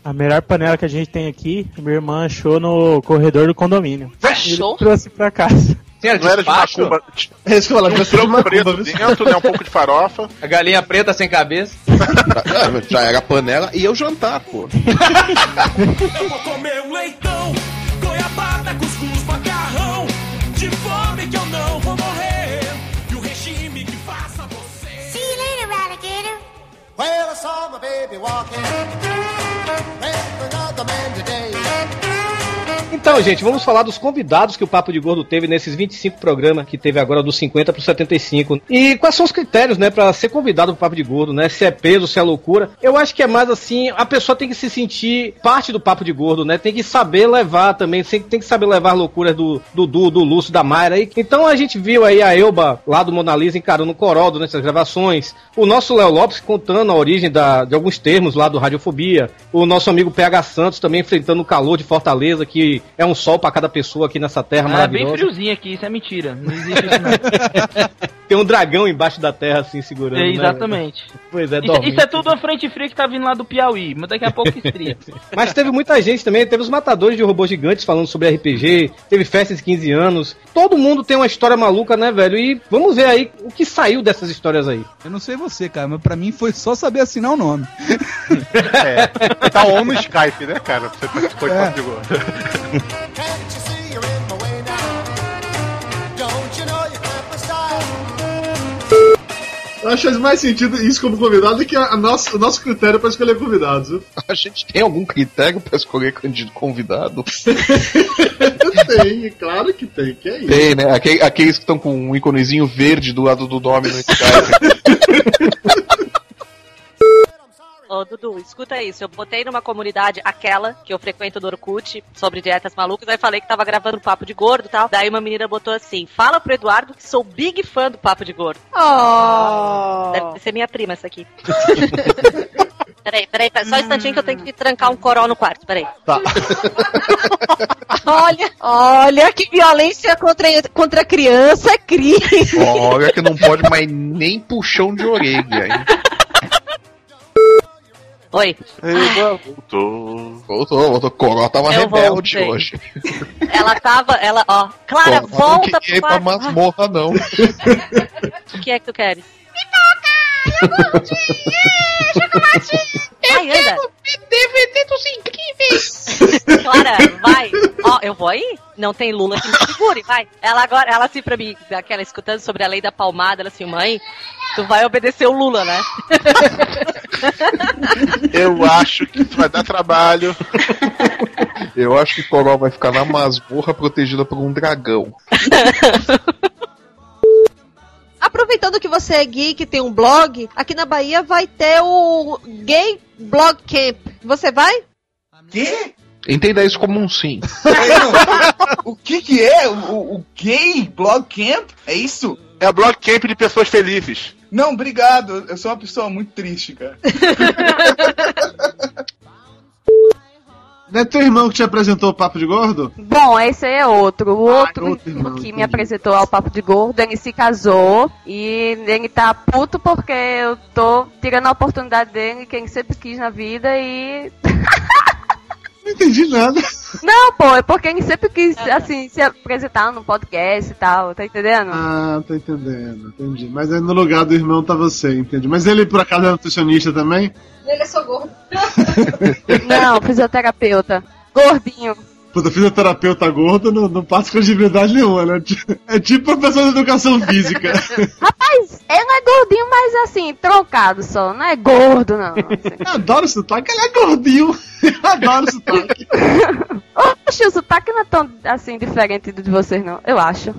[SPEAKER 2] A melhor panela que a gente tem aqui, minha irmã achou no corredor do condomínio.
[SPEAKER 18] Fechou?
[SPEAKER 2] Trouxe pra casa.
[SPEAKER 16] não era de
[SPEAKER 18] despacho?
[SPEAKER 16] macumba. t-
[SPEAKER 5] É isso que eu
[SPEAKER 16] tinha um
[SPEAKER 5] falava, deve ser de
[SPEAKER 16] frango
[SPEAKER 5] macumba,
[SPEAKER 16] preto
[SPEAKER 5] viu?
[SPEAKER 16] dentro, né? Um pouco de farofa.
[SPEAKER 18] A galinha preta sem cabeça.
[SPEAKER 11] Já era panela e eu jantar, pô.
[SPEAKER 1] né? Eu vou comer um leitão, goiabada, cuscuz, macarrão. De fome que eu não vou morrer. E o regime que faça você. See you later, alligator. Well, I saw my baby walking. With another man today.
[SPEAKER 7] Então, gente, vamos falar dos convidados que o Papo de Gordo teve nesses 25 programas que teve agora dos 50 para 75. E quais são os critérios, né, para ser convidado pro Papo de Gordo, né? Se é peso, se é loucura. Eu acho que é mais assim, a pessoa tem que se sentir parte do Papo de Gordo, né? Tem que saber levar também, tem tem que saber levar loucuras do Dudu, do Lúcio, da Mayra. E- Então a gente viu aí a Elba lá do Mona Lisa encarando o Coró durante as gravações. O nosso Léo Lopes contando a origem da- de alguns termos lá do Radiofobia. O nosso amigo PH Santos também enfrentando o calor de Fortaleza, que é um sol para cada pessoa aqui nessa terra
[SPEAKER 6] Ah, é bem
[SPEAKER 7] maravilhosa.
[SPEAKER 6] friozinho aqui, isso é mentira. Não existe isso não.
[SPEAKER 7] Tem um dragão embaixo da terra, assim, segurando.
[SPEAKER 6] É,
[SPEAKER 7] né?
[SPEAKER 6] exatamente.
[SPEAKER 7] Pois é,
[SPEAKER 6] Isso,
[SPEAKER 7] dormindo.
[SPEAKER 6] isso é tudo a frente fria que tá vindo lá do Piauí, mas daqui a pouco estria.
[SPEAKER 7] Mas teve muita gente também, teve os matadores de robôs gigantes falando sobre RPG, teve festas de 15 anos. Todo mundo tem uma história maluca, né, velho? E vamos ver aí o que saiu dessas histórias aí.
[SPEAKER 4] Eu não sei você, cara, mas pra mim foi só saber assinar o nome.
[SPEAKER 16] Tá on no Skype, né, cara? Você participou de
[SPEAKER 4] É.
[SPEAKER 16] Papo de Gordo.
[SPEAKER 1] Can't you see you're in my way now? Don't you know you can't be styled?
[SPEAKER 5] Eu acho faz mais sentido isso como convidado do que a- a nossa- o nosso critério para escolher convidados. viu?
[SPEAKER 11] A gente tem algum critério pra escolher candi- convidado?
[SPEAKER 5] tem, claro que tem, que é isso.
[SPEAKER 11] Tem, né? Aque- Aqueles que estão com um íconezinho verde do lado do nome no Skype.
[SPEAKER 12] Ô, Dudu, escuta isso. Eu botei numa comunidade, aquela que eu frequento do Orkut, sobre dietas malucas. Aí falei que tava gravando papo de gordo e tal. Daí uma menina botou assim: Fala pro Eduardo que sou big fã do papo de gordo.
[SPEAKER 17] Oh.
[SPEAKER 12] Deve ser minha prima essa aqui. peraí, peraí, peraí, só um instantinho que eu tenho que trancar um coró no quarto. Peraí.
[SPEAKER 11] Tá.
[SPEAKER 17] Olha, olha que violência contra, contra criança é crime.
[SPEAKER 11] Olha que não pode mais nem puxão de orelha, hein?
[SPEAKER 12] Oi.
[SPEAKER 11] Voltou. Voltou, voltou. Coró tava
[SPEAKER 12] Eu
[SPEAKER 11] rebelde
[SPEAKER 12] voltei.
[SPEAKER 11] hoje.
[SPEAKER 12] Ela tava, ela, ó,
[SPEAKER 11] Coró
[SPEAKER 12] Clara,
[SPEAKER 11] não
[SPEAKER 12] volta
[SPEAKER 11] queria ir
[SPEAKER 12] pro
[SPEAKER 11] pra
[SPEAKER 12] quarto.
[SPEAKER 11] masmorra, não.
[SPEAKER 12] O que é que tu queres?
[SPEAKER 1] é, Eu
[SPEAKER 12] Ai, anda.
[SPEAKER 1] DVD dos incríveis!
[SPEAKER 12] Clara, vai. Ó, eu vou aí? Não tem Lula que me segure, vai. Ela agora, ela assim pra mim, aquela escutando sobre a lei da palmada, ela assim, mãe, tu vai obedecer o Lula, né?
[SPEAKER 16] Eu acho que isso vai dar trabalho.
[SPEAKER 11] Eu acho que Coró vai ficar na masmorra protegida por um dragão.
[SPEAKER 17] Aproveitando que você é geek, tem um blog, aqui na Bahia vai ter o Gay Blog Camp. Você vai?
[SPEAKER 28] Quê?
[SPEAKER 11] Entenda isso como um sim.
[SPEAKER 28] O que que é? O, o- o gay blog camp? É isso?
[SPEAKER 16] É blog camp de pessoas felizes.
[SPEAKER 28] Não, obrigado. Eu sou uma pessoa muito triste, cara.
[SPEAKER 5] Não é teu irmão que te apresentou o papo de gordo?
[SPEAKER 19] Bom, esse aí é outro. O
[SPEAKER 5] Ah,
[SPEAKER 19] outro,
[SPEAKER 5] outro irmão,
[SPEAKER 19] que
[SPEAKER 5] entendi.
[SPEAKER 19] me apresentou ao Papo de Gordo, ele se casou e ele tá puto porque eu tô tirando a oportunidade dele, que ele sempre quis na vida e.
[SPEAKER 5] Não entendi nada.
[SPEAKER 19] Não, pô, é porque ele sempre
[SPEAKER 17] Ah,
[SPEAKER 19] quis,
[SPEAKER 17] tá.
[SPEAKER 19] assim, se apresentar num podcast e tal, tá entendendo?
[SPEAKER 5] Ah, tô entendendo, entendi. Mas aí no lugar do irmão tá você, entendi. Mas ele por acaso é nutricionista também?
[SPEAKER 17] Ele é só gordo.
[SPEAKER 19] Não, fisioterapeuta. Gordinho.
[SPEAKER 5] Puta, fisioterapeuta gordo não, não passa credibilidade nenhuma, né? É tipo professor de educação física.
[SPEAKER 19] Rapaz, ele é gordinho, mas assim, trocado só, não é gordo, não.
[SPEAKER 5] Eu adoro sotaque, ele é gordinho. Eu adoro sotaque.
[SPEAKER 19] Oxe, o sotaque não é tão assim diferente do de vocês, não, eu acho.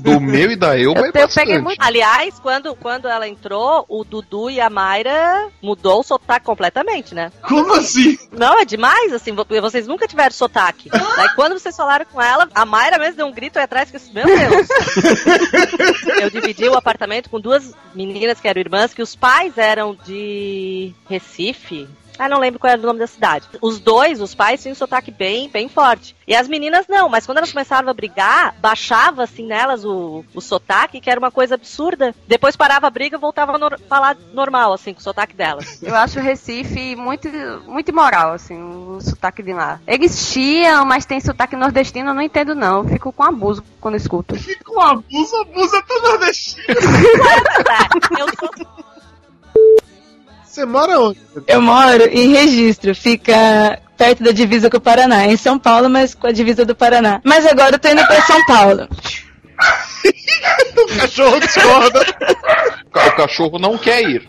[SPEAKER 11] Do meu e da Elba é
[SPEAKER 19] Eu peguei
[SPEAKER 11] bastante.
[SPEAKER 19] muito-
[SPEAKER 12] Aliás, quando, quando ela entrou, o Dudu e a Mayra mudou o sotaque completamente, né?
[SPEAKER 5] Como assim?
[SPEAKER 12] Não, é demais, assim, vo- vocês nunca tiveram sotaque. Daí quando vocês falaram com ela, a Mayra mesmo deu um grito aí atrás que eu disse, meu Deus. eu dividi o apartamento com duas meninas que eram irmãs, que os pais eram de Recife. Ah, não lembro qual era o nome da cidade. Os dois, os pais, tinham um sotaque bem, bem forte. E as meninas não, mas quando elas começaram a brigar, baixava assim nelas o, o sotaque, que era uma coisa absurda. Depois parava a briga e voltava a nor- falar normal, assim, com o sotaque delas.
[SPEAKER 31] Eu acho o Recife muito, muito imoral, assim, o sotaque de lá. Eles chiam, mas tem sotaque nordestino, eu não entendo não. Eu fico com abuso quando escuto.
[SPEAKER 5] Com abuso, abuso é tão nordestino. Você mora onde?
[SPEAKER 37] Eu moro em Registro, fica perto da divisa com o Paraná, É em São Paulo, mas com a divisa do Paraná. Mas agora eu tô indo pra São Paulo.
[SPEAKER 11] O cachorro discorda. O cachorro não quer ir.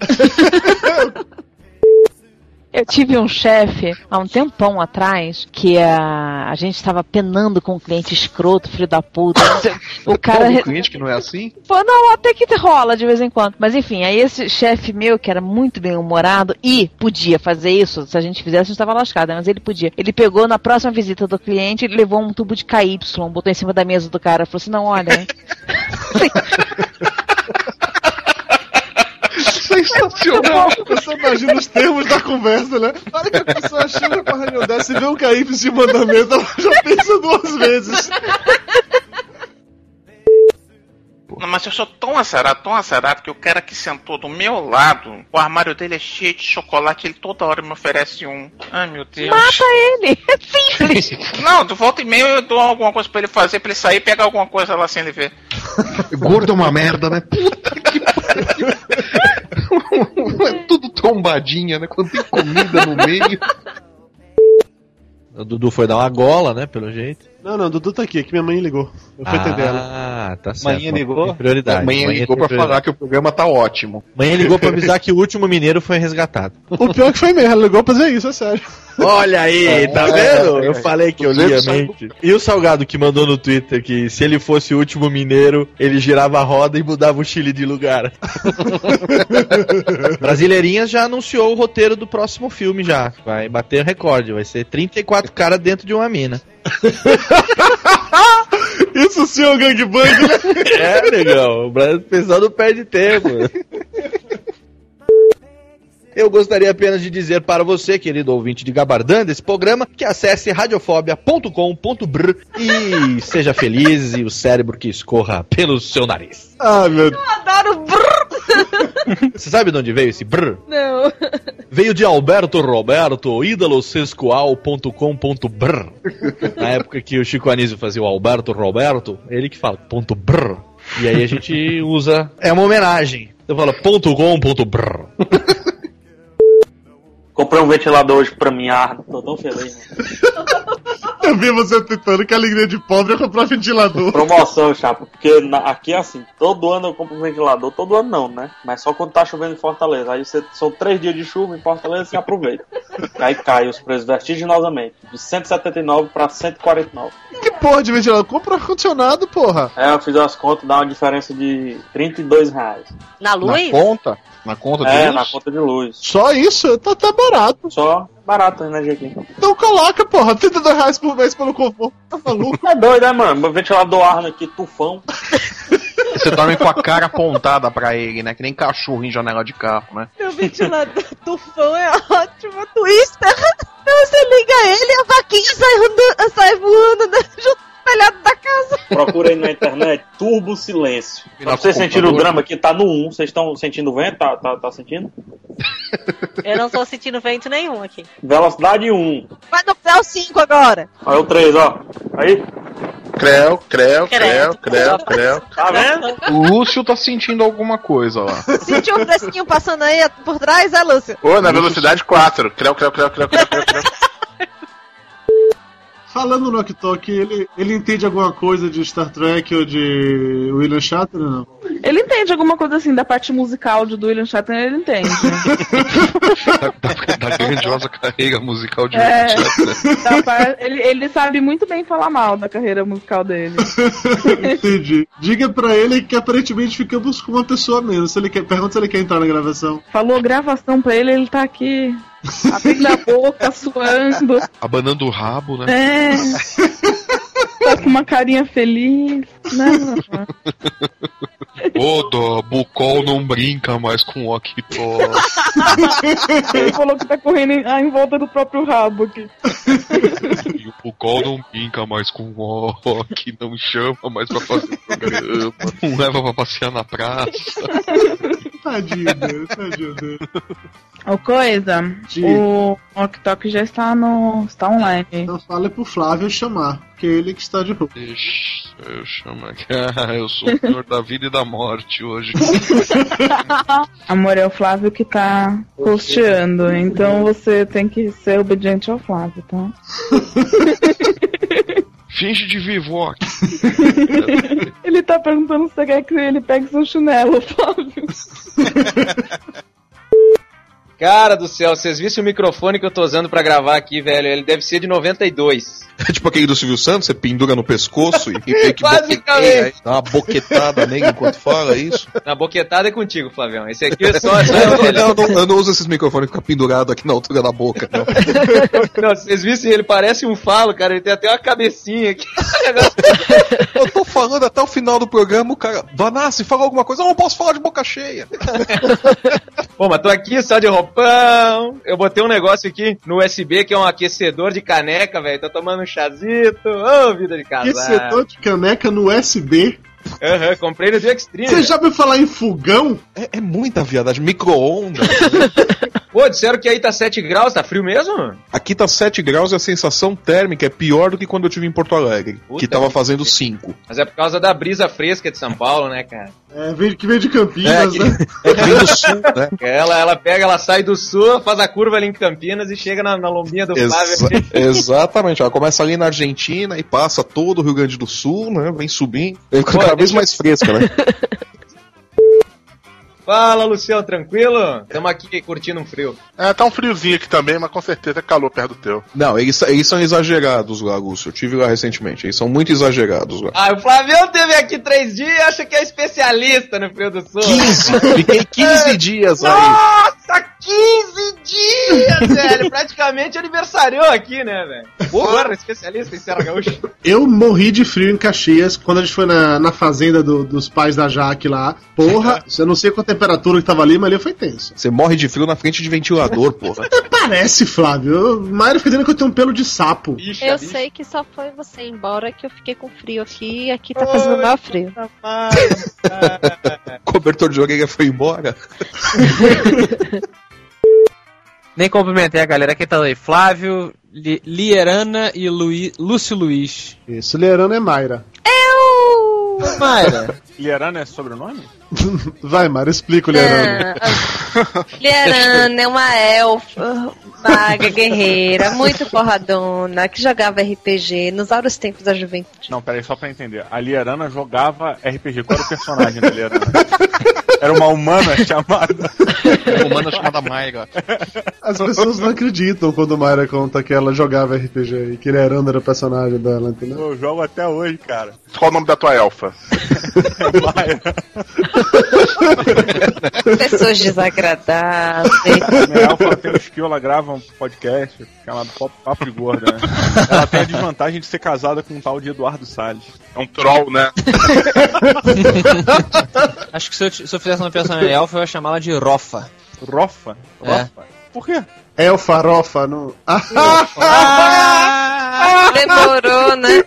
[SPEAKER 17] Eu tive um chefe há um tempão atrás que ah, a, a gente estava penando com um cliente escroto, filho da puta. não sei- O cara.
[SPEAKER 11] Todo cliente que não é assim?
[SPEAKER 17] Pô, não, até que rola de vez em quando. Mas enfim, aí esse chefe meu, que era muito bem humorado e podia fazer isso, se a gente fizesse, a gente tava lascada, mas ele podia. Ele pegou na próxima visita do cliente, ele levou um tubo de KY, botou em cima da mesa do cara, falou assim: não, olha.
[SPEAKER 5] Sensacional. Você imagina os termos da conversa, né? Na hora que a pessoa chega com a reunião dessa e vê um KY em cima da mesa, ela já pensa duas vezes.
[SPEAKER 13] Não, mas eu sou tão azarado, tão azarado, que o cara que sentou do meu lado, o armário dele é cheio de chocolate, ele toda hora me oferece um. Ai, meu Deus.
[SPEAKER 17] Mata ele! É simples!
[SPEAKER 13] Não, de volta e meia eu dou alguma coisa pra ele fazer, pra ele sair e pegar alguma coisa lá sem ele ver.
[SPEAKER 11] Gordo é uma merda, né? Puta que pariu. É Tudo trombadinha, né? Quando tem comida no meio.
[SPEAKER 2] O Dudu foi dar uma gola, né? Pelo jeito.
[SPEAKER 5] Não, não, Dudu tá aqui, que minha mãe ligou. Eu fui atender ela.
[SPEAKER 2] Ah, tá certo.
[SPEAKER 11] É,
[SPEAKER 5] Manhã ligou?
[SPEAKER 2] Tem Prioridade.
[SPEAKER 11] Manhã ligou
[SPEAKER 2] tem
[SPEAKER 11] pra falar que o programa tá ótimo.
[SPEAKER 2] Manhã ligou pra avisar que o último mineiro foi resgatado.
[SPEAKER 5] O pior é que foi mesmo, ela ligou pra dizer isso, é sério.
[SPEAKER 2] Olha aí, tá vendo? Eu falei que eu li a
[SPEAKER 5] Sempre saiu.
[SPEAKER 2] mente. E o Salgado que mandou no Twitter que se ele fosse o último mineiro, ele girava a roda e mudava o Chile de lugar. Brasileirinhas já anunciou o roteiro do próximo filme já. Vai bater recorde, vai ser 34 caras dentro de uma mina.
[SPEAKER 5] Isso sim é um gangbang, né?
[SPEAKER 2] É, negão. O Brasil- o pessoal não perde tempo. Eu gostaria apenas de dizer para você, querido ouvinte de Gabardã, desse programa, que acesse radiofobia.com.br e seja feliz e o cérebro que escorra pelo seu nariz.
[SPEAKER 5] Ah, meu
[SPEAKER 38] Adoro brrr.
[SPEAKER 2] Você sabe de onde veio esse brr?
[SPEAKER 38] Não.
[SPEAKER 2] Veio de Alberto Roberto, ídalosescual.com.br. Na época que o Chico Anísio fazia o Alberto Roberto, ele que fala ponto brr. E aí a gente usa. É uma homenagem. Eu falo ponto com ponto brr.
[SPEAKER 22] Comprei um ventilador hoje pra minha arma, tô tão feliz. né?
[SPEAKER 5] Eu vi você tentando que a alegria de pobre é comprar ventilador.
[SPEAKER 22] Promoção, chapa, porque na- aqui assim, todo ano eu compro um ventilador, todo ano não, né? Mas só quando tá chovendo em Fortaleza. Aí você, são três dias de chuva em Fortaleza, você aproveita. Aí cai os preços vertiginosamente, de 179 pra 149.
[SPEAKER 5] Que porra de ventilador? Compra um ar-condicionado, porra.
[SPEAKER 22] Aí É, eu fiz as contas, dá uma diferença de 32 reais.
[SPEAKER 12] Na luz?
[SPEAKER 11] conta? Na conta de
[SPEAKER 22] é,
[SPEAKER 11] luz?
[SPEAKER 22] na conta de luz.
[SPEAKER 5] Só isso? Tá, tá barato.
[SPEAKER 22] Só barato a energia aqui.
[SPEAKER 5] Então coloca, porra, 32 reais por mês pelo conforto. Tá maluco?
[SPEAKER 22] É doido, né, mano? Meu ventilador Arno aqui, tufão.
[SPEAKER 11] Você dorme com a cara apontada pra ele, né? Que nem cachorro em janela de carro,
[SPEAKER 17] É,
[SPEAKER 11] né?
[SPEAKER 38] Meu ventilador tufão é ótimo, twister. Você liga ele e a vaquinha sai voando, sai voando né, junto com o telhado da casa.
[SPEAKER 22] Procura aí na internet Turbo Silêncio. Pra
[SPEAKER 11] Nosso
[SPEAKER 22] vocês sentirem o
[SPEAKER 11] computador.
[SPEAKER 22] drama aqui, tá no 1. Vocês estão sentindo o vento? Tá, tá, tá sentindo?
[SPEAKER 12] Eu não tô sentindo vento nenhum aqui.
[SPEAKER 22] Velocidade 1.
[SPEAKER 38] Vai no Céu 5 agora.
[SPEAKER 22] Olha o 3, ó. Aí.
[SPEAKER 11] Creu, creu,
[SPEAKER 38] Credo.
[SPEAKER 11] creu, creu, creu.
[SPEAKER 22] Tá
[SPEAKER 38] vendo?
[SPEAKER 11] O Lúcio tá sentindo alguma coisa lá.
[SPEAKER 38] Sentiu o assim, um fresquinho passando aí por trás, é, Lúcio?
[SPEAKER 11] Ô, na velocidade 4. Creu, creu, creu, creu, creu.
[SPEAKER 5] Falando no Oktok, ele, ele entende alguma coisa de Star Trek ou de William Shatner, não?
[SPEAKER 10] Ele entende alguma coisa assim da parte musical de do William Shatner, ele entende.
[SPEAKER 11] Da grandiosa carreira musical de
[SPEAKER 10] É.
[SPEAKER 11] William
[SPEAKER 9] né?
[SPEAKER 11] Shatner.
[SPEAKER 10] Da par- ele, ele sabe muito bem falar mal da carreira musical dele.
[SPEAKER 5] Entendi. Diga pra ele que aparentemente ficamos com uma pessoa menos. Se ele quer, pergunta se ele quer entrar na gravação.
[SPEAKER 10] Falou gravação pra ele, ele tá aqui abrindo a boca, suando.
[SPEAKER 11] Abanando o rabo, né?
[SPEAKER 10] É. Tá com uma carinha feliz. né? Não.
[SPEAKER 9] Oda, Bucol não brinca mais com Okito.
[SPEAKER 10] Ele falou que tá correndo em, ah, em volta do próprio rabo aqui.
[SPEAKER 9] E o Bucol não brinca mais com Ok, não chama mais pra fazer programa, não leva pra passear na praça.
[SPEAKER 5] Tadinho dele, tadinho dele.
[SPEAKER 10] Ô, coisa, o TikTok já está no. está online.
[SPEAKER 5] Então fala pro Flávio chamar, porque é ele que está de roupa.
[SPEAKER 9] Eu chamo aqui. Ah, eu sou o senhor da vida e da morte hoje.
[SPEAKER 10] Amor, é o Flávio que tá costeando, então você tem que ser obediente ao Flávio, tá?
[SPEAKER 9] Finge de vivoque.
[SPEAKER 10] Ele tá perguntando se você quer que ele pegue seu chinelo, Flávio.
[SPEAKER 1] Cara do céu, vocês vissem o microfone que eu tô usando pra gravar aqui, velho. Ele deve ser de 92.
[SPEAKER 11] tipo aquele do Silvio Santos, você pendura no pescoço e, e meio que
[SPEAKER 1] Basicamente.
[SPEAKER 11] boqueteia, dá uma boquetada nele enquanto fala, é isso?
[SPEAKER 1] Na boquetada é contigo, Flavião. Esse aqui é só.
[SPEAKER 11] Eu não, eu não- eu não uso esses microfones que ficam pendurados aqui na altura da boca, não.
[SPEAKER 1] Não, vocês vissem, ele parece um falo, cara. Ele tem até uma cabecinha aqui.
[SPEAKER 11] Eu tô falando até o final do programa, o cara. Vanassi, fala alguma coisa. Eu não posso falar de boca cheia.
[SPEAKER 1] Bom, mas tô aqui só de roupão. Eu botei um negócio aqui no USB que é um aquecedor de caneca, velho. Tô tomando um chazito. Ô, vida de casal.
[SPEAKER 11] Ah,
[SPEAKER 5] Que setor de caneca no USB.
[SPEAKER 1] Aham, comprei no Extreme.
[SPEAKER 5] Você já ouviu falar em fogão?
[SPEAKER 11] É, é muita viadagem. Micro-ondas. né?
[SPEAKER 1] Pô, disseram que aí tá 7 graus, tá frio mesmo?
[SPEAKER 11] Aqui tá 7 graus e a sensação térmica é pior do que quando eu tive em Porto Alegre, que tava fazendo 5.
[SPEAKER 1] Mas é por causa da brisa fresca de São Paulo, né, cara?
[SPEAKER 5] É, vem, que vem de Campinas,
[SPEAKER 11] É,
[SPEAKER 5] né?
[SPEAKER 1] Ela, ela pega, ela sai do sul, faz a curva ali em Campinas e chega na, na lombinha do
[SPEAKER 11] Exa-
[SPEAKER 1] Flávio.
[SPEAKER 11] exatamente, ela começa ali na Argentina e passa todo o Rio Grande do Sul, né? Vem subindo, Ele fica
[SPEAKER 1] Pô,
[SPEAKER 11] cada vez
[SPEAKER 1] deixa-
[SPEAKER 11] mais fresca, né?
[SPEAKER 1] Fala, Luciano, tranquilo? Tamo aqui curtindo um frio.
[SPEAKER 9] É, tá um friozinho aqui também, mas com certeza é calor perto do teu.
[SPEAKER 11] Não, eles, eles são exagerados lá, Lúcio. Eu tive lá recentemente. Eles são muito exagerados lá.
[SPEAKER 1] Ah, o Flavião teve aqui três dias e acha que é especialista no frio do sul.
[SPEAKER 11] 15! Fiquei
[SPEAKER 3] É.
[SPEAKER 11] 15 dias aí.
[SPEAKER 1] Nossa, 15 dias, velho! Praticamente aniversariou aqui, né, velho? Porra, especialista em Serra Gaúcha.
[SPEAKER 5] Eu morri de frio em Caxias quando a gente foi na, na fazenda do- dos pais da Jaque lá. Porra, eu não sei qual temperatura que tava ali, mas ali foi tenso.
[SPEAKER 3] Ah!
[SPEAKER 11] Você morre de frio na frente de ventilador, porra.
[SPEAKER 5] Até parece, Flávio. Eu- Mário fica dizendo que eu tenho um pelo de sapo.
[SPEAKER 17] Eu sei que só foi você embora que eu fiquei com frio aqui e aqui tá fazendo mal frio.
[SPEAKER 3] É.
[SPEAKER 11] Cobertor de orelha foi embora.
[SPEAKER 3] Nem cumprimentei a galera que tá aí. Flávio, Li- Lierana e Luí- Lúcio Luiz.
[SPEAKER 5] Isso, Lerano é Mayra.
[SPEAKER 3] Eu! Mayra.
[SPEAKER 15] Lierana é sobrenome?
[SPEAKER 5] Vai, Mário, explica o Lerano.
[SPEAKER 17] Liarana é uma elfa maga guerreira, muito porradona, que jogava RPG nos auros tempos da juventude.
[SPEAKER 15] Não, peraí, só pra entender. A Lierana jogava RPG. Qual era o personagem da Lierana? Era uma humana chamada.
[SPEAKER 9] Uma humana chamada Maiga.
[SPEAKER 5] As pessoas não acreditam quando Mayra conta que ela jogava RPG e que Lerano era personagem dela, entendeu?
[SPEAKER 15] Eu jogo até hoje, cara.
[SPEAKER 9] Qual o nome da tua elfa?
[SPEAKER 17] Pessoas desagradáveis.
[SPEAKER 15] Minha alfa tem um skill, ela grava um podcast chamado Pop- Papo de Gorda, né? Ela tem a desvantagem de ser casada com um tal de Eduardo Salles.
[SPEAKER 9] É um troll, né?
[SPEAKER 3] Acho que se eu, t- se eu fizesse uma personagem elfa, eu ia chamá-la de Rofa.
[SPEAKER 15] Rofa?
[SPEAKER 3] É.
[SPEAKER 15] Por quê?
[SPEAKER 5] É o farofa, não. Ah,
[SPEAKER 17] Demorou, né?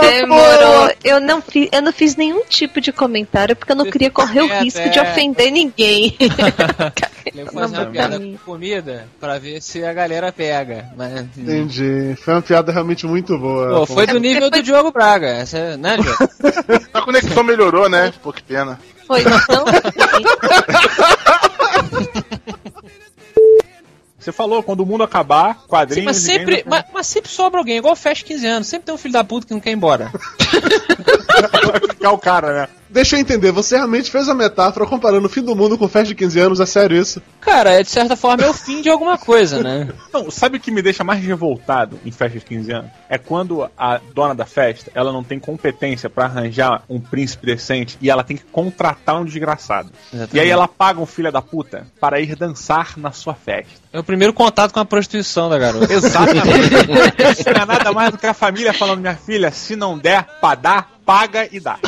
[SPEAKER 17] Demorou. Eu não, fi, eu não fiz nenhum tipo de comentário porque eu não queria correr o
[SPEAKER 3] É,
[SPEAKER 17] risco
[SPEAKER 3] até-
[SPEAKER 17] de ofender ninguém.
[SPEAKER 3] Eu vou
[SPEAKER 11] é
[SPEAKER 3] fazer uma piada com comida pra ver se a galera pega. Mas,
[SPEAKER 5] Entendi. Foi uma piada realmente muito boa. É
[SPEAKER 3] Pô, foi do nível do Diogo Braga. Essa, né, Diogo?
[SPEAKER 9] A conexão melhorou, né? Pô, que pena.
[SPEAKER 17] Foi tão
[SPEAKER 15] Você falou, quando o mundo acabar,
[SPEAKER 3] Sim,
[SPEAKER 15] quadrinhos.
[SPEAKER 3] mas, sempre, mas, mas sempre sobra alguém, igual fecha 15 anos. Sempre tem um filho da puta que não quer ir embora.
[SPEAKER 15] ficar o cara, né?
[SPEAKER 5] Deixa eu entender, você realmente fez a metáfora comparando o fim do mundo com festa de 15 anos, é sério isso?
[SPEAKER 3] Cara, é de certa forma é o fim de alguma coisa, né?
[SPEAKER 15] Não, sabe o que me deixa mais revoltado em festa de 15 anos? É quando a dona da festa, ela não tem competência pra arranjar um príncipe decente e ela tem que contratar um desgraçado. E aí ela paga um filho da puta para ir dançar na sua festa.
[SPEAKER 3] É o primeiro contato com a prostituição da garota.
[SPEAKER 15] Exatamente. Isso não é nada mais do que a família falando, minha filha, se não der pra dar, paga e dá.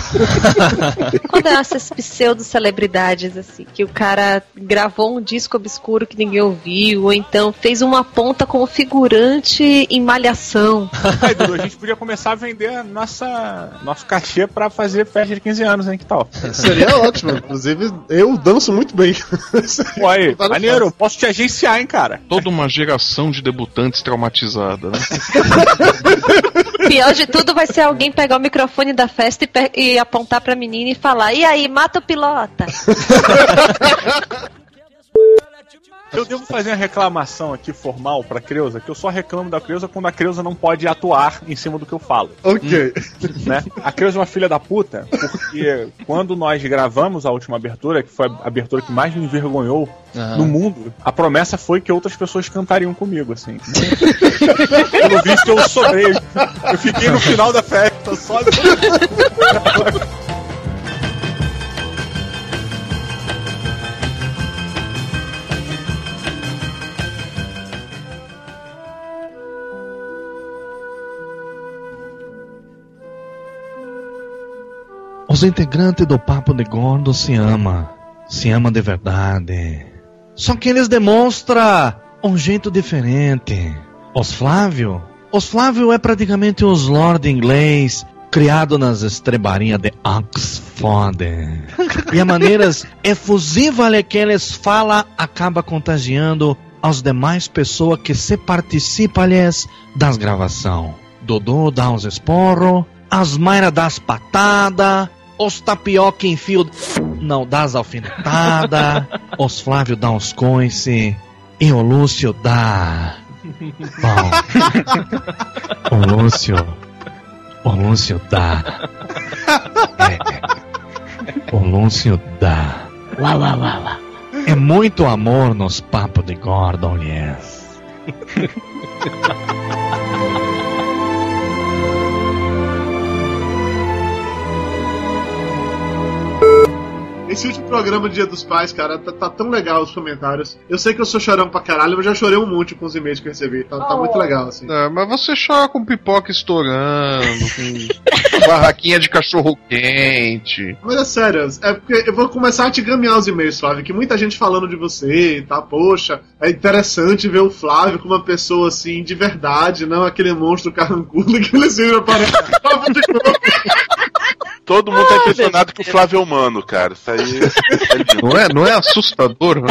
[SPEAKER 17] Quando é essas pseudo-celebridades, assim, que o cara gravou um disco obscuro que ninguém ouviu, ou então fez uma ponta como figurante em malhação.
[SPEAKER 15] Aí, Dudu, a gente podia começar a vender a nossa, nosso cachê pra fazer festa de 15 anos, hein? Que tal?
[SPEAKER 5] Seria ótimo, inclusive eu danço muito bem.
[SPEAKER 15] Pô, aí, maneiro, posso te agenciar, hein, cara?
[SPEAKER 11] Toda uma geração de debutantes traumatizada, né?
[SPEAKER 17] Pior de tudo vai ser alguém pegar o microfone da festa e, pe- e apontar pra menina e falar: e aí, mata o pilota?
[SPEAKER 15] Eu devo fazer uma reclamação aqui formal pra Creuza, que eu só reclamo da Creuza quando a Creuza não pode atuar em cima do que eu falo.
[SPEAKER 5] Ok.
[SPEAKER 15] Né? A Creuza é uma filha da puta, porque quando nós gravamos a última abertura, que foi a abertura que mais me envergonhou
[SPEAKER 13] Aham.
[SPEAKER 15] no mundo, a promessa foi que outras pessoas cantariam comigo, assim. Pelo visto, eu sobrei. Eu fiquei no final da festa só.
[SPEAKER 21] Os integrantes do Papo de Gordo se amam. Se amam de verdade. Só que eles demonstram um jeito diferente. Os Flávio? Os Flávio é praticamente os Lord inglês, criado nas estrebarias de Oxford. E a maneiras efusiva que eles falam acaba contagiando aos demais pessoas que se participam lhes, das gravação. Dodô dá uns esporro, as Mayra dá as patada, os tapioca enfio... Não, dá as alfinetada, os Flávio dá uns coice e o Lúcio dá... Bom, o Lúcio... O Lúcio dá... É, o Lúcio dá...
[SPEAKER 13] Lá, lá, lá, lá.
[SPEAKER 21] É muito amor nos papos de Gordon, yes.
[SPEAKER 5] Esse último programa Dia dos Pais, cara, tá, tá tão legal os comentários. Eu sei que eu sou chorão pra caralho, mas já chorei um monte com os e-mails que eu recebi. Tá, tá muito legal, assim.
[SPEAKER 11] É, mas você chora com pipoca estourando, com barraquinha de cachorro quente.
[SPEAKER 5] Mas é sério, é porque eu vou começar a te gamear os e-mails, Flávio, que muita gente falando de você, tá? Poxa, é interessante ver o Flávio como uma pessoa assim, de verdade, não aquele monstro carrancudo que ele sempre parece.
[SPEAKER 9] Todo
[SPEAKER 3] Ah,
[SPEAKER 9] mundo tá impressionado que o Flávio é humano, cara. Isso aí.
[SPEAKER 11] Não é, não é assustador, né?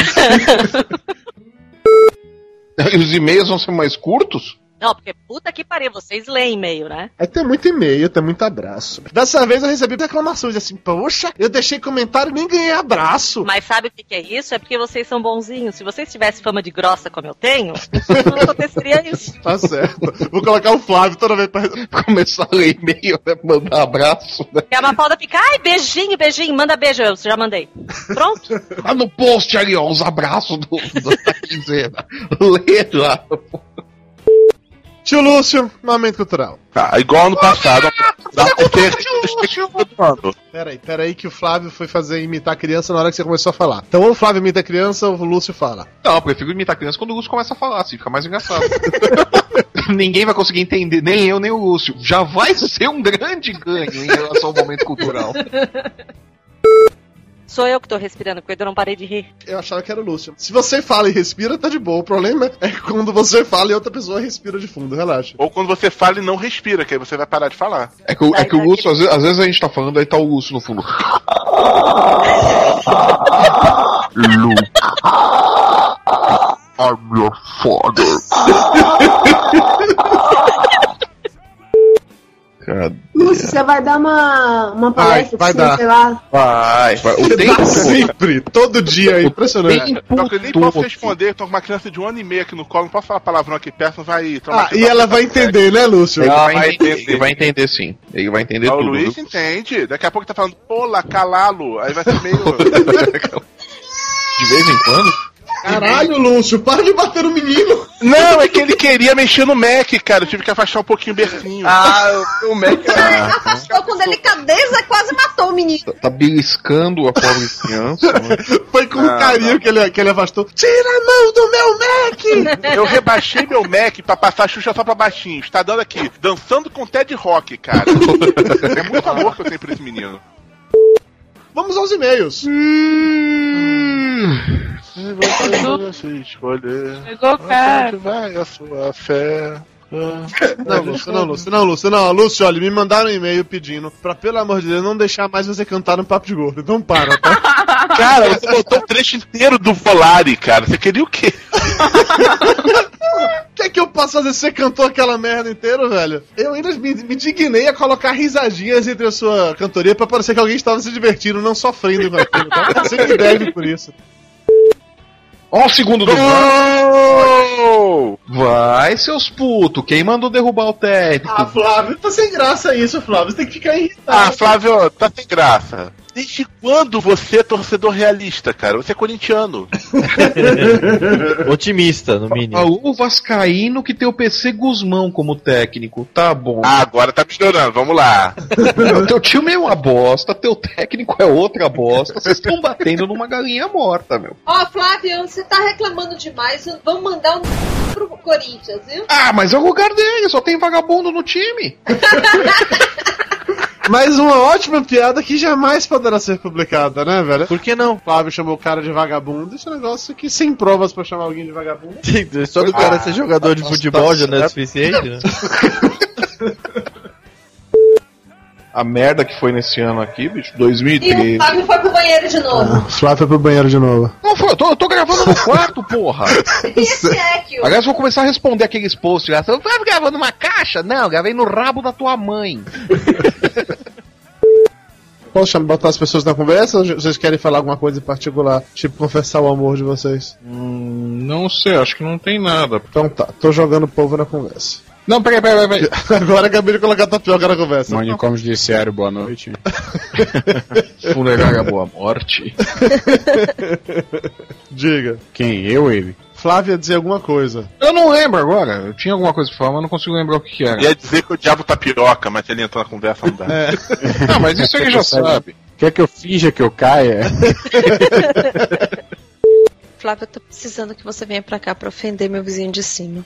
[SPEAKER 11] E os e-mails vão ser mais curtos?
[SPEAKER 12] Não, porque puta que pariu, vocês leem e-mail, né?
[SPEAKER 5] É tem muito e-mail, tem muito abraço. Dessa vez eu recebi reclamações assim, poxa, eu deixei comentário e nem ganhei abraço.
[SPEAKER 12] Mas sabe o que, que é isso? É porque vocês são bonzinhos. Se vocês tivessem fama de grossa como eu tenho, não aconteceria isso.
[SPEAKER 5] Tá certo. Vou
[SPEAKER 11] É,
[SPEAKER 5] colocar o Flávio toda vez pra
[SPEAKER 11] começar a ler e-mail, né? Mandar abraço, né?
[SPEAKER 12] E a Mafalda é fica, ai, beijinho, beijinho, manda beijo, eu já mandei. Pronto.
[SPEAKER 11] Ah, no post ali, ó, os abraços do, do da quinzena. Lê lá.
[SPEAKER 5] Tio Lúcio, momento cultural.
[SPEAKER 9] Tá, igual no passado.
[SPEAKER 5] Ah,
[SPEAKER 9] Dá
[SPEAKER 5] tá
[SPEAKER 9] pra ter-
[SPEAKER 5] Peraí, peraí que o Flávio foi fazer imitar criança na hora que você começou a falar. Então ou o Flávio imita criança ou o Lúcio fala.
[SPEAKER 11] Não, eu prefiro imitar criança quando o Lúcio começa a falar, assim, fica mais engraçado. Ninguém vai conseguir entender, nem eu, nem o Lúcio. Já vai ser um grande ganho em relação ao momento cultural.
[SPEAKER 12] Sou eu que tô respirando, porque eu não parei de rir.
[SPEAKER 5] Eu achava que era o Lúcio. Se você fala e respira, tá de boa. O problema é quando você fala e outra pessoa respira de fundo, relaxa.
[SPEAKER 9] Ou quando você fala e não respira, que aí você vai parar de falar.
[SPEAKER 11] É que, o- é que o Lúcio, às ve- às vezes a gente tá falando, aí tá o Lúcio no fundo. Luke, I'm your father. Cadê?
[SPEAKER 6] Você vai dar uma, uma palestra,
[SPEAKER 5] vai
[SPEAKER 6] assim,
[SPEAKER 5] dar.
[SPEAKER 6] sei lá.
[SPEAKER 5] Vai, vai. O
[SPEAKER 9] Você dá
[SPEAKER 5] tempo sempre, todo dia, é impressionante.
[SPEAKER 9] Só que eu nem posso responder, tô com uma criança de um ano e meio aqui no colo, não posso falar palavrão aqui perto, não vai
[SPEAKER 5] Ah,
[SPEAKER 9] traumatizar
[SPEAKER 5] e ela
[SPEAKER 9] a
[SPEAKER 5] vai entender, Tá né, Lúcio?
[SPEAKER 11] Ele vai entender, ele vai entender sim. Ele vai entender
[SPEAKER 9] Ah, o
[SPEAKER 11] tudo.
[SPEAKER 9] Luiz
[SPEAKER 11] viu?
[SPEAKER 9] entende. Daqui a pouco tá falando, pola, calalo. Aí vai ser meio.
[SPEAKER 11] De vez em quando.
[SPEAKER 5] Caralho, Lúcio, para de bater no menino.
[SPEAKER 9] Não, é que ele queria mexer no Mac, cara. Eu tive que afastar um pouquinho o bercinho.
[SPEAKER 11] Ah, o
[SPEAKER 9] é
[SPEAKER 11] Mac.
[SPEAKER 17] é Afastou com delicadeza, quase matou o menino.
[SPEAKER 11] Tá beliscando a pobre criança. né?
[SPEAKER 5] Foi com carinho Que, ele, que ele afastou. Tira a mão do meu Mac!
[SPEAKER 9] Eu rebaixei meu Mac pra passar a Xuxa só pra baixinho. Está dando aqui, dançando com Ted Rock, cara. é muito amor que eu tenho pra esse menino.
[SPEAKER 5] Vamos aos e-mails. Hum.
[SPEAKER 1] Pegou o cara.
[SPEAKER 5] vai a sua fé?
[SPEAKER 9] Ah.
[SPEAKER 5] Não, Lúcio, não, Lúcio, não, Lúcio, não, Lúcio, olha, me mandaram um e-mail pedindo pra, pelo amor de Deus, não deixar mais você cantar no Papo de Gordo, então para, tá?
[SPEAKER 9] Cara, você botou o trecho inteiro do Volare, cara. Você queria o quê?
[SPEAKER 5] Quer que eu possa fazer? Você cantou aquela merda inteira, velho? Eu ainda me, me dignei a colocar risadinhas entre a sua cantoria pra parecer que alguém estava se divertindo, não sofrendo com aquilo, tá? Você que deve por isso.
[SPEAKER 11] Ó, o segundo do
[SPEAKER 9] Gol!
[SPEAKER 11] Vai, seus putos. Quem mandou derrubar o técnico?
[SPEAKER 5] Ah, Flávio, tá sem graça isso, Flávio, você tem que ficar irritado.
[SPEAKER 9] Ah, Flávio, tá sem graça. Desde quando você é torcedor realista, cara? Você é corintiano.
[SPEAKER 30] Otimista, no mínimo.
[SPEAKER 11] O Vascaíno que tem o PC Guzmão como técnico. Tá bom.
[SPEAKER 9] Ah, agora tá misturando, vamos lá.
[SPEAKER 11] teu time é uma bosta, teu técnico é outra bosta. Vocês estão batendo numa galinha morta, meu.
[SPEAKER 17] Ó, Flávio, você tá reclamando demais. Vamos mandar um pro Corinthians, viu?
[SPEAKER 11] Ah, mas é o lugar dele, só tem vagabundo no time.
[SPEAKER 5] Mais uma ótima piada que jamais poderá ser publicada, né, velho? Por que não? Flávio chamou o cara de vagabundo. Esse negócio aqui sem provas pra chamar alguém de vagabundo.
[SPEAKER 30] Só do cara é
[SPEAKER 5] Ah,
[SPEAKER 30] ser jogador de
[SPEAKER 5] nossa,
[SPEAKER 30] futebol
[SPEAKER 5] tá
[SPEAKER 30] já não é
[SPEAKER 5] certo.
[SPEAKER 30] suficiente, né?
[SPEAKER 11] A merda que foi nesse ano aqui, bicho,
[SPEAKER 17] E o
[SPEAKER 11] 2013.
[SPEAKER 17] Flávio foi pro banheiro de novo.
[SPEAKER 5] Flávio foi pro banheiro de novo.
[SPEAKER 11] Não, foi, eu tô, eu tô gravando no quarto, porra.
[SPEAKER 17] E esse Equio?
[SPEAKER 11] Aliás, eu vou começar a responder aqueles posts lá. Você tava gravando uma caixa? Não, gravei no rabo da tua mãe.
[SPEAKER 5] Posso chamar, botar as pessoas na conversa ou vocês querem falar alguma coisa em particular? Tipo, confessar o amor de vocês?
[SPEAKER 11] Hum, não sei, acho que não tem nada.
[SPEAKER 5] Então tá, tô jogando o povo na conversa.
[SPEAKER 13] Não, peraí, peraí, peraí.
[SPEAKER 5] Agora acabei de colocar a tapioca na conversa.
[SPEAKER 13] Manicômio judiciário, boa noite.
[SPEAKER 11] Funerário é boa morte.
[SPEAKER 5] Diga.
[SPEAKER 13] Quem? é? Eu ele?
[SPEAKER 5] Flávia dizer alguma coisa.
[SPEAKER 13] Eu não lembro agora. Eu tinha alguma coisa pra falar, mas não consigo lembrar o que, que era.
[SPEAKER 9] Ia dizer que o diabo tá piroca, mas ele entrou na conversa não dá.
[SPEAKER 5] É.
[SPEAKER 13] Não, mas isso ele já sabe. Quer que eu finja que eu caia?
[SPEAKER 14] Flávio, eu tô precisando que você venha pra cá pra ofender meu vizinho de cima.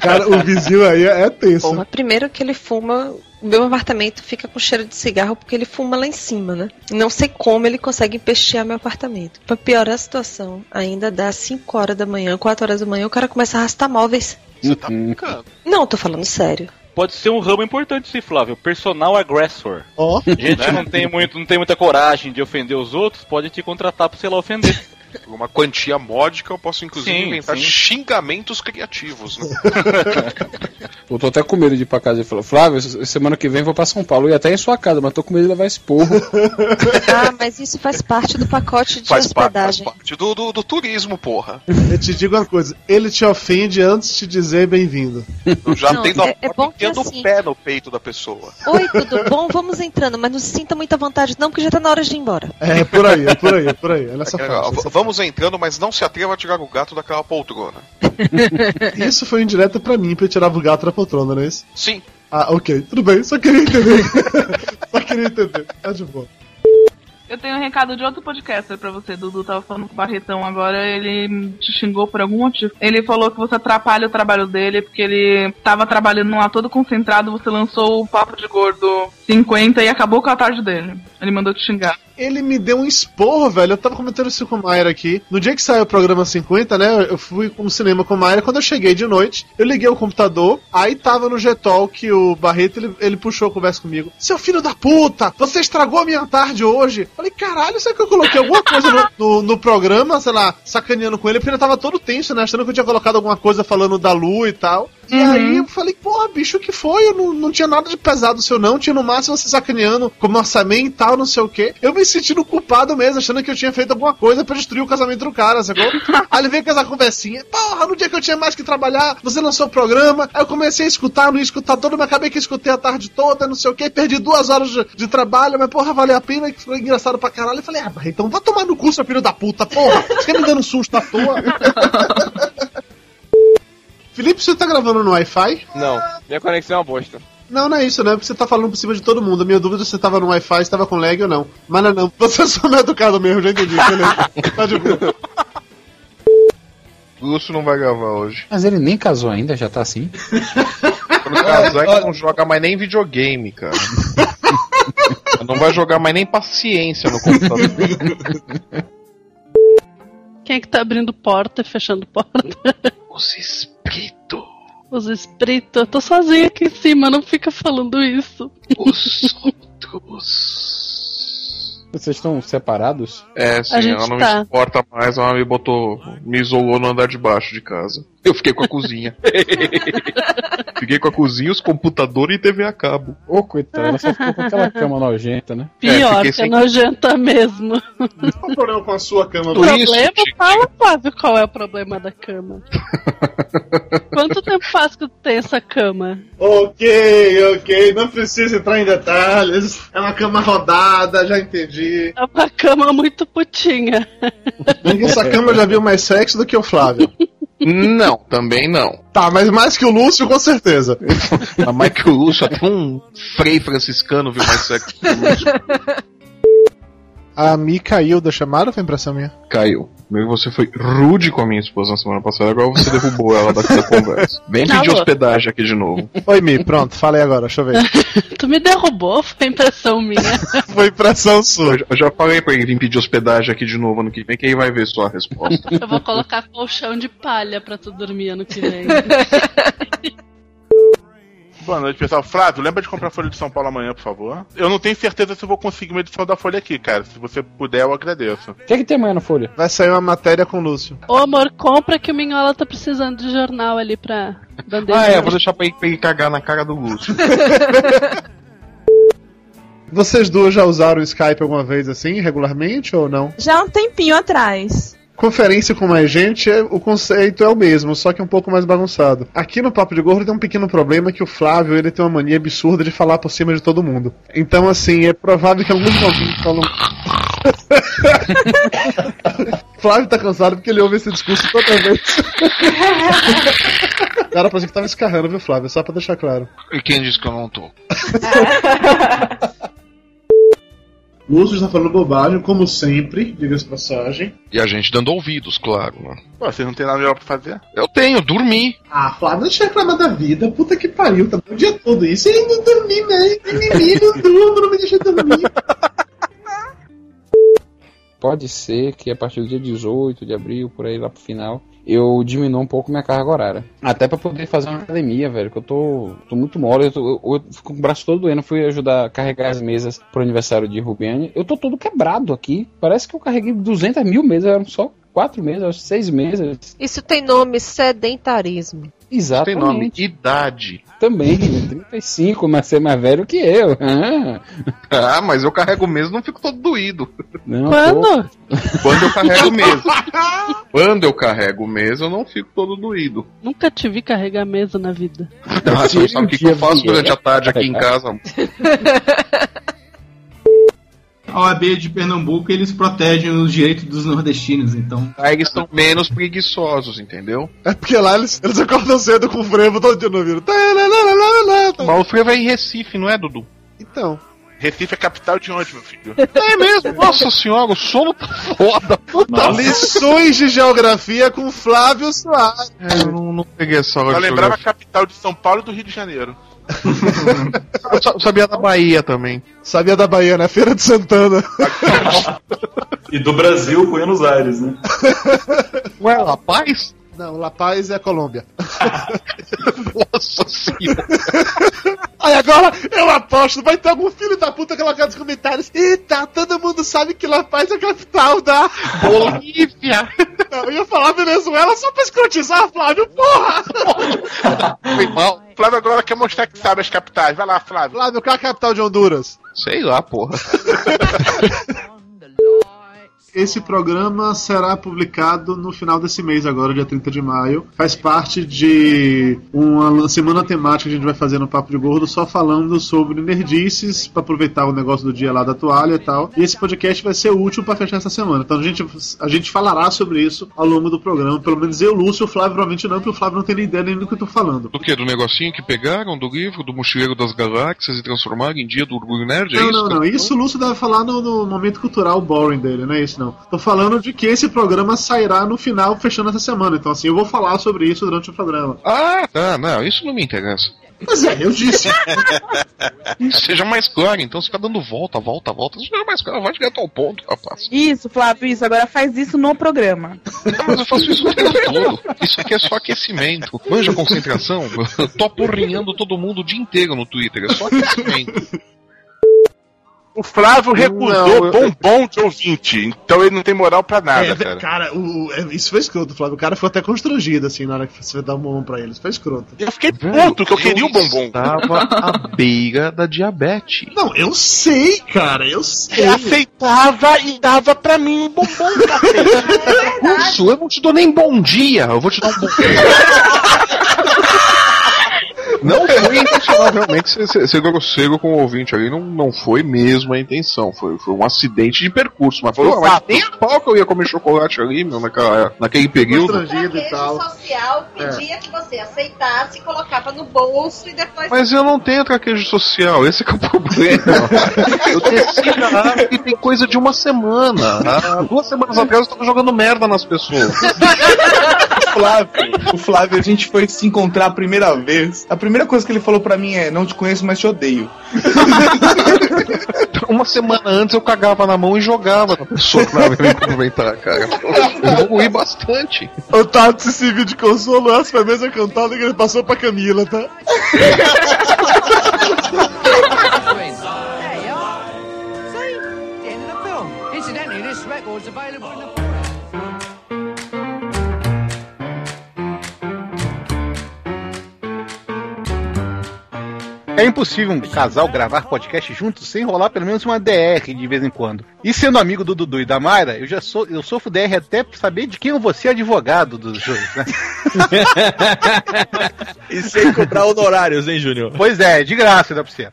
[SPEAKER 5] Cara, o vizinho aí é tenso.
[SPEAKER 14] Porra, primeiro que ele fuma. O meu apartamento fica com cheiro de cigarro porque ele fuma lá em cima, né? Não sei como ele consegue empestear meu apartamento. Pra piorar a situação, ainda dá 5 horas da manhã, 4 horas da manhã, o cara começa a arrastar móveis.
[SPEAKER 13] Você tá brincando.
[SPEAKER 14] Não, tô falando sério.
[SPEAKER 21] Pode ser um ramo importante sim, Flávio. Personal agressor.
[SPEAKER 5] Ó.
[SPEAKER 21] Gente que não tem, muito, não tem muita coragem de ofender os outros, pode te contratar tá pra, sei lá, ofender.
[SPEAKER 16] Uma quantia módica, eu posso inclusive
[SPEAKER 21] Sim,
[SPEAKER 16] inventar
[SPEAKER 21] sim.
[SPEAKER 16] xingamentos criativos. Né?
[SPEAKER 13] Eu tô até com medo de ir pra casa e falar, Flávio, se- semana que vem eu vou pra São Paulo e até em sua casa, mas tô com medo de levar esse porro.
[SPEAKER 14] Ah, mas isso faz parte do pacote de
[SPEAKER 13] Faz parte,
[SPEAKER 14] hospedagem.
[SPEAKER 16] do, do, do turismo, porra.
[SPEAKER 5] Eu te digo uma coisa, ele te ofende antes de te dizer bem-vindo.
[SPEAKER 16] Eu já
[SPEAKER 14] Não,
[SPEAKER 16] tendo
[SPEAKER 14] é-
[SPEAKER 16] a
[SPEAKER 14] é
[SPEAKER 16] porta
[SPEAKER 14] bom que
[SPEAKER 16] enfiando
[SPEAKER 14] assim-
[SPEAKER 16] o pé no peito da pessoa.
[SPEAKER 14] Oi, tudo bom? Vamos entrando, mas não se sinta muita vontade, não, porque já tá na hora de ir embora.
[SPEAKER 5] É, por aí, é por aí, é por aí. Olha essa
[SPEAKER 16] Aquela-
[SPEAKER 5] faixa.
[SPEAKER 16] v- Vamos entrando, mas não se atreva a tirar o gato daquela poltrona.
[SPEAKER 5] Isso foi indireta pra mim, pra eu tirar o gato da poltrona, não é isso?
[SPEAKER 16] Sim.
[SPEAKER 5] Ah, ok, tudo bem, só queria entender. só queria entender, tá de boa.
[SPEAKER 10] Eu tenho um recado de outro podcaster pra você, Dudu. Tava falando com o Barretão agora, ele te xingou por algum motivo. Ele falou que você atrapalha o trabalho dele, porque ele tava trabalhando lá todo concentrado, você lançou o Papo de Gordo 50 e acabou com a tarde dele. Ele mandou te xingar.
[SPEAKER 5] Ele me deu um esporro, velho. Eu tava comentando isso com o Mayra aqui. No dia que saiu o programa 50, né? Eu fui no cinema com o Mayra. Quando eu cheguei de noite, eu liguei o computador. Aí tava no Getol que o Barreto ele, ele puxou a conversa comigo. Seu filho da puta, você estragou a minha tarde hoje. Falei, caralho, será que eu coloquei alguma coisa no, no- no programa, sei lá, sacaneando com ele? Porque ele tava todo tenso, né? Achando que eu tinha colocado alguma coisa falando da Lu e tal. E aí eu falei, porra, bicho, o que foi? Eu não, não tinha nada de pesado seu, não. Tinha no máximo você sacaneando como orçamento e tal, não sei o quê. Eu me sentindo culpado mesmo, achando que eu tinha feito alguma coisa pra destruir o casamento do cara, sacou? aí ele veio com essa conversinha. Porra, no dia que eu tinha mais que trabalhar, você lançou o programa. Aí eu comecei a escutar, não ia escutar todo, mas acabei que escutei a tarde toda, não sei o quê. Perdi duas horas de, de trabalho, mas porra, valeu a pena. Que foi engraçado pra caralho. Eu falei, ah, mas então vai tomar no cu, seu filho da puta, porra. Você quer me dando um susto à toa? Felipe, você tá gravando no Wi-Fi?
[SPEAKER 11] Não, minha conexão é uma bosta.
[SPEAKER 5] Não, não é isso, né? Porque você tá falando por cima de todo mundo. A minha dúvida é se você tava no Wi-Fi, se tava com lag ou não. Mas não, não. Você é só mal educado mesmo, já entendi. Beleza. tá de boa.
[SPEAKER 11] Lúcio não vai gravar hoje.
[SPEAKER 13] Mas ele nem casou ainda, já tá assim.
[SPEAKER 11] Quando
[SPEAKER 5] é
[SPEAKER 11] casar, ele não joga mais nem videogame, cara. não vai jogar mais nem paciência no computador.
[SPEAKER 28] Quem é que tá abrindo porta e fechando porta?
[SPEAKER 11] Os espíritos.
[SPEAKER 28] Os espíritos. Eu tô sozinha aqui em cima, não fica falando isso.
[SPEAKER 11] Os outros.
[SPEAKER 13] Vocês estão separados?
[SPEAKER 11] É, sim,
[SPEAKER 28] A gente
[SPEAKER 11] ela não
[SPEAKER 28] tá.
[SPEAKER 11] me suporta mais, ela me botou, me isolou no andar de baixo de casa. Eu fiquei com a cozinha. fiquei com a cozinha, os computadores e TV a cabo.
[SPEAKER 13] Ô, coitada, ela só ficou com aquela cama nojenta, né?
[SPEAKER 28] Pior, que é nojenta mesmo.
[SPEAKER 5] Qual o problema com a sua cama?
[SPEAKER 28] O problema? Fala, Flávio, qual é o problema da cama? Quanto tempo faz que tu tem essa cama?
[SPEAKER 5] Ok, ok, não precisa entrar em detalhes. É uma cama rodada, já entendi.
[SPEAKER 28] É uma cama muito putinha.
[SPEAKER 5] Essa cama já viu mais sexo do que o Flávio.
[SPEAKER 11] Não, também não.
[SPEAKER 5] Tá, mas mais que o Lúcio, com certeza.
[SPEAKER 11] Mas que o Lúcio, até um frei franciscano viu é mais sexo.
[SPEAKER 5] A Mi caiu da chamada ou foi impressão minha?
[SPEAKER 11] Caiu. Primeiro você foi rude com a minha esposa na semana passada, agora você derrubou ela daqui da conversa. Vem pedir
[SPEAKER 28] Alô?
[SPEAKER 11] hospedagem aqui de novo.
[SPEAKER 5] Oi, Mi, pronto, falei agora, deixa eu ver.
[SPEAKER 28] Tu me derrubou, foi impressão minha.
[SPEAKER 5] Foi impressão sua.
[SPEAKER 11] Eu já- eu já falei pra ele vir pedir hospedagem aqui de novo ano que vem, que aí vai ver só a resposta.
[SPEAKER 28] Eu vou colocar colchão de palha pra tu dormir ano que vem.
[SPEAKER 9] Boa noite, pessoal. Flávio, lembra de comprar a Folha de São Paulo amanhã, por favor? Eu não tenho certeza se eu vou conseguir uma edição da Folha aqui, cara. Se você puder, eu agradeço.
[SPEAKER 13] O que, que tem amanhã na Folha?
[SPEAKER 5] Vai sair uma matéria com o Lúcio.
[SPEAKER 28] Ô amor, compra que o Minhola tá precisando de jornal ali pra bandeira.
[SPEAKER 11] Ah, é, eu vou deixar pra ele, pra ele cagar na cara do Lúcio.
[SPEAKER 5] Vocês duas já usaram o Skype alguma vez assim, regularmente ou não?
[SPEAKER 12] Já há um tempinho atrás.
[SPEAKER 5] Conferência com mais gente, é- o conceito é o mesmo, só que um pouco mais bagunçado. Aqui no Papo de Gordo tem um pequeno problema que o Flávio ele tem uma mania absurda de falar por cima de todo mundo. Então, assim, é provável que alguns ouvintes falam. Flávio tá cansado porque ele ouve esse discurso toda vez. Era pra gente que tava escarrando, viu, Flávio? Só pra deixar claro.
[SPEAKER 11] e quem disse que eu não tô?
[SPEAKER 5] Lúcio está falando bobagem, como sempre, diga-se de passagem.
[SPEAKER 11] E a gente dando ouvidos, claro. né?
[SPEAKER 9] Pô, vocês não é? têm nada melhor pra fazer?
[SPEAKER 11] Eu tenho, dormi.
[SPEAKER 5] Ah, Flávio, deixa eu reclamar da vida. Puta que pariu, tá o dia todo isso. E não dormi, né? Mimimi, não durmo, não me deixa dormir.
[SPEAKER 13] Pode ser que a partir do dia 18 de abril, por aí lá pro final, eu diminua um pouco minha carga horária. Até pra poder fazer uma academia, velho, que eu tô, tô muito mole, eu, tô- eu- eu fico com o braço todo doendo. Fui ajudar a carregar as mesas pro aniversário de Rubiane. Eu tô todo quebrado aqui. Parece que eu carreguei 200 mil mesas, eram só quatro mesas, acho que seis mesas.
[SPEAKER 17] Isso tem nome sedentarismo.
[SPEAKER 13] Exatamente.
[SPEAKER 17] Tem nome,
[SPEAKER 11] idade.
[SPEAKER 13] Também, né? 35, mas você é mais velho que eu.
[SPEAKER 11] Ah, mas eu carrego mesmo, não fico todo doído.
[SPEAKER 13] Não,
[SPEAKER 28] Quando?
[SPEAKER 11] Quando eu carrego mesmo. Quando eu carrego mesmo, eu não fico todo doído.
[SPEAKER 28] Nunca te vi carregar mesa na vida.
[SPEAKER 11] Ah, você não sabe o que, que eu faço durante a tarde aqui em casa.
[SPEAKER 30] A OAB de Pernambuco, eles protegem os direitos dos nordestinos, então.
[SPEAKER 11] Aí Ah, eles estão menos preguiçosos, entendeu?
[SPEAKER 5] É porque lá eles, eles acordam cedo com o frevo todo dia Tá, no ouvido.
[SPEAKER 11] Mas o frevo é em Recife, não é, Dudu?
[SPEAKER 5] tá. Então.
[SPEAKER 9] Recife é capital de onde, meu filho?
[SPEAKER 11] É mesmo? Nossa senhora, o sono tá foda.
[SPEAKER 9] Nossa.
[SPEAKER 5] Lições de geografia com Flávio Soares.
[SPEAKER 11] eu não, não peguei essa hora
[SPEAKER 9] É, Eu
[SPEAKER 11] de
[SPEAKER 9] lembrava a
[SPEAKER 11] geografia.
[SPEAKER 9] capital de São Paulo e do Rio de Janeiro.
[SPEAKER 11] Eu sa- sabia da Bahia também.
[SPEAKER 5] Sabia da Bahia, né? Feira de Santana.
[SPEAKER 30] E do Brasil, Buenos Aires, né?
[SPEAKER 5] Ué, La Paz? Não, La Paz é Colômbia.
[SPEAKER 11] Nossa senhora.
[SPEAKER 5] Aí agora eu aposto, vai ter algum filho da puta que colocar nos comentários. Eita, todo mundo sabe que La Paz é a capital da Bolívia. Não, eu ia falar Venezuela só pra escrotizar, Flávio, porra!
[SPEAKER 9] Foi mal. Flávio agora quer mostrar que sabe as capitais. Vai lá, Flávio.
[SPEAKER 5] Flávio, qual é a capital de Honduras?
[SPEAKER 11] Sei lá, porra.
[SPEAKER 5] Esse programa será publicado no final desse mês, agora, dia 30 de maio. Faz parte de uma semana temática que a gente vai fazer no Papo de Gordo, só falando sobre nerdices, pra aproveitar o negócio do dia lá da toalha e tal. E esse podcast vai ser útil pra fechar essa semana. Então a gente, a gente falará sobre isso ao longo do programa. Pelo menos eu, Lúcio, o Flávio, provavelmente não, porque o Flávio não tem nem ideia nem do que eu tô falando.
[SPEAKER 11] Do que? Do negocinho que pegaram do livro, do Mochileiro das Galáxias e transformaram em Dia do Orgulho Nerd? É
[SPEAKER 5] não,
[SPEAKER 11] isso?
[SPEAKER 5] não, não. Isso o Lúcio deve falar no, no momento cultural boring dele, não é isso não. Tô falando de que esse programa sairá no final, fechando essa semana. Então assim, eu vou falar sobre isso durante o programa.
[SPEAKER 11] Ah, tá, não, isso não me interessa.
[SPEAKER 5] Mas é, eu disse.
[SPEAKER 11] Seja mais claro, então você tá dando volta, volta, volta. Seja mais claro, vai direto ao ponto, rapaz.
[SPEAKER 7] Isso, Flávio, isso. Agora faz isso no programa.
[SPEAKER 11] Não, mas eu faço isso o tempo todo. Isso aqui é só aquecimento. Manja concentração? Eu tô porrinhando todo mundo o dia inteiro no Twitter. É só aquecimento.
[SPEAKER 9] O Flávio recusou
[SPEAKER 5] Não, eu-
[SPEAKER 9] bombom de ouvinte, então ele não tem moral pra nada,
[SPEAKER 5] É,
[SPEAKER 9] cara.
[SPEAKER 5] o- o- é, isso foi escroto, Flávio. O cara ficou até constrangido, assim, na hora que você dá um bombom pra ele. Isso foi escroto.
[SPEAKER 9] Eu fiquei puto que eu queria o bombom.
[SPEAKER 11] Tava à beira da diabetes.
[SPEAKER 5] Não, eu sei, cara, eu sei.
[SPEAKER 9] aceitava e dava pra mim um bombom,
[SPEAKER 11] Isso, eu não te dou nem bom dia, eu vou te dar um bom Não foi intencional, realmente, ser- ser ser grosseiro com o ouvinte ali não, não foi mesmo a intenção. Foi, foi um acidente de percurso. Mas,
[SPEAKER 9] Foi
[SPEAKER 11] pô, mas
[SPEAKER 9] fato.
[SPEAKER 11] nem a pau que eu ia comer chocolate ali, meu, naquela, naquele período.
[SPEAKER 17] social
[SPEAKER 11] pedia
[SPEAKER 17] que você aceitasse, colocava no bolso e depois.
[SPEAKER 11] Mas eu não tenho traquejo social, esse que é o problema. Eu desci na árvore e tem coisa de uma semana. Há duas semanas atrás eu tava jogando merda nas pessoas.
[SPEAKER 29] Flávio, o Flávio, a gente foi se encontrar a primeira vez. A primeira coisa que ele falou pra mim é: Não te conheço, mas te odeio.
[SPEAKER 11] Uma semana antes eu cagava na mão e jogava na pessoa pra me aproveitar, cara. Eu evoluí bastante.
[SPEAKER 5] O Tato, se esse vídeo consolo, essa foi a mesma cantada que ele passou pra Camila, tá?
[SPEAKER 1] Incidentally, this record's available in the
[SPEAKER 19] É impossível um casal gravar podcast juntos sem rolar pelo menos uma DR de vez em quando. E sendo amigo do Dudu e da Mayra, eu já sou, eu sofro DR até pra saber de quem eu vou ser advogado dos dois, né?
[SPEAKER 30] E sem cobrar honorários, hein, Júnior?
[SPEAKER 19] Pois é, de graça dá pra você.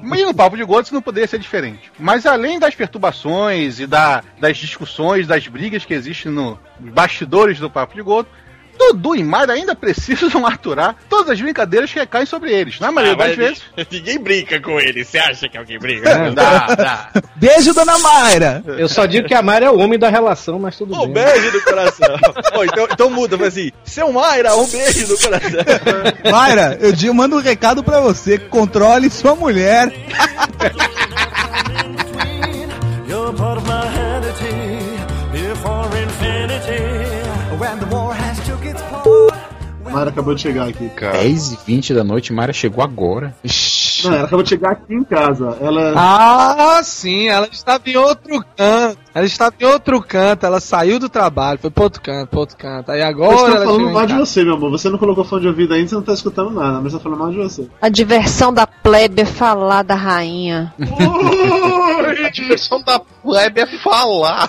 [SPEAKER 19] Mas no papo de gordo isso não poderia ser diferente. Mas além das perturbações e da- das discussões, das brigas que existem no- nos bastidores do papo de gordo, Dudu e Mara ainda precisam aturar todas as brincadeiras que recaem sobre eles. Na
[SPEAKER 15] Ah,
[SPEAKER 19] maioria das vezes.
[SPEAKER 39] Ah, Ninguém brinca com ele. Você acha que alguém
[SPEAKER 19] É,
[SPEAKER 39] brinca?
[SPEAKER 19] dá, dá.
[SPEAKER 39] Beijo, dona Mayra!
[SPEAKER 22] Eu só digo que a Mayra é o homem da relação, mas tudo
[SPEAKER 30] Um
[SPEAKER 22] bem.
[SPEAKER 30] beijo do coração. Ó, então, então muda, faz assim. Seu Mayra, um beijo do coração.
[SPEAKER 22] Mayra, eu digo, mando um recado pra você. Controle sua mulher.
[SPEAKER 1] You're part of my vanity, live for infinity. When the war has took its part.
[SPEAKER 5] Mara acabou de chegar aqui, cara.
[SPEAKER 13] 10 e 20 da noite, Mara chegou agora.
[SPEAKER 5] Não, ela acabou de chegar aqui em casa. Ela.
[SPEAKER 22] Ah, sim, ela estava em outro canto. Ela estava em outro canto, ela saiu do trabalho, foi pro outro canto, pro outro canto. Aí
[SPEAKER 5] Mas
[SPEAKER 22] agora
[SPEAKER 5] tá
[SPEAKER 22] ela
[SPEAKER 5] falando
[SPEAKER 22] chegou
[SPEAKER 5] mal
[SPEAKER 22] em
[SPEAKER 5] de
[SPEAKER 22] casa.
[SPEAKER 5] você, meu amor. Você não colocou fone de ouvido ainda, você não tá escutando nada, mas tá falando mal de você.
[SPEAKER 17] A diversão da plebe é falar da rainha.
[SPEAKER 11] A diversão da web é falar.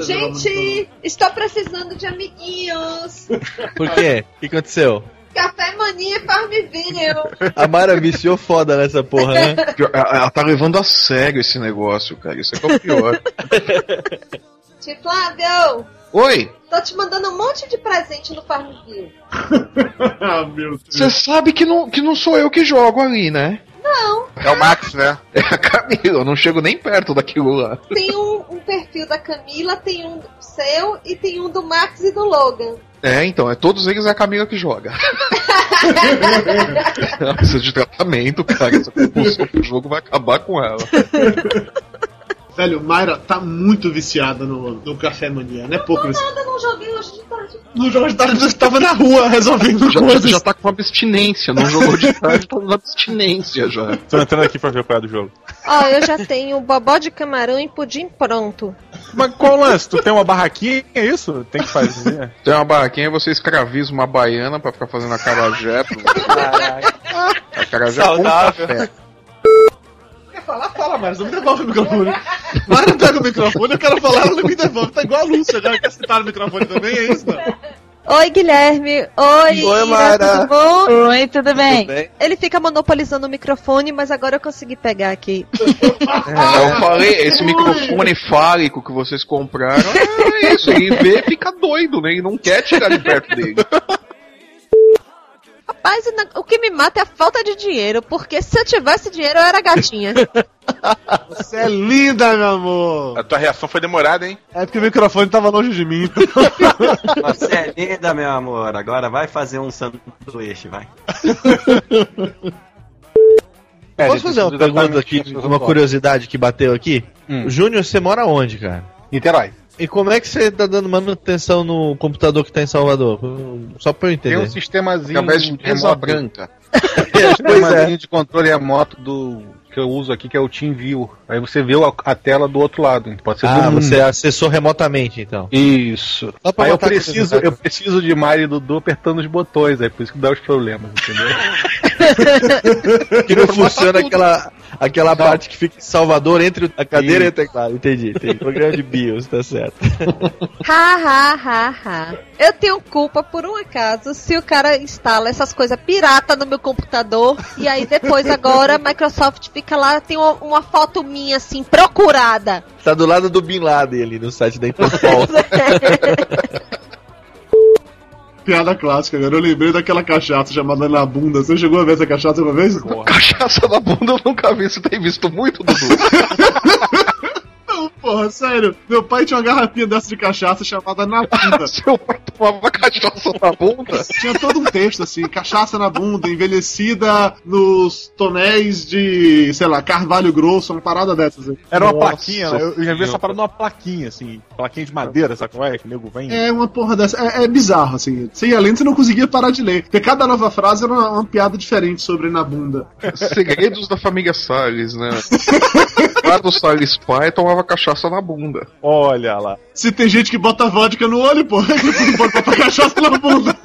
[SPEAKER 31] Gente, estou precisando de amiguinhos.
[SPEAKER 30] Por quê? O que aconteceu?
[SPEAKER 31] Café Mania e Farmville.
[SPEAKER 30] A Mara viciou foda nessa porra, né?
[SPEAKER 11] Pior- Ela ela tá levando a sério esse negócio, cara. Isso é que é o pior.
[SPEAKER 31] Tio Flávio,
[SPEAKER 11] Oi!
[SPEAKER 31] Tipo, ah, tô te mandando um monte de presente no Farmville.
[SPEAKER 5] ah, meu Deus.
[SPEAKER 11] Você sabe que não, que não sou eu que jogo ali, né?
[SPEAKER 31] Não,
[SPEAKER 11] É o Max, né? É a Camila, eu não chego nem perto daquilo lá.
[SPEAKER 31] tem um, um perfil da Camila, tem um do seu e tem um do Max e do Logan.
[SPEAKER 11] É, então, é todos eles é a Camila que joga. ela precisa de tratamento, cara. Essa compulsão pro jogo vai acabar com ela.
[SPEAKER 5] Velho, Mayra tá muito viciada no, no café mania, não é pouco isso.
[SPEAKER 12] Nada, não joguei hoje de tarde.
[SPEAKER 5] No jogo de tarde eu estava na rua resolvendo
[SPEAKER 11] já,
[SPEAKER 5] coisas.
[SPEAKER 11] já tá com abstinência, não jogou de tarde, tá com abstinência já.
[SPEAKER 15] Tô entrando aqui pra ver qual é do jogo.
[SPEAKER 17] Ó, eu já tenho bobó de camarão e pudim pronto.
[SPEAKER 15] Mas qual o lance? Tu tem uma barraquinha, é isso? Tem que fazer. né?
[SPEAKER 11] Tem uma barraquinha e você escraviza uma baiana pra ficar fazendo acarajé. pro- acarajé com
[SPEAKER 5] Saudável.
[SPEAKER 11] um café.
[SPEAKER 5] Quer falar? Fala, Mayra, não me devolve o microfone. Mayra pega o microfone, eu quero falar, ela não me devolve. Tá igual a Lúcia agora, quer citar o microfone também, é isso, não?
[SPEAKER 17] Oi, Guilherme. Oi,
[SPEAKER 5] Oi,
[SPEAKER 17] Ira,
[SPEAKER 5] Mara.
[SPEAKER 17] tudo bom?
[SPEAKER 1] Oi, tudo bem?
[SPEAKER 11] bem?
[SPEAKER 17] Ele fica monopolizando o microfone, mas agora eu consegui pegar aqui.
[SPEAKER 11] É,
[SPEAKER 1] Ah,
[SPEAKER 11] eu falei, esse microfone fálico que vocês compraram é isso, ele vê fica doido, né? Ele não quer tirar de perto dele.
[SPEAKER 17] Rapaz, e na- o que me mata é a falta de dinheiro, porque se eu tivesse dinheiro, eu era gatinha.
[SPEAKER 5] Você é linda, meu amor.
[SPEAKER 40] A tua reação foi demorada, hein?
[SPEAKER 5] É porque o microfone tava longe de mim.
[SPEAKER 21] Você é linda, meu amor. Agora vai fazer um sanduíche, vai.
[SPEAKER 2] Posso
[SPEAKER 21] gente,
[SPEAKER 2] fazer uma
[SPEAKER 21] exatamente
[SPEAKER 2] pergunta aqui, Hum.
[SPEAKER 21] isso que eu
[SPEAKER 2] uma
[SPEAKER 21] falo.
[SPEAKER 2] curiosidade que bateu aqui? Júnior, você mora onde, cara?
[SPEAKER 15] Niterói.
[SPEAKER 2] E como é que você tá dando manutenção no computador que tá em Salvador? Hum, Só pra eu entender.
[SPEAKER 19] Tem um sistemazinho
[SPEAKER 2] Através de mesa
[SPEAKER 19] remoto.
[SPEAKER 2] branca.
[SPEAKER 19] Tem um
[SPEAKER 30] é.
[SPEAKER 19] sistemazinho de controle remoto do que eu uso aqui, que é o TeamViewer. Aí você vê a, a tela do outro lado. Pode ser
[SPEAKER 2] Ah,
[SPEAKER 19] do
[SPEAKER 2] você
[SPEAKER 19] mundo.
[SPEAKER 2] acessou remotamente, então.
[SPEAKER 19] Isso.
[SPEAKER 2] Só pra
[SPEAKER 19] Aí eu
[SPEAKER 2] botar
[SPEAKER 19] preciso,
[SPEAKER 2] curiosidade.
[SPEAKER 19] eu preciso de Mari e Dudu apertando os botões, é por isso que dá os problemas, entendeu?
[SPEAKER 2] que não funciona aquela, aquela parte que fica em Salvador entre o- a cadeira e o teclado. Entendi, entendi. Programa de BIOS, tá certo.
[SPEAKER 17] Ha, ha, ha, ha. Eu tenho culpa, por um acaso, se o cara instala essas coisas pirata no meu computador e aí depois agora a Microsoft fica lá, tem uma, uma foto minha assim, procurada.
[SPEAKER 2] Tá do lado do Bin Laden ali no site da Interpol.
[SPEAKER 5] Piada clássica, cara. Eu lembrei daquela cachaça chamada Na Bunda. Você chegou a ver essa cachaça uma vez?
[SPEAKER 11] Cachaça na bunda eu nunca vi, você tem visto muito, Dudu?
[SPEAKER 5] Não, porra, sério. Meu pai tinha uma garrafinha dessa de cachaça chamada Na Bunda.
[SPEAKER 11] Seu pai tomava cachaça na bunda?
[SPEAKER 5] Tinha todo um texto assim: cachaça na bunda, envelhecida nos tonéis de, sei lá, carvalho grosso, uma parada dessas. assim. aí.
[SPEAKER 15] Era uma
[SPEAKER 5] Nossa
[SPEAKER 15] plaquinha, né? eu, eu já vi essa
[SPEAKER 5] Senhora.
[SPEAKER 15] parada numa plaquinha, assim, plaquinha de madeira, sabe qual é? Que o nego vem.
[SPEAKER 5] É uma porra dessa. É, é bizarro, assim. Você ia lendo, você não conseguia parar de ler. Porque cada nova frase era uma, uma piada diferente sobre na bunda.
[SPEAKER 11] Segredos da família Salles, né? Lá do Salles pai tomava cachaça na bunda.
[SPEAKER 15] Olha lá.
[SPEAKER 5] Se tem gente que bota vodka no olho, porra, não pode botar cachaça na bunda.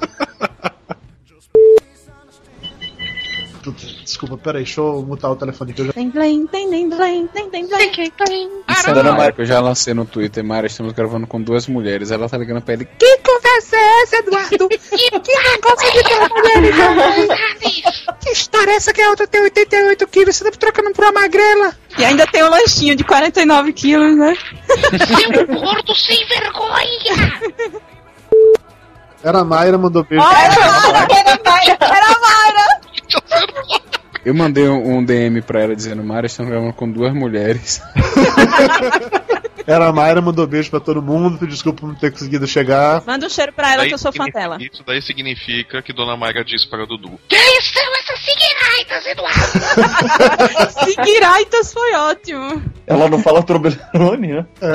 [SPEAKER 5] Putz, Desculpa, peraí, deixa eu mutar o telefone que eu já.
[SPEAKER 1] Tem blém, tem nem blém, tem nem blém, tem blém.
[SPEAKER 5] né?
[SPEAKER 13] Sandra Mara, que eu já lancei no Twitter, Mara, estamos gravando com duas mulheres. Ela tá ligando pra ele.
[SPEAKER 1] Que conversa é essa, Eduardo? E que negócio de ter mulheres não Que história é essa que a outra tem 88 quilos, você tá trocando por uma magrela? E ainda tem um lanchinho de 49 quilos, né?
[SPEAKER 41] Seu gordo sem vergonha!
[SPEAKER 5] Era a Mayra, mandou beijo.
[SPEAKER 13] tá Eu mandei um um DM pra ela dizendo, Mara, estamos gravando com duas mulheres.
[SPEAKER 5] Era a Mayra, mandou um beijo pra todo mundo. pediu Desculpa por não ter conseguido chegar.
[SPEAKER 1] Manda um cheiro pra ela que eu sou fã
[SPEAKER 11] significa-
[SPEAKER 1] dela.
[SPEAKER 11] Isso daí significa que Dona Mayra diz para Dudu.
[SPEAKER 1] Quem são essas Signaitas, Eduardo? Signaitas foi ótimo.
[SPEAKER 42] Ela não fala Troberone, né?
[SPEAKER 5] É.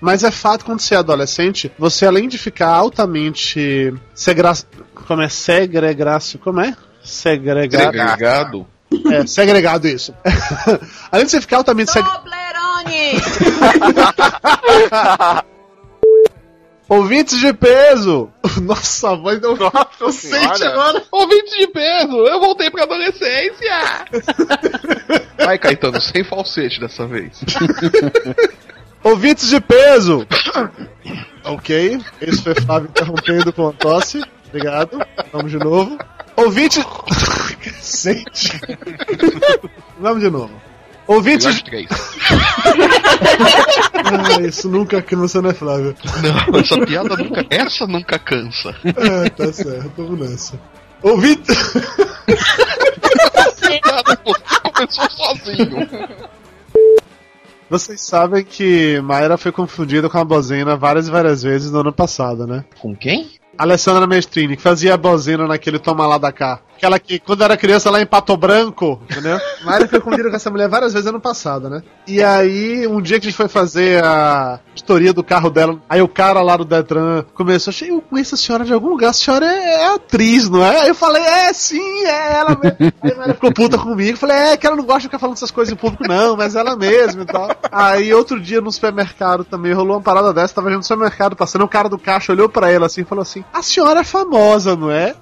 [SPEAKER 5] Mas é fato quando você é adolescente, você além de ficar altamente segra... como é segregaço, como é? Segregado.
[SPEAKER 11] Segregado.
[SPEAKER 5] É, segregado isso. além de você ficar altamente segregado. Ouvintes de peso! Nossa, a voz deu Nossa sente agora.
[SPEAKER 11] Ouvintes de peso, eu voltei pra adolescência! Vai, Caetano, sem falsete dessa vez.
[SPEAKER 5] Ouvintes de peso! ok, esse foi Flávio interrompendo com a tosse. Obrigado. Vamos de novo. Ouvinte. Cacete. Vamos de novo. Ouvintes. de- Ah, isso nunca cansa, né, Flávio?
[SPEAKER 11] Não, essa piada nunca. Essa nunca cansa.
[SPEAKER 15] Ah,
[SPEAKER 5] É, tá certo, vamos nessa. Ouvinte.
[SPEAKER 1] Tá
[SPEAKER 11] Começou sozinho.
[SPEAKER 5] Vocês sabem que Mayra foi confundida com a Bozena várias e várias vezes no ano passado, né?
[SPEAKER 11] Com quem?
[SPEAKER 5] Alessandra Mestrini, que fazia a Bozena naquele Toma Lá da Cá. Aquela que, quando eu era criança lá em Pato Branco, entendeu? Mário ficou comigo com essa mulher várias vezes ano passado, né? E aí, um dia que a gente foi fazer a história do carro dela, aí o cara lá do Detran começou, achei, eu conheço a senhora de algum lugar, a senhora é, é atriz, não é? Aí eu falei, é, sim, é ela mesmo. Aí ela ficou puta comigo, falei, é que ela não gosta de ficar falando essas coisas em público, não, mas ela mesma e tal. Aí outro dia no supermercado também rolou uma parada dessa, tava indo no supermercado, passando o cara do caixa, olhou pra ela assim e falou assim, a senhora é famosa, não é?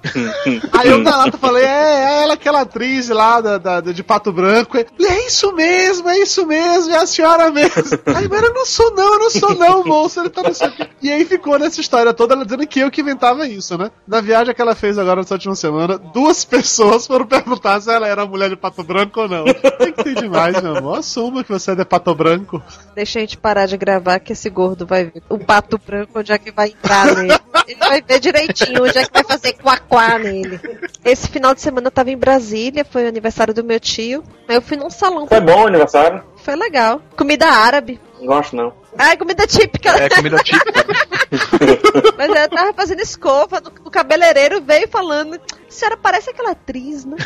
[SPEAKER 5] Aí eu na lata falei, é, é ela aquela atriz lá da, da- de Pato Branco. Ele, é isso mesmo, é isso mesmo, é a senhora mesmo. Aí, mas eu não sou não, eu não sou não, moço, ele tá não sei o quê. E aí ficou nessa história toda, ela dizendo que eu que inventava isso, né? Na viagem que ela fez agora nessa última semana, duas pessoas foram perguntar se ela era mulher de Pato Branco ou não. Tem que ser demais, meu amor, assuma que você é de Pato Branco.
[SPEAKER 17] Deixa a gente parar de gravar que esse gordo vai ver o pato branco onde é que vai entrar nele. Ele vai ver direitinho onde é que vai fazer quá-quá nele. Esse final de semana eu tava em Brasília, foi o aniversário do meu tio. Aí eu fui num salão.
[SPEAKER 22] Foi é bom o aniversário?
[SPEAKER 17] Foi legal. Comida árabe.
[SPEAKER 22] Não gosto não.
[SPEAKER 17] Ah, comida típica.
[SPEAKER 22] É, comida típica.
[SPEAKER 17] Mas eu tava fazendo escova, no- o cabeleireiro veio falando, a senhora parece aquela atriz, né?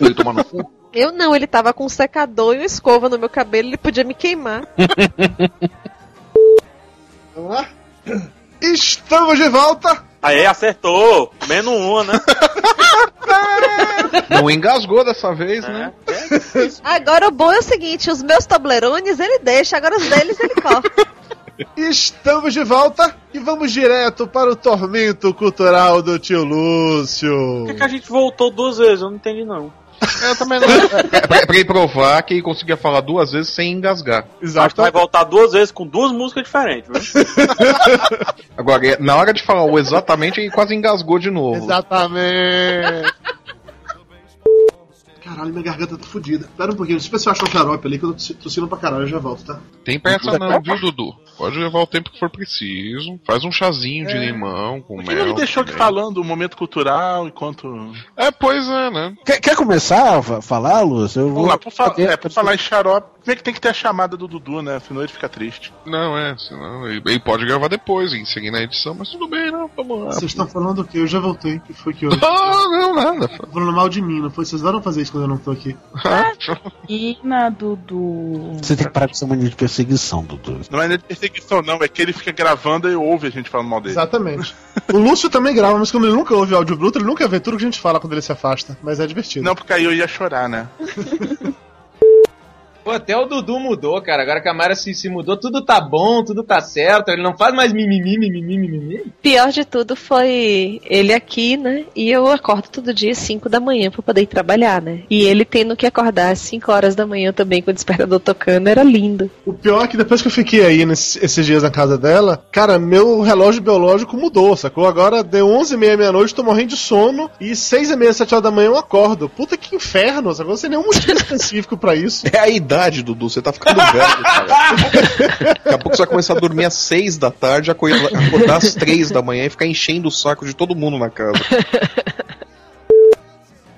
[SPEAKER 11] Ele toma no cu.
[SPEAKER 17] Eu não, ele tava com um secador e uma escova no meu cabelo, ele podia me queimar.
[SPEAKER 5] Vamos lá? Estamos de volta!
[SPEAKER 22] Aí acertou! Menos um, né?
[SPEAKER 11] Não engasgou dessa vez, né?
[SPEAKER 22] É.
[SPEAKER 17] Agora o bom é o seguinte, os meus Toblerones ele deixa, agora os deles ele corta.
[SPEAKER 5] Estamos de volta e vamos direto para o tormento cultural do tio Lúcio.
[SPEAKER 22] Por que, que a gente voltou duas vezes? Eu não entendi, não.
[SPEAKER 11] Eu também não. pra, pra ele provar que ele conseguia falar duas vezes sem engasgar.
[SPEAKER 22] Acho que vai voltar duas vezes com duas músicas diferentes, viu?
[SPEAKER 11] Agora, é- na hora de falar o exatamente, ele quase engasgou de novo.
[SPEAKER 5] Exatamente. Caralho, minha garganta tá fodida. Pera um pouquinho, deixa eu ver se eu acho um xarope ali que eu tô tossi- tossindo pra caralho, eu já volto, tá?
[SPEAKER 11] Tem pressa não, viu, Dudu? Pode levar o tempo que for preciso. Faz um chazinho de
[SPEAKER 9] É.
[SPEAKER 11] limão com
[SPEAKER 9] Por que
[SPEAKER 11] mel.
[SPEAKER 9] não me deixou
[SPEAKER 11] também.
[SPEAKER 9] falando o momento cultural enquanto.
[SPEAKER 11] É, pois é, né?
[SPEAKER 43] Quer, quer começar a fa- falar, Lúcio? Eu vou.
[SPEAKER 9] Vamos lá, por, fa- é, por falar em xarope, tem que, tem que ter a chamada do Dudu, né? Senão ele fica triste.
[SPEAKER 11] Não, é, senão ele, ele pode gravar depois, em seguir na edição, mas tudo bem, não, vamos lá.
[SPEAKER 5] Vocês estão falando o quê? Eu já voltei. O que foi que eu.
[SPEAKER 11] Ah, não, nada.
[SPEAKER 5] Falando mal de mim, não foi? Vocês vão fazer isso quando eu não tô aqui.
[SPEAKER 10] Ina, Dudu.
[SPEAKER 43] Você tem que parar com essa mania de perseguição, Dudu.
[SPEAKER 9] Não é nem perseguição, não. É que ele fica gravando e ouve a gente falando mal dele.
[SPEAKER 5] Exatamente. o Lúcio também grava, mas como ele nunca ouve áudio bruto, ele nunca vê tudo que a gente fala quando ele se afasta. Mas é divertido.
[SPEAKER 9] Não, porque aí eu ia chorar, né?
[SPEAKER 2] Pô, até o Dudu mudou, cara. Agora que a Mara se, se mudou, tudo tá bom, tudo tá certo. Ele não faz mais mimimi, mimimi, mimimi.
[SPEAKER 17] Pior de tudo foi ele aqui, né? E eu acordo todo dia às 5 da manhã pra poder ir trabalhar, né? E ele tendo que acordar às 5 horas da manhã também com o despertador tocando, era lindo.
[SPEAKER 5] O pior é que depois que eu fiquei aí nesses, esses dias na casa dela, cara, meu relógio biológico mudou, sacou? Agora deu 11h30 meia-noite, tô morrendo de sono e 6h30, 7 horas da manhã eu acordo. Puta que inferno, sacou? Sem nenhum motivo específico pra isso.
[SPEAKER 11] É a idade, Dudu, você tá ficando velho, cara. Daqui a pouco você vai começar a dormir às seis da tarde, aco- acordar às três da manhã e ficar enchendo o saco de todo mundo na casa.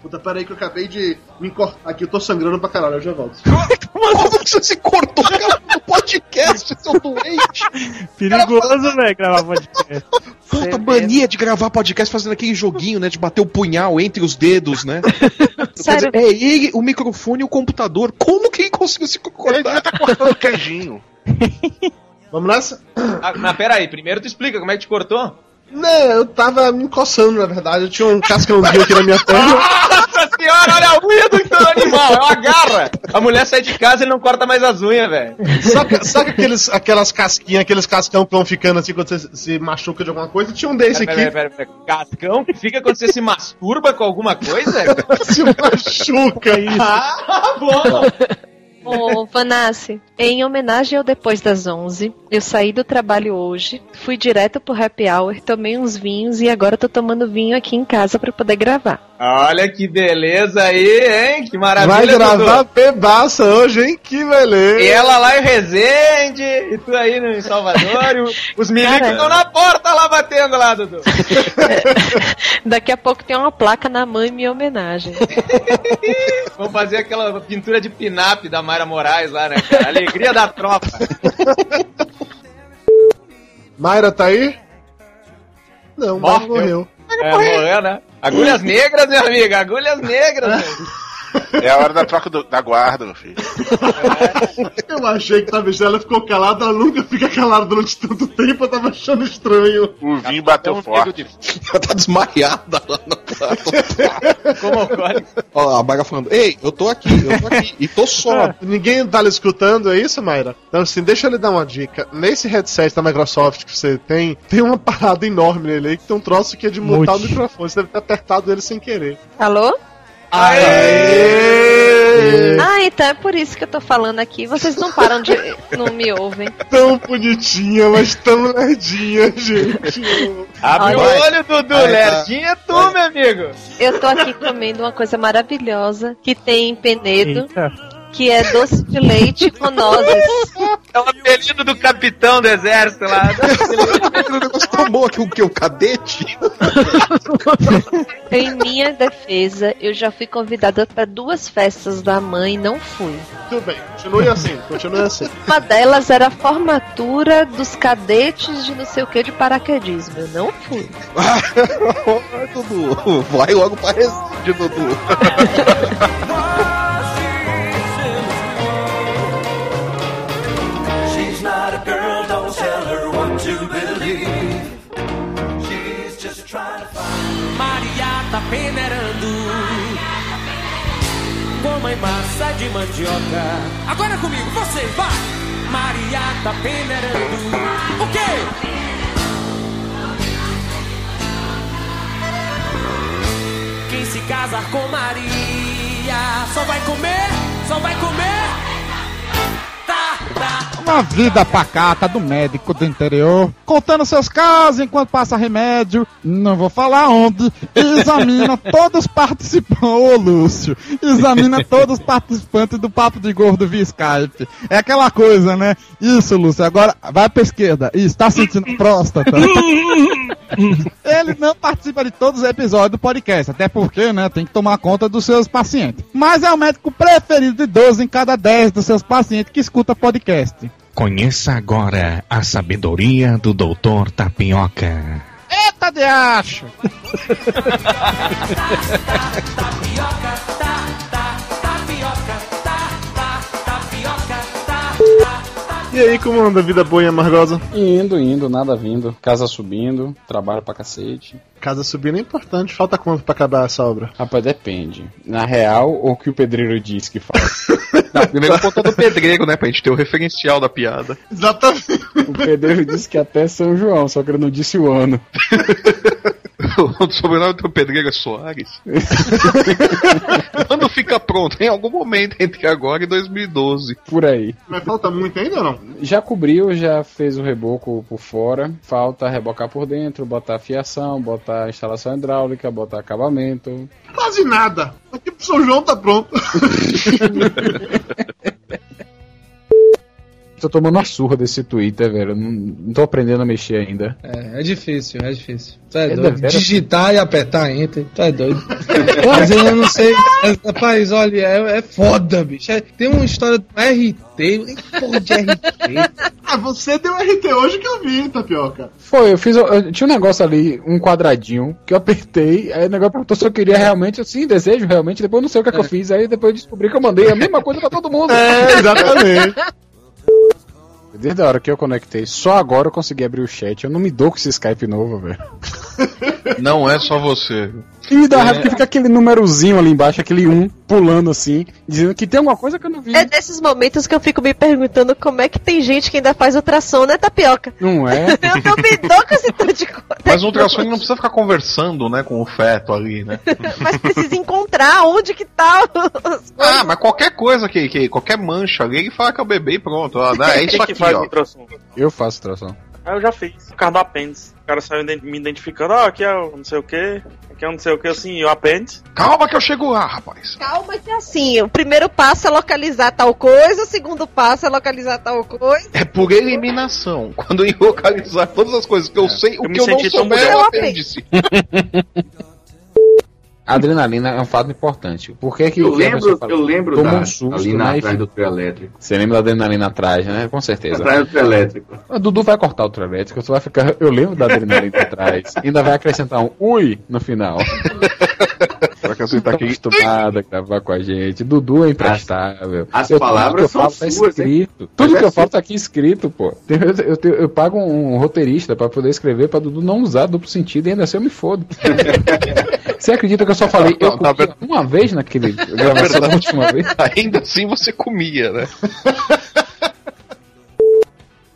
[SPEAKER 5] Puta, peraí que eu acabei de me cortar aqui, eu tô sangrando pra caralho, eu já volto.
[SPEAKER 11] Como que você se cortou cara, no podcast, seu doente?
[SPEAKER 44] Perigoso, velho, gravar podcast.
[SPEAKER 11] Puta mania de gravar podcast fazendo aquele joguinho, né? De bater o punhal entre os dedos, né?
[SPEAKER 17] Sério?
[SPEAKER 11] É ele, o microfone e o computador. Como que ele conseguiu se cortar? Ele devia
[SPEAKER 9] tá cortando o queijinho.
[SPEAKER 5] Vamos nessa?
[SPEAKER 2] Ah, mas pera aí, primeiro tu explica como é que te cortou?
[SPEAKER 5] Não, eu tava me coçando, na verdade, eu tinha um cascãozinho aqui na minha perna.
[SPEAKER 2] Nossa senhora, olha a unha do então, animal, é uma garra. A mulher sai de casa e não corta mais as unhas, velho.
[SPEAKER 5] Saca, saca aqueles, aquelas casquinhas, aqueles cascão que vão ficando assim quando você se- se machuca de alguma coisa? Tinha um desse
[SPEAKER 2] Pera,
[SPEAKER 5] aqui.
[SPEAKER 2] pera, pera, pera. Cascão que fica quando você se masturba com alguma coisa?
[SPEAKER 5] se machuca isso.
[SPEAKER 2] Ah, bom.
[SPEAKER 17] Ô, Vanassi, em homenagem ao Depois das 11, eu saí do trabalho hoje, fui direto pro happy hour, tomei uns vinhos e agora tô tomando vinho aqui em casa pra poder gravar.
[SPEAKER 2] Olha que beleza aí, hein? Que maravilha,
[SPEAKER 5] Vai gravar
[SPEAKER 2] Dudu.
[SPEAKER 5] pebaça hoje, hein? Que beleza!
[SPEAKER 2] E ela
[SPEAKER 1] é
[SPEAKER 2] lá em Resende, e tu aí no em Salvador, e o- os milicos
[SPEAKER 17] Cara.
[SPEAKER 2] estão na porta lá batendo lá, Dudu.
[SPEAKER 17] Daqui a pouco tem uma placa na mãe em minha homenagem.
[SPEAKER 2] Vamos fazer aquela pintura de pin-up da Mayra Moraes lá, né, cara? Alegria da tropa.
[SPEAKER 5] Mayra tá aí? Não, Mayra morreu.
[SPEAKER 2] É, morreu, né?
[SPEAKER 9] Agulhas negras, meu amigo, agulhas negras.
[SPEAKER 45] É a hora da troca do- da guarda, meu filho.
[SPEAKER 5] Eu achei que talvez ela ficou calada, ela nunca fica calada durante tanto tempo, eu tava achando estranho.
[SPEAKER 45] O vinho
[SPEAKER 2] Então,
[SPEAKER 45] bateu forte.
[SPEAKER 46] Ela tá desmaiada lá no quarto. Como Ó, a Maga falando, ei, eu tô aqui, eu tô aqui, e tô só.
[SPEAKER 5] Ninguém tá lhe escutando, é isso, Mayra? Então, assim, deixa eu lhe dar uma dica. Nesse headset da Microsoft que você tem, tem uma parada enorme nele aí, que tem um troço que é de mutar o
[SPEAKER 46] Mute.
[SPEAKER 5] microfone. Você deve ter apertado ele sem querer.
[SPEAKER 17] Alô?
[SPEAKER 5] Aê!
[SPEAKER 17] Ah, então é por isso que eu tô falando aqui. Vocês não param de. não me ouvem.
[SPEAKER 5] Tão bonitinha, mas tão lerdinha, gente.
[SPEAKER 9] Abre o olho, Dudu,
[SPEAKER 5] Aí tá.
[SPEAKER 9] lerdinha é tu, meu amigo.
[SPEAKER 17] Eu tô aqui comendo uma coisa maravilhosa que tem em Penedo.
[SPEAKER 9] Eita.
[SPEAKER 17] Que é doce de leite com nozes.
[SPEAKER 9] É o apelido do capitão do exército lá.
[SPEAKER 46] Um negócio tão bom aqui, o que? O cadete?
[SPEAKER 17] Em minha defesa, eu já fui convidada pra duas festas da mãe e não fui.
[SPEAKER 5] Tudo bem, continue assim, continue assim.
[SPEAKER 17] Uma delas era a formatura dos cadetes de não sei o que de paraquedismo. Eu não fui.
[SPEAKER 46] Ô, Dudu, vai logo pra resíduo, Dudu.
[SPEAKER 1] She's not a girl, don't tell her what to believe. She's just trying to find. Maria tá peneirando. Como em massa de mandioca. Agora é comigo, vocês, vai! Maria tá peneirando. O quê? Quem se casar com Maria só vai comer, só vai comer. Tá, tá.
[SPEAKER 4] Uma vida pacata do médico do interior, contando seus casos enquanto passa remédio, não vou falar onde, e examina todos os participantes. Ô Lúcio, examina todos os participantes do Papo de Gordo via Skype. É aquela coisa, né? Isso, Lúcio, agora vai pra esquerda. Isso, tá sentindo a próstata? Ele não participa de todos os episódios do podcast, até porque, né, tem que tomar conta dos seus pacientes. Mas é o médico preferido de 12 em cada 10 dos seus pacientes que escuta podcast.
[SPEAKER 21] Conheça agora a sabedoria do Doutor Tapioca.
[SPEAKER 4] Eita de acho!
[SPEAKER 1] Tapioca, tá, tá, tapioca, tá, tá, tapioca, tá, tá.
[SPEAKER 5] E aí, como anda a vida boa e amargosa?
[SPEAKER 13] Indo, indo, nada vindo. Casa subindo, trabalho pra cacete.
[SPEAKER 5] Casa subindo é importante, falta quanto pra acabar essa obra?
[SPEAKER 13] Rapaz, depende. Na real, ou o que o pedreiro diz que faz?
[SPEAKER 11] Não, primeiro conta do pedreiro, né? Pra gente ter o referencial da piada.
[SPEAKER 5] Exatamente.
[SPEAKER 13] O pedreiro disse que até São João, só que ele não disse o ano.
[SPEAKER 11] O sobrenome do pedreiro é Soares. Quando fica pronto? Em algum momento entre agora e 2012.
[SPEAKER 13] Por aí.
[SPEAKER 5] Mas falta muito ainda ou não?
[SPEAKER 13] Já cobriu, já fez o reboco por fora. Falta rebocar por dentro, botar fiação, botar instalação hidráulica, botar acabamento.
[SPEAKER 5] Quase nada. Aqui pro São João tá pronto.
[SPEAKER 13] Tô tomando uma surra desse Twitter, velho. Não, não tô aprendendo a mexer ainda.
[SPEAKER 2] É, é difícil, é difícil. Tu é,
[SPEAKER 13] É
[SPEAKER 2] doido.
[SPEAKER 13] deveras?
[SPEAKER 2] Digitar e apertar enter, tu é doido. Mas eu não sei. mas, Rapaz, olha, é, é foda, bicho. É- tem uma história do RT. Que porra de RT?
[SPEAKER 5] ah, você deu RT hoje que eu vi, Tapioca.
[SPEAKER 13] Foi, eu fiz. eu tinha um negócio ali, um quadradinho, que eu apertei, aí o negócio perguntou se eu queria realmente, eu sim, desejo realmente, depois eu não sei o que, é que eu fiz, aí depois eu descobri que eu
[SPEAKER 11] é
[SPEAKER 13] mandei a mesma coisa pra todo mundo.
[SPEAKER 5] É, exatamente.
[SPEAKER 13] Desde a hora que eu conectei, só agora eu consegui abrir o chat. Eu não me dou com esse Skype novo, velho.
[SPEAKER 11] Não é só você. É,
[SPEAKER 13] E me dá raiva que fica aquele númerozinho ali embaixo, aquele um pulando assim, dizendo que tem alguma coisa que eu não vi.
[SPEAKER 17] É nesses momentos que eu fico me perguntando como é que tem gente que ainda faz ultrassom, né, tapioca?
[SPEAKER 13] Não é?
[SPEAKER 17] Eu não me dou com esse tanto de coisa.
[SPEAKER 11] Mas o ultrassom não precisa ficar conversando, né, com o feto ali, né?
[SPEAKER 17] Mas precisa encontrar onde que tá os...
[SPEAKER 11] Ah, mas qualquer coisa que, que qualquer mancha ali, ele fala que é o bebê e pronto. Ó, né, é isso
[SPEAKER 22] Quem que
[SPEAKER 11] aqui,
[SPEAKER 22] faz
[SPEAKER 11] ó.
[SPEAKER 22] ultrassom?
[SPEAKER 13] Eu faço tração.
[SPEAKER 22] Ah, eu já fiz. Por causa do apêndice. O cara saiu ident- me identificando, ó, aqui é o não sei o que, aqui é o não sei o que, assim, e o apêndice.
[SPEAKER 11] Calma que eu chego lá, rapaz.
[SPEAKER 17] Calma que é assim, o primeiro passo é localizar tal coisa, o segundo passo é localizar tal coisa.
[SPEAKER 11] É por eliminação. Quando eu localizar todas as coisas que eu sei, o
[SPEAKER 22] me
[SPEAKER 11] que eu não
[SPEAKER 22] senti tão
[SPEAKER 11] souber é
[SPEAKER 22] mulher.
[SPEAKER 11] o apêndice.
[SPEAKER 13] adrenalina é um fato importante. Por que que
[SPEAKER 31] Eu
[SPEAKER 13] que a
[SPEAKER 31] lembro-
[SPEAKER 13] pessoa fala,
[SPEAKER 31] eu lembro
[SPEAKER 13] "Toma
[SPEAKER 31] da
[SPEAKER 13] um susto,
[SPEAKER 31] adrenalina
[SPEAKER 13] né, e
[SPEAKER 31] atrás
[SPEAKER 13] fica-
[SPEAKER 31] do trio elétrico.
[SPEAKER 13] Você lembra da adrenalina atrás, né? Com certeza.
[SPEAKER 31] Atrás do trio elétrico.
[SPEAKER 13] A Dudu vai cortar o trio elétrico, você vai ficar. Eu lembro da adrenalina atrás. Ainda vai acrescentar um ui no final. Pra que você tá acostumada a gravar com a gente. Dudu é imprestável.
[SPEAKER 31] As- as
[SPEAKER 13] Eu-
[SPEAKER 31] palavras
[SPEAKER 13] tudo que eu
[SPEAKER 31] são
[SPEAKER 13] falo tá
[SPEAKER 31] suas, hein? é
[SPEAKER 13] escrito. Tudo que eu falo tá aqui escrito, pô. Tem- Eu, eu tenho- eu pago um roteirista pra poder escrever pra Dudu não usar duplo sentido e ainda assim eu me fodo. Você acredita que eu só falei eu comi uma vez naquele gravação da última vez?
[SPEAKER 16] Ainda assim você comia, né?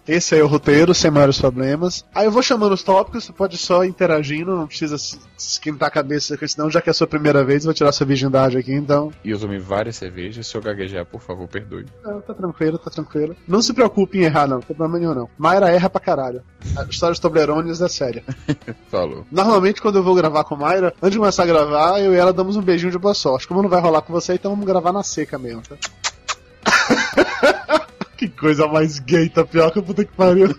[SPEAKER 5] Esse aí é o roteiro, sem maiores problemas. Aí eu vou chamando os tópicos, você pode só ir interagindo, não precisa se- se esquentar a cabeça com isso, não, já que é a sua primeira vez, vou tirar sua virgindade aqui, então.
[SPEAKER 13] E eu tomei várias cervejas. Se eu gaguejar, por favor, perdoe.
[SPEAKER 5] Não, tá tranquilo, tá tranquilo. Não se preocupe em errar, não, não tem problema nenhum, não. Mayra erra pra caralho. A história dos Toblerones é séria.
[SPEAKER 13] Falou.
[SPEAKER 5] Normalmente, quando eu vou gravar com a Mayra, antes de começar a gravar, eu e ela damos um beijinho de boa sorte. Como não vai rolar com você, então vamos gravar na seca mesmo, tá? que coisa mais gay, tapioca, puta que pariu.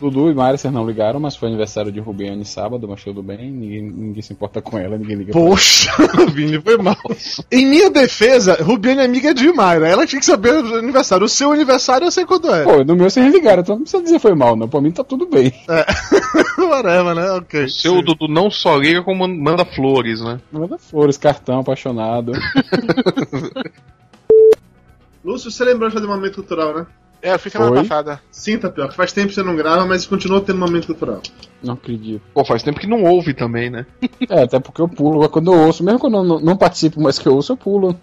[SPEAKER 13] Dudu e Mário, vocês não ligaram, mas foi aniversário de Rubiane sábado, mas tudo bem. Ninguém, ninguém se importa com ela, ninguém liga pra ela.
[SPEAKER 5] Poxa, Vini, foi mal. Em minha defesa, Rubiane é amiga de Mayra. Ela tinha que saber o aniversário. O seu aniversário eu sei quando é.
[SPEAKER 13] Pô, no meu vocês ligaram, então não precisa dizer foi mal, não. Pra mim tá tudo bem.
[SPEAKER 5] Whatever, né? Ok. O
[SPEAKER 16] seu Dudu não só liga como manda flores, né?
[SPEAKER 13] Manda flores, cartão, apaixonado.
[SPEAKER 5] Lúcio, você lembrou já do momento cultural, né?
[SPEAKER 9] É, eu fiz semana
[SPEAKER 5] Foi?
[SPEAKER 9] passada.
[SPEAKER 5] Sim, Tapioca. Faz tempo que você não grava, mas continua tendo momento cultural.
[SPEAKER 13] Não acredito.
[SPEAKER 16] Pô, faz tempo que não ouve também, né?
[SPEAKER 13] É, até porque eu pulo. mas Quando eu ouço, mesmo quando eu não, não participo, mas que eu ouço, eu pulo.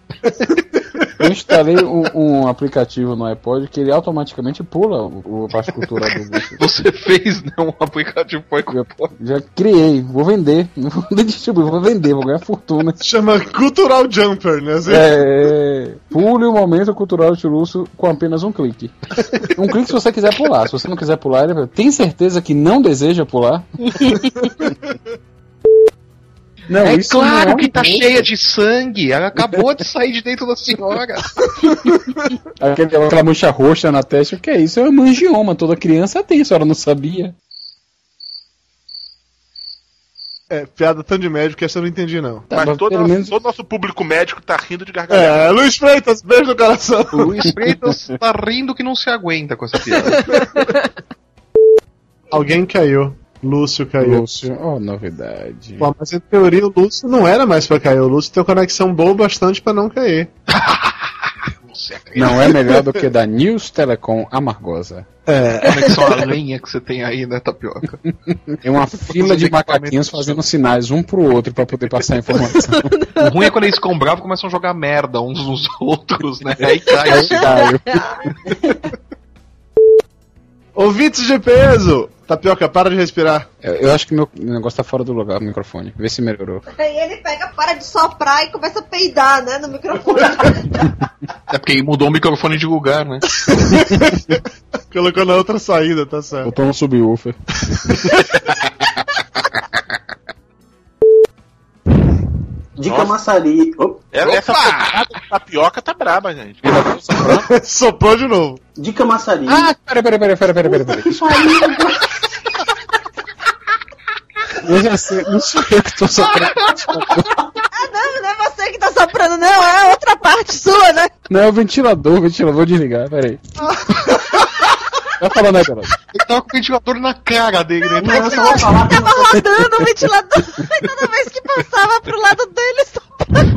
[SPEAKER 13] Eu instalei um, um aplicativo no iPod que ele automaticamente pula o, o- a parte cultural do bicho.
[SPEAKER 16] Você fez, né, um aplicativo foi
[SPEAKER 13] Já criei, vou vender. Não vou nem distribuir, vou vender, vou ganhar fortuna.
[SPEAKER 5] Chama Cultural Jumper, né?
[SPEAKER 13] É, pule o momento cultural de Lúcio com apenas um clique. Um clique se você quiser pular. Se você não quiser pular, ele... tem certeza que não deseja pular? Não,
[SPEAKER 16] é
[SPEAKER 13] isso
[SPEAKER 16] claro
[SPEAKER 13] não é um
[SPEAKER 16] que tá
[SPEAKER 13] pouco.
[SPEAKER 16] cheia de sangue. Ela acabou de sair de dentro da senhora.
[SPEAKER 13] Aquele- aquela mancha roxa na testa, o que é isso? É um mangioma, toda criança tem, a senhora não sabia.
[SPEAKER 5] É, piada tão de médico que essa eu não entendi, não.
[SPEAKER 9] mas todo,
[SPEAKER 13] Tá, pelo
[SPEAKER 9] nosso,
[SPEAKER 13] menos-
[SPEAKER 9] todo nosso público médico tá rindo de gargalhada.
[SPEAKER 5] É, Luiz Freitas, beijo no coração.
[SPEAKER 16] Luiz Freitas tá rindo que não se aguenta com essa piada.
[SPEAKER 5] Alguém caiu. Lúcio caiu.
[SPEAKER 13] Lúcio, oh, novidade.
[SPEAKER 5] Pô, mas em teoria o Lúcio não era mais pra cair. O Lúcio tem uma conexão boa bastante pra não cair.
[SPEAKER 13] Não é melhor do que da News Telecom Amargosa.
[SPEAKER 5] É.
[SPEAKER 16] Conexão a lenha que você tem aí, né, Tapioca?
[SPEAKER 13] É uma fila de macaquinhos fazendo sinais um pro outro pra poder passar a informação.
[SPEAKER 16] O ruim é quando eles ficam bravos e começam a jogar merda uns nos outros, né? Aí cai.
[SPEAKER 13] Aí cai.
[SPEAKER 5] Ouvintes de peso! Tapioca, para de respirar.
[SPEAKER 13] Eu, eu acho que meu negócio tá fora do lugar, o microfone. Vê se melhorou.
[SPEAKER 17] Aí ele pega, para de soprar e começa a peidar, né, no microfone.
[SPEAKER 16] É porque mudou o microfone de lugar, né?
[SPEAKER 5] Colocou na outra saída, tá certo.
[SPEAKER 13] Botou um subwoofer.
[SPEAKER 9] De
[SPEAKER 31] camaçari.
[SPEAKER 9] É, Essa socada de tapioca tá braba, gente.
[SPEAKER 5] Soprou de novo.
[SPEAKER 31] De camaçari.
[SPEAKER 13] Ah, peraí, peraí, peraí, peraí, peraí, peraí. Eu já sei, não sou eu que tô soprando.
[SPEAKER 17] Ah, não, não é você que tá soprando, não, é outra parte sua, né?
[SPEAKER 13] Não, é o ventilador, o ventilador, vou desligar, peraí. Vai falando aí, cara.
[SPEAKER 16] Ele tava com o ventilador na cara dele, né?
[SPEAKER 17] Mas eu acho que tava rodando o ventilador e toda vez que passava pro lado dele, só...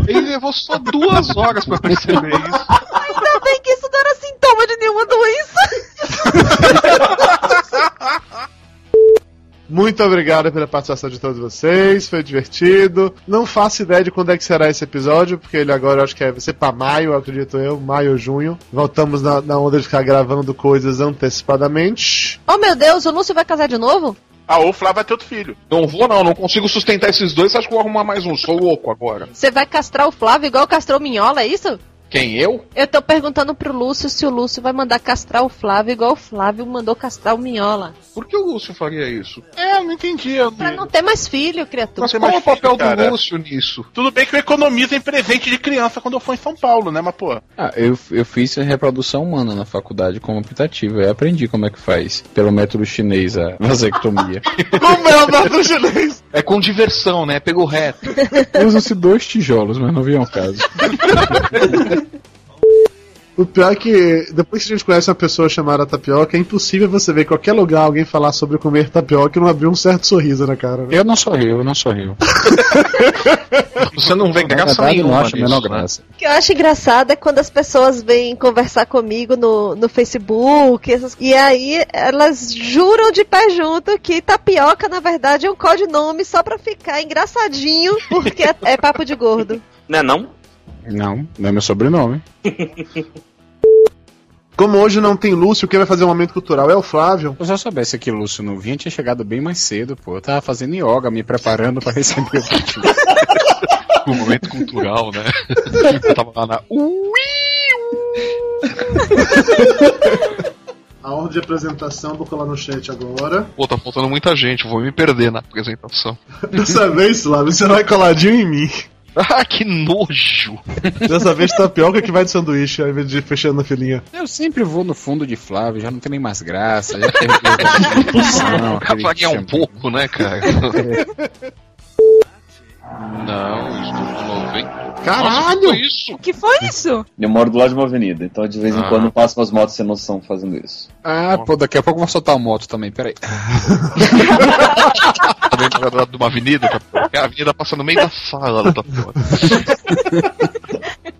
[SPEAKER 16] Ele levou só duas horas pra perceber isso.
[SPEAKER 17] ainda bem que isso não era sintoma de nenhuma doença.
[SPEAKER 5] Muito obrigado pela participação de todos vocês, foi divertido. Não faço ideia de quando é que será esse episódio, porque ele agora eu acho que é, vai ser pra maio, eu acredito eu, maio ou junho. Voltamos na, na onda de ficar gravando coisas antecipadamente.
[SPEAKER 17] oh meu Deus, o Lúcio vai casar de novo?
[SPEAKER 9] Ah, ou o Flávio vai ter outro filho.
[SPEAKER 16] Não vou, não, não consigo sustentar esses dois. Acho que eu vou arrumar mais um. Sou louco agora.
[SPEAKER 17] Você vai castrar o Flávio igual castrou Minhola, é isso?
[SPEAKER 47] Quem eu?
[SPEAKER 17] Eu tô perguntando pro Lúcio se o Lúcio vai mandar castrar o Flávio igual o Flávio mandou castrar o Minhola.
[SPEAKER 11] Por que o Lúcio faria isso?
[SPEAKER 17] É, eu não entendi. Pra não ter mais filho, criatura.
[SPEAKER 11] Mas qual é o papel do Lúcio nisso?
[SPEAKER 9] Tudo bem que eu economizo em presente de criança quando eu for em São Paulo, né? Mas, pô.
[SPEAKER 13] Ah, eu, eu fiz reprodução humana na faculdade como optativa. Eu aprendi como é que faz, pelo método chinês, a vasectomia.
[SPEAKER 11] Como é o nome chinês? É com diversão, né? Pegou reto.
[SPEAKER 13] Usam-se dois tijolos, mas não vi um caso.
[SPEAKER 5] O pior é que, depois que a gente conhece uma pessoa chamada tapioca, é impossível você ver em qualquer lugar alguém falar sobre comer tapioca e não abrir um certo sorriso na cara. Né?
[SPEAKER 13] Eu não sorrio, eu não sorrio.
[SPEAKER 11] Você não vê
[SPEAKER 13] Na
[SPEAKER 11] graça
[SPEAKER 13] verdade, eu
[SPEAKER 11] nenhuma.
[SPEAKER 13] não acho a
[SPEAKER 11] nisso,
[SPEAKER 13] menor
[SPEAKER 11] né?
[SPEAKER 13] graça.
[SPEAKER 17] O que eu acho engraçado é quando as pessoas vêm conversar comigo no, no Facebook, essas- e aí elas juram de pé junto que tapioca, na verdade, é um codinome só pra ficar engraçadinho, porque é, é papo de gordo.
[SPEAKER 22] é
[SPEAKER 48] Né não?
[SPEAKER 13] Não, não é meu sobrenome.
[SPEAKER 5] Como hoje não tem Lúcio, quem vai fazer o momento cultural é o Flávio.
[SPEAKER 13] Eu já soubesse que o Lúcio não vinha, tinha chegado bem mais cedo, pô. Eu tava fazendo yoga, me preparando pra receber o
[SPEAKER 11] O
[SPEAKER 5] Um
[SPEAKER 11] momento cultural, né? Eu tava lá na.
[SPEAKER 5] A ordem de apresentação, vou colar no chat agora.
[SPEAKER 11] Pô, tá faltando muita gente, vou me perder na apresentação.
[SPEAKER 5] Dessa vez, Flávio, você vai coladinho em mim.
[SPEAKER 11] Ah, que nojo!
[SPEAKER 5] Dessa vez tapioca que vai de sanduíche, ao invés de fechando a filinha.
[SPEAKER 13] Eu sempre vou no fundo de Flávio, já não tem nem mais graça, já perdi a discussão, aquele É.
[SPEAKER 11] Vaguear um
[SPEAKER 13] shampoo.
[SPEAKER 11] pouco, né, cara? Não, estou de novo, hein?
[SPEAKER 5] Caralho!
[SPEAKER 11] isso?
[SPEAKER 31] que foi isso?
[SPEAKER 30] Eu moro do lado de uma avenida, então de vez em
[SPEAKER 13] Ah.
[SPEAKER 30] quando passam umas motos sem noção fazendo isso.
[SPEAKER 13] Ah, pô, daqui a pouco eu vou soltar a moto também, peraí.
[SPEAKER 11] Tá dentro do lado de uma avenida, tá? Porque a avenida passa no meio da sala, ela tá fora.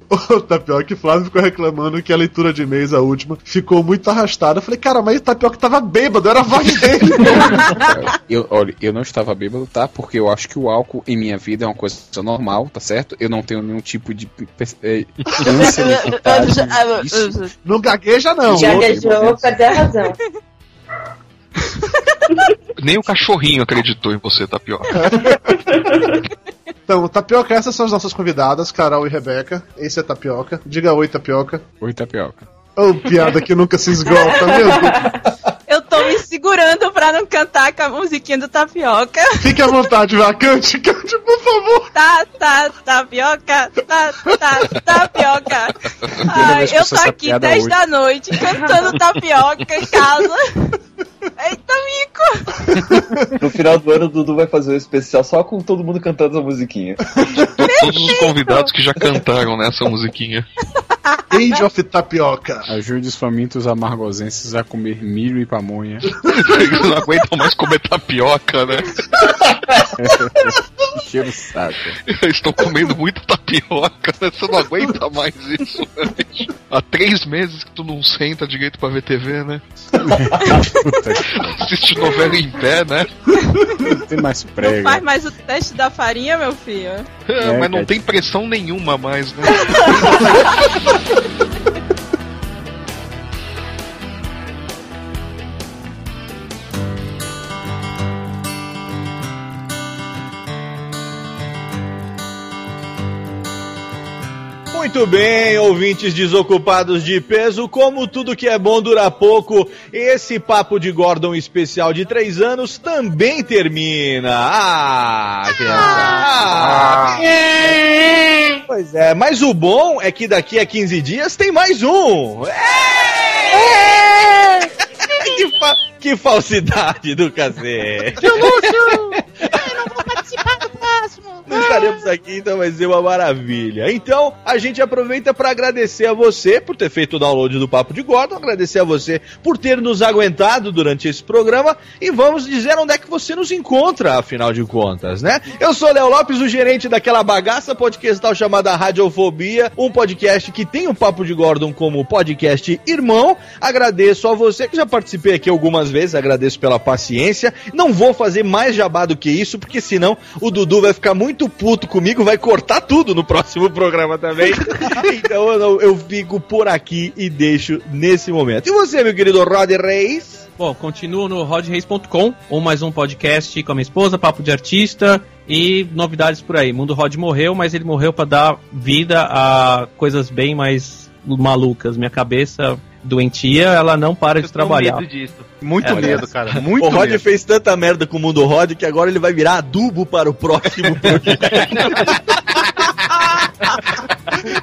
[SPEAKER 5] O Tapioca e Flávio ficou reclamando que a leitura de e-mails, a última, ficou muito arrastada. Eu falei, cara, mas o Tapioca tava bêbado, era a voz dele.
[SPEAKER 13] Eu, olha, eu não estava bêbado, tá? Porque eu acho que o álcool em minha vida é uma coisa normal, tá certo? Eu não tenho nenhum tipo de pe- pe- eh, ânsia nem vontade.
[SPEAKER 5] Não gagueja, não.
[SPEAKER 12] Já deixou perder a razão.
[SPEAKER 11] Nem o cachorrinho acreditou em você, Tapioca.
[SPEAKER 5] Então, Tapioca, essas são as nossas convidadas, Carol e Rebeca. Esse é Tapioca. Diga oi, Tapioca.
[SPEAKER 13] Oi, Tapioca.
[SPEAKER 5] Ô, piada que nunca se esgota, meu Deus.
[SPEAKER 12] Eu tô me segurando pra não cantar com a musiquinha do tapioca.
[SPEAKER 5] Fique à vontade, vacante, cante, por favor.
[SPEAKER 12] Tá, tá, tapioca, tá, tá, tapioca.
[SPEAKER 13] Primeira
[SPEAKER 12] Ai,
[SPEAKER 13] vez que
[SPEAKER 12] eu
[SPEAKER 13] ouço
[SPEAKER 12] tô
[SPEAKER 13] essa
[SPEAKER 12] aqui
[SPEAKER 13] piada
[SPEAKER 12] 10
[SPEAKER 13] hoje.
[SPEAKER 12] da noite cantando tapioca em casa. Eita, mico!
[SPEAKER 30] No final do ano, o Dudu vai fazer um especial só com todo mundo cantando essa musiquinha.
[SPEAKER 11] Todos os convidados que já cantaram nessa musiquinha.
[SPEAKER 5] Age of Tapioca.
[SPEAKER 13] Ajude os famintos amargosenses a comer milho e pamonha.
[SPEAKER 11] Eles não aguentam mais comer tapioca, né?
[SPEAKER 13] Cheiro saco.
[SPEAKER 11] Eles estão comendo muita tapioca, né? Você não aguenta mais isso, né, bicho? Há três meses que tu não senta direito pra ver TV, né? Assiste novela em pé, né?
[SPEAKER 13] Não tem mais prego.
[SPEAKER 12] Faz mais o teste da farinha, meu filho.
[SPEAKER 11] É, mas não tem pressão nenhuma mais, né?
[SPEAKER 2] Muito bem, ouvintes desocupados de peso, como tudo que é bom dura pouco, esse papo de Gordon especial de três anos também termina. Ah, que ah, Pois é, mas o bom é que daqui a 15 dias tem mais um. É! que, fa- que falsidade do cacete. Não estaremos aqui, então vai ser uma maravilha. Então, a gente aproveita para agradecer a você por ter feito o download do Papo de Gordon, agradecer a você por ter nos aguentado durante esse programa e vamos dizer onde é que você nos encontra, afinal de contas, né? Eu sou Léo Lopes, o gerente daquela bagaça podcastal chamada Radiofobia, um podcast que tem o Papo de Gordon como podcast irmão. Agradeço a você que já participei aqui algumas vezes, agradeço pela paciência. Não vou fazer mais jabá do que isso, porque senão o Dudu vai ficar muito puto comigo, vai cortar tudo no próximo programa também. então eu, não- eu fico por aqui e deixo nesse momento. E um- você, meu querido Rod Reis?
[SPEAKER 3] um Bom, continuo no rodreis.com, ou mais um podcast com a minha esposa, Papo de Artista. E novidades por aí. Mundo Rod morreu, mas ele morreu pra dar vida a coisas bem mais malucas. Minha cabeça doentia, ela não para de trabalhar.
[SPEAKER 19] medo disso. Muito
[SPEAKER 3] É,
[SPEAKER 19] medo,
[SPEAKER 3] aliás.
[SPEAKER 19] cara. Muito
[SPEAKER 2] o Rod
[SPEAKER 19] medo.
[SPEAKER 2] fez tanta merda com o mundo Rod que agora ele vai virar adubo para o próximo projeto.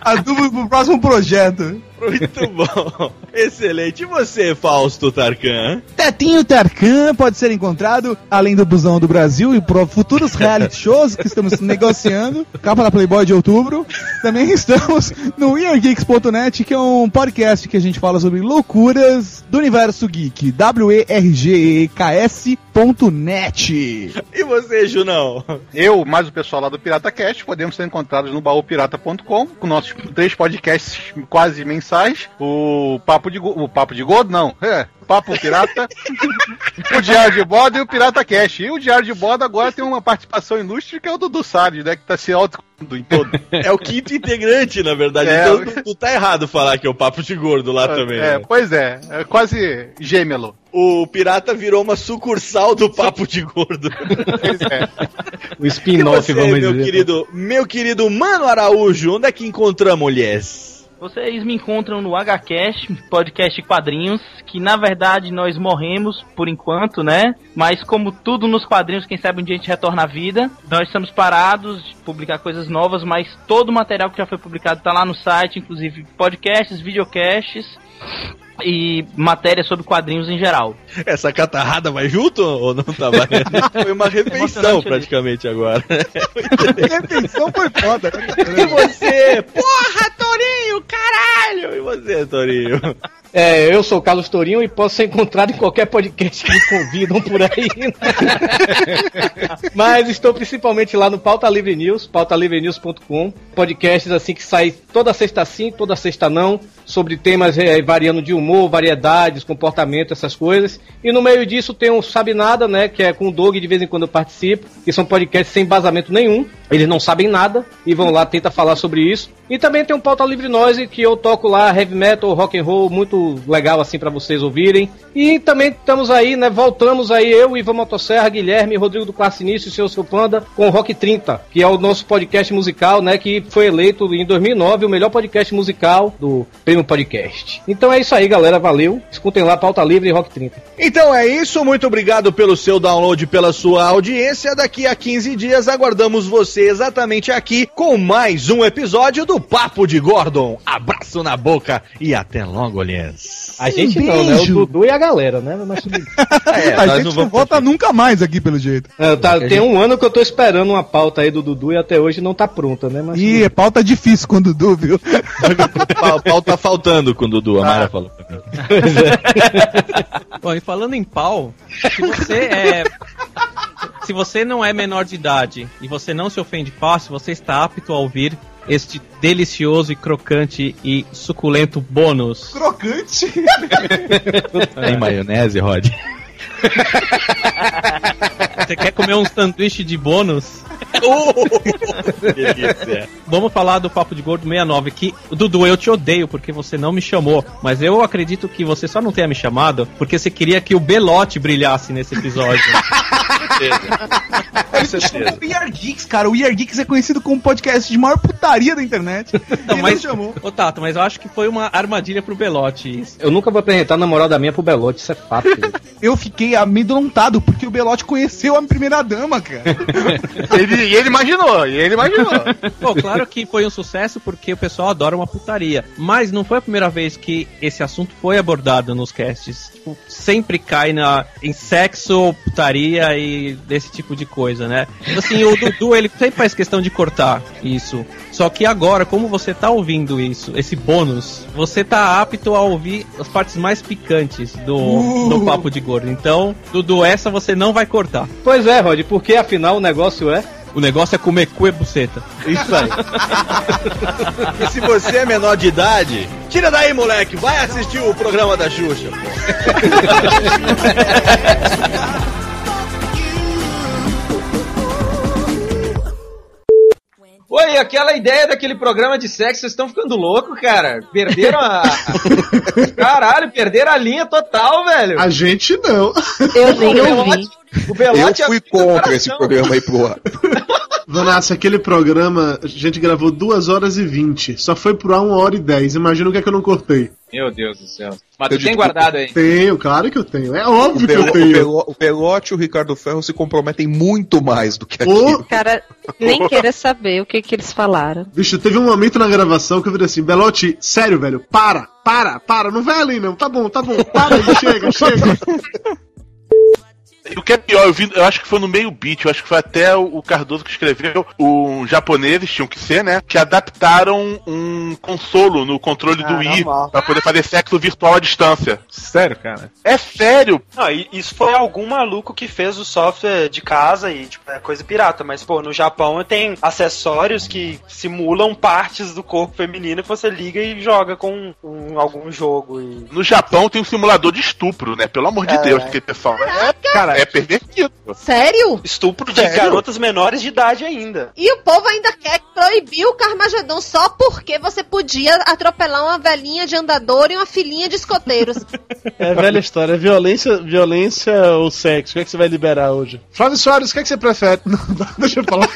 [SPEAKER 4] Adubo pro próximo projeto.
[SPEAKER 2] Muito bom. Excelente. E você, Fausto Tarkan?
[SPEAKER 4] Tetinho Tarkan pode ser encontrado, além do Busão do Brasil e pro futuros reality shows que estamos negociando, capa da Playboy de outubro. Também estamos no WeAreGeeks.net, que é um podcast que a gente fala sobre loucuras do universo geek. W-E-R-G-E-K-S.net.
[SPEAKER 2] E você, Junão?
[SPEAKER 19] Eu, mais o pessoal lá do Pirata Cast, podemos ser encontrados no baúpirata.com, com nossos três podcasts quase mensais, o Papo de, Go- o Papo de Gordo, não, é, Papo Pirata, o Diário de Bordo e o Pirata Cast. E o Diário de Bordo agora tem uma participação ilustre que é o Dudu Salles, né, que tá se auto... em todo.
[SPEAKER 2] É o quinto integrante, na verdade.
[SPEAKER 19] É.
[SPEAKER 2] Então tu, tu tá errado falar que é o papo de gordo lá também.
[SPEAKER 19] É,
[SPEAKER 2] né?
[SPEAKER 19] pois é, é quase gêmelo.
[SPEAKER 2] O pirata virou uma sucursal do papo de gordo.
[SPEAKER 19] é.
[SPEAKER 4] O
[SPEAKER 2] E você, meu querido, meu querido Mano Araújo, onde é que encontramos mulheres?
[SPEAKER 6] Vocês me encontram no HCast, podcast quadrinhos, que na verdade nós morremos por enquanto, né? Mas como tudo nos quadrinhos, quem sabe um dia a gente retorna à vida. Nós estamos parados de publicar coisas novas, mas todo o material que já foi publicado tá lá no site, inclusive podcasts, videocasts e matérias sobre quadrinhos em geral.
[SPEAKER 2] Essa catarrada vai junto ou não tá valendo? Foi uma refeição
[SPEAKER 6] Emocionante,
[SPEAKER 2] praticamente agora.
[SPEAKER 4] Defensão foi foda. né?
[SPEAKER 2] E você?
[SPEAKER 1] Porra, Torinho, caralho!
[SPEAKER 2] E você, Torinho?
[SPEAKER 7] É, eu sou o Carlos Tourinho e posso ser encontrado em qualquer podcast que me convidam por aí. né? Mas estou principalmente lá no Pauta Livre News, pautalivrenews.com. Podcasts assim que saem toda sexta sim, toda sexta não, sobre temas eh, variando de humor, variedades, comportamento, essas coisas. E no meio disso tem um Sabe Nada, né, que é com o Doug, de vez em quando eu participo, que são podcasts sem embasamento nenhum. Eles não sabem nada e vão lá tentar falar sobre isso. E também tem um Pauta Livre Noise, que eu toco lá heavy metal, rock and roll, muito legal assim pra vocês ouvirem. E também estamos aí, né, voltamos aí eu, Ivan Motosserra, Guilherme, Rodrigo do Classe Início, Senhor Seu Panda, com o Rock 30, que é o nosso podcast musical, né, que foi eleito em 2009 o melhor podcast musical do Prêmio Podcast. Então é isso aí, galera, valeu. Escutem lá Pauta Livre e Rock 30.
[SPEAKER 2] Então é isso, muito obrigado pelo seu download, pela sua audiência. Daqui a 15 dias aguardamos você exatamente aqui com mais um episódio do Papo de Gordon. Abraço na boca e até logo, aliás.
[SPEAKER 7] A gente não, né, o Dudu e a galera, né, mas tudo bem.
[SPEAKER 4] a gente É, não volta nunca mais aqui, pelo jeito.
[SPEAKER 7] É, tá, tem um ano que eu tô esperando uma pauta aí do Dudu e até hoje não tá pronta, né? Mas
[SPEAKER 4] Ih, é pauta difícil com o Dudu, viu?
[SPEAKER 2] Pau, pau tá faltando com o Dudu, a Mara falou.
[SPEAKER 3] Bom, e falando em pau, se você é. Se você não é menor de idade e você não se ofende fácil, você está apto a ouvir este delicioso e crocante e suculento bônus.
[SPEAKER 4] Crocante?
[SPEAKER 3] É.
[SPEAKER 2] Tem maionese, Rod?
[SPEAKER 3] Você quer comer um sanduíche de bônus?
[SPEAKER 19] Oh!
[SPEAKER 1] Delícia.
[SPEAKER 3] Vamos falar do Papo de Gordo 69, que, Dudu, eu te odeio porque você não me chamou, mas eu acredito que você só não tenha me chamado porque você queria que o Belote brilhasse nesse episódio.
[SPEAKER 4] Ele chamou É, o We Are Geeks, cara. O We Are Geeks é conhecido como podcast de maior putaria da internet.
[SPEAKER 3] Não, mas, chamou. Ô, Tato, mas eu acho que foi uma armadilha pro Belote isso.
[SPEAKER 7] Eu nunca vou apresentar a namorada minha pro Belote, isso é fato.
[SPEAKER 4] Eu fiquei amedrontado porque o Belote conheceu a primeira dama, cara.
[SPEAKER 19] ele, e ele imaginou, e ele imaginou.
[SPEAKER 3] Pô, claro que foi um sucesso porque o pessoal adora uma putaria. Mas não foi a primeira vez que esse assunto foi abordado nos casts. Tipo, sempre cai na, em sexo, putaria e desse tipo de coisa, né? Assim, o Dudu, ele sempre faz questão de cortar isso. Só que agora, como você tá ouvindo isso, esse bônus, você tá apto a ouvir as partes mais picantes do,
[SPEAKER 7] Uh!
[SPEAKER 3] do Papo de Gordo. Então, Dudu, essa você não vai cortar.
[SPEAKER 7] Pois é, Rod, porque afinal o negócio é.
[SPEAKER 3] O negócio é comer cu e buceta.
[SPEAKER 7] Isso aí.
[SPEAKER 2] E se você é menor de idade, tira daí, moleque, vai assistir o programa da Xuxa.
[SPEAKER 11] Oi, aquela ideia daquele programa de sexo, vocês estão ficando louco, cara. Perderam a. Caralho, perderam a linha total, velho.
[SPEAKER 5] A gente não.
[SPEAKER 7] Eu
[SPEAKER 11] nem ouvi.
[SPEAKER 3] O
[SPEAKER 49] Eu
[SPEAKER 3] Belote é
[SPEAKER 49] fui contra esse programa aí, porra.
[SPEAKER 5] Donácio, aquele programa, a gente gravou 2 horas e 20. Só foi pro ar 1 hora e 10. Imagina o que é que eu não cortei.
[SPEAKER 3] Meu Deus do céu. Mas tu tem guardado aí.
[SPEAKER 5] Tenho, claro que eu tenho. É óbvio
[SPEAKER 49] O
[SPEAKER 5] que eu
[SPEAKER 49] Pelo- o
[SPEAKER 5] tenho.
[SPEAKER 49] Pelo- o Pelote e o Ricardo Ferro se comprometem muito mais do que aquilo.
[SPEAKER 5] Ô,
[SPEAKER 17] Cara, nem queira saber o que, que eles falaram.
[SPEAKER 5] bicho, teve um momento na gravação que eu virei assim, Belote, sério, velho, para, para, para, não vai ali não. Tá bom, tá bom, para, aí, chega, chega.
[SPEAKER 9] E o que é pior, eu, vi- eu acho que foi no meio beat, eu acho que foi até o o Cardoso que escreveu, os japoneses tinham que ser, né? Que adaptaram um consolo no controle do Wii pra poder fazer sexo virtual à distância.
[SPEAKER 49] Sério, cara?
[SPEAKER 9] É sério.
[SPEAKER 29] Não, e isso foi algum maluco que fez o software de casa e, tipo, é coisa pirata. Mas, pô, no Japão tem acessórios que simulam partes do corpo feminino e você liga e joga com um- algum jogo. E...
[SPEAKER 9] No Japão tem um simulador de estupro, né? Pelo amor de
[SPEAKER 29] É.
[SPEAKER 9] Deus, que pessoal. É,
[SPEAKER 29] Cara,
[SPEAKER 9] é pervertido.
[SPEAKER 17] Sério?
[SPEAKER 29] Estupro de
[SPEAKER 9] Sério?
[SPEAKER 29] garotas menores de idade ainda.
[SPEAKER 17] E o povo ainda quer proibir o Carmageddon só porque você podia atropelar uma velhinha de andador e uma filhinha de escoteiros.
[SPEAKER 50] É a velha história. Violência, violência ou sexo? O que, é que você vai liberar hoje?
[SPEAKER 5] Flávio Soares, o que, é que você prefere? Não, deixa eu falar.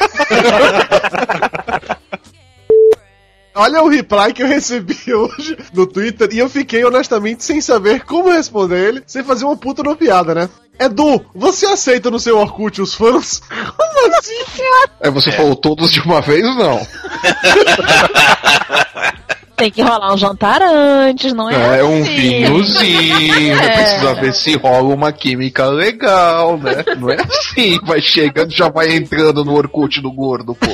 [SPEAKER 5] Olha o reply que eu recebi hoje no Twitter e eu fiquei honestamente sem saber como responder ele, sem fazer uma puta no piada, né? Edu, você aceita no seu Orkut os fãs? Como assim?
[SPEAKER 11] Aí você falou todos de uma vez ou não?
[SPEAKER 12] Tem que rolar um jantar antes, não é?
[SPEAKER 11] É um
[SPEAKER 12] assim.
[SPEAKER 11] vinhozinho,
[SPEAKER 12] É.
[SPEAKER 11] precisa ver se rola uma química legal, né? Não é assim, vai chegando, já vai entrando no Orkut do gordo, pô.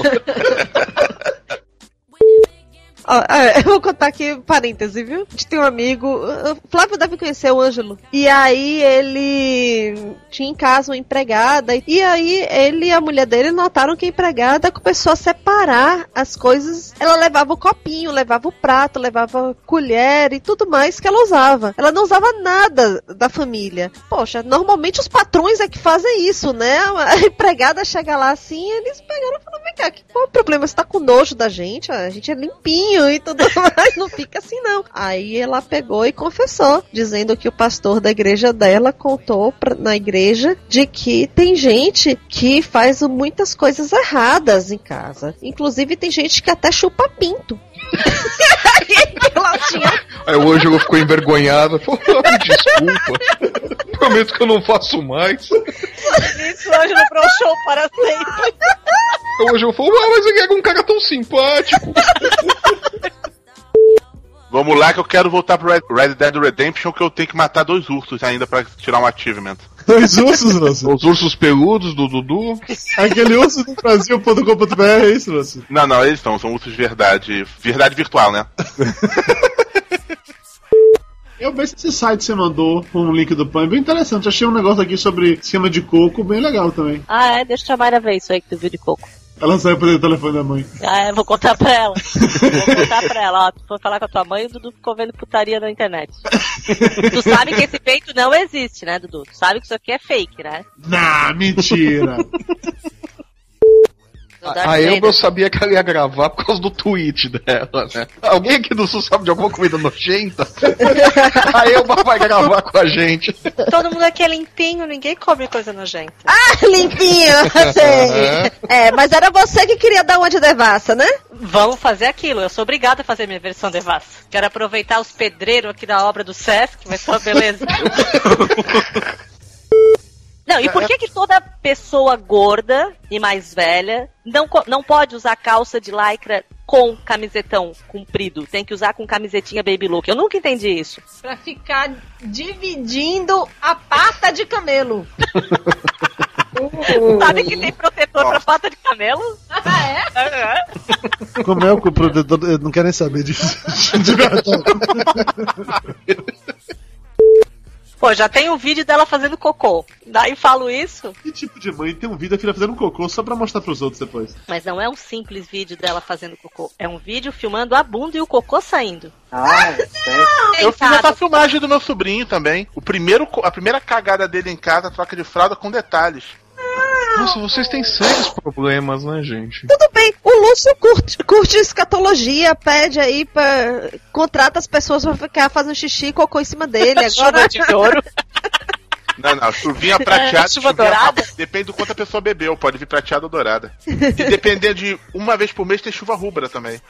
[SPEAKER 17] Ó, é, eu vou contar aqui, parêntese, viu? A gente tem um amigo, uh, Flávio deve conhecer o Ângelo. E aí ele tinha em casa uma empregada. E aí ele e a mulher dele notaram que a empregada começou a separar as coisas. Ela levava o copinho, levava o prato, levava a colher e tudo mais que ela usava. Ela não usava nada da família. Poxa, normalmente os patrões é que fazem isso, né? A empregada chega lá assim, eles pegaram e falaram: vem cá, que- qual o problema? Você tá com nojo da gente? A gente é limpinho e tudo mais, não fica assim não. Aí ela pegou e confessou, dizendo que o pastor da igreja dela contou pra, na igreja de que tem gente que faz muitas coisas erradas em casa. Inclusive tem gente que até chupa pinto.
[SPEAKER 11] Aí o Ângelo ficou envergonhado, falou, "Ah, desculpa, prometo que eu não faço mais.
[SPEAKER 12] Isso, Ângelo Brochou um para sempre.
[SPEAKER 11] Aí o Ângelo falou, ah, mas ele é um cara tão simpático.
[SPEAKER 9] Vamos lá que eu quero voltar pro Red, Red Dead Redemption que eu tenho que matar dois ursos ainda pra tirar um achievement.
[SPEAKER 5] Dois ursos, Lúcio.
[SPEAKER 11] Os ursos peludos do Dudu.
[SPEAKER 5] Aquele urso do Brasil.com.br é isso, Lúcio?
[SPEAKER 9] Não, não, eles são, são ursos de verdade. Verdade virtual, né?
[SPEAKER 5] Eu vi esse site que você mandou com o link do pão, é bem interessante. Achei um negócio aqui sobre esquema de coco bem legal também.
[SPEAKER 12] Ah, é, deixa a Mayra ver isso aí que tu viu de coco.
[SPEAKER 5] Ela saiu pra dentro do telefone da mãe.
[SPEAKER 12] Ah, eu vou contar pra ela. Vou contar pra ela, ó. Tu foi falar com a tua mãe e o Dudu ficou vendo putaria na internet. tu sabe que esse peito não existe, né, Dudu? Tu sabe que isso aqui é fake, né?
[SPEAKER 5] Ah, mentira!
[SPEAKER 12] Não dá
[SPEAKER 11] A
[SPEAKER 12] pra
[SPEAKER 11] Elba eu sabia que ela ia gravar por causa do tweet dela, né? Alguém aqui do Sul sabe de alguma comida nojenta? a Elba vai gravar com a gente.
[SPEAKER 51] Todo mundo aqui é limpinho, ninguém come coisa nojenta.
[SPEAKER 17] Ah, limpinho, sei. É, mas era você que queria dar uma de devassa, né?
[SPEAKER 12] Vamos fazer aquilo. Eu sou obrigada a fazer minha versão devassa. Quero aproveitar os pedreiros aqui da obra do Sesc, vai ser uma beleza. Não, e por que, que toda pessoa gorda e mais velha não, co- não pode usar calça de lycra com camisetão comprido? Tem que usar com camisetinha baby look. Eu nunca entendi isso.
[SPEAKER 17] Pra ficar dividindo a pata de camelo. Uh. Uhum.
[SPEAKER 12] Sabe que tem protetor pra pata de camelo? Ah, é?
[SPEAKER 50] Como é que o produtor. Eu não quero nem saber disso.
[SPEAKER 12] Pô, já tem o vídeo dela fazendo cocô. Daí falo isso,
[SPEAKER 5] que tipo de mãe tem um vídeo da filha fazendo cocô só pra mostrar pros outros depois?
[SPEAKER 12] mas não é um simples vídeo dela fazendo cocô. É um vídeo filmando a bunda e o cocô saindo.
[SPEAKER 9] Eu fiz
[SPEAKER 12] Coitado.
[SPEAKER 9] essa filmagem do meu sobrinho também. O primeiro, co- a primeira cagada dele em casa, troca de fralda com detalhes.
[SPEAKER 11] Nossa, vocês têm sérios problemas, né, gente?
[SPEAKER 17] Tudo bem, o Lúcio curte, curte escatologia, pede aí, pra, contrata as pessoas pra ficar fazendo xixi e cocô em cima dele.
[SPEAKER 12] Chuva
[SPEAKER 17] Agora...
[SPEAKER 12] de ouro.
[SPEAKER 9] Não, não. Chuvinha prateada, chuva dourada. Depende do quanto a pessoa bebeu, pode vir prateada ou dourada. E dependendo de uma vez por mês tem chuva rubra também.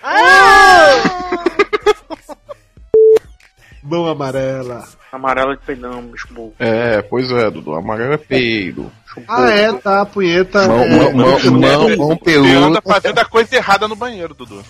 [SPEAKER 5] Mão amarela.
[SPEAKER 22] Amarela de peidão, bicho bom.
[SPEAKER 11] É, pois é, Dudu. Amarelo é peido.
[SPEAKER 5] Ah, é, tá, a punheta.
[SPEAKER 11] Mão-
[SPEAKER 5] é,
[SPEAKER 11] mão- mão-
[SPEAKER 5] é,
[SPEAKER 11] mão-
[SPEAKER 5] é,
[SPEAKER 11] mão
[SPEAKER 9] Ele
[SPEAKER 11] peluda.
[SPEAKER 9] anda fazendo a coisa errada no banheiro, Dudu.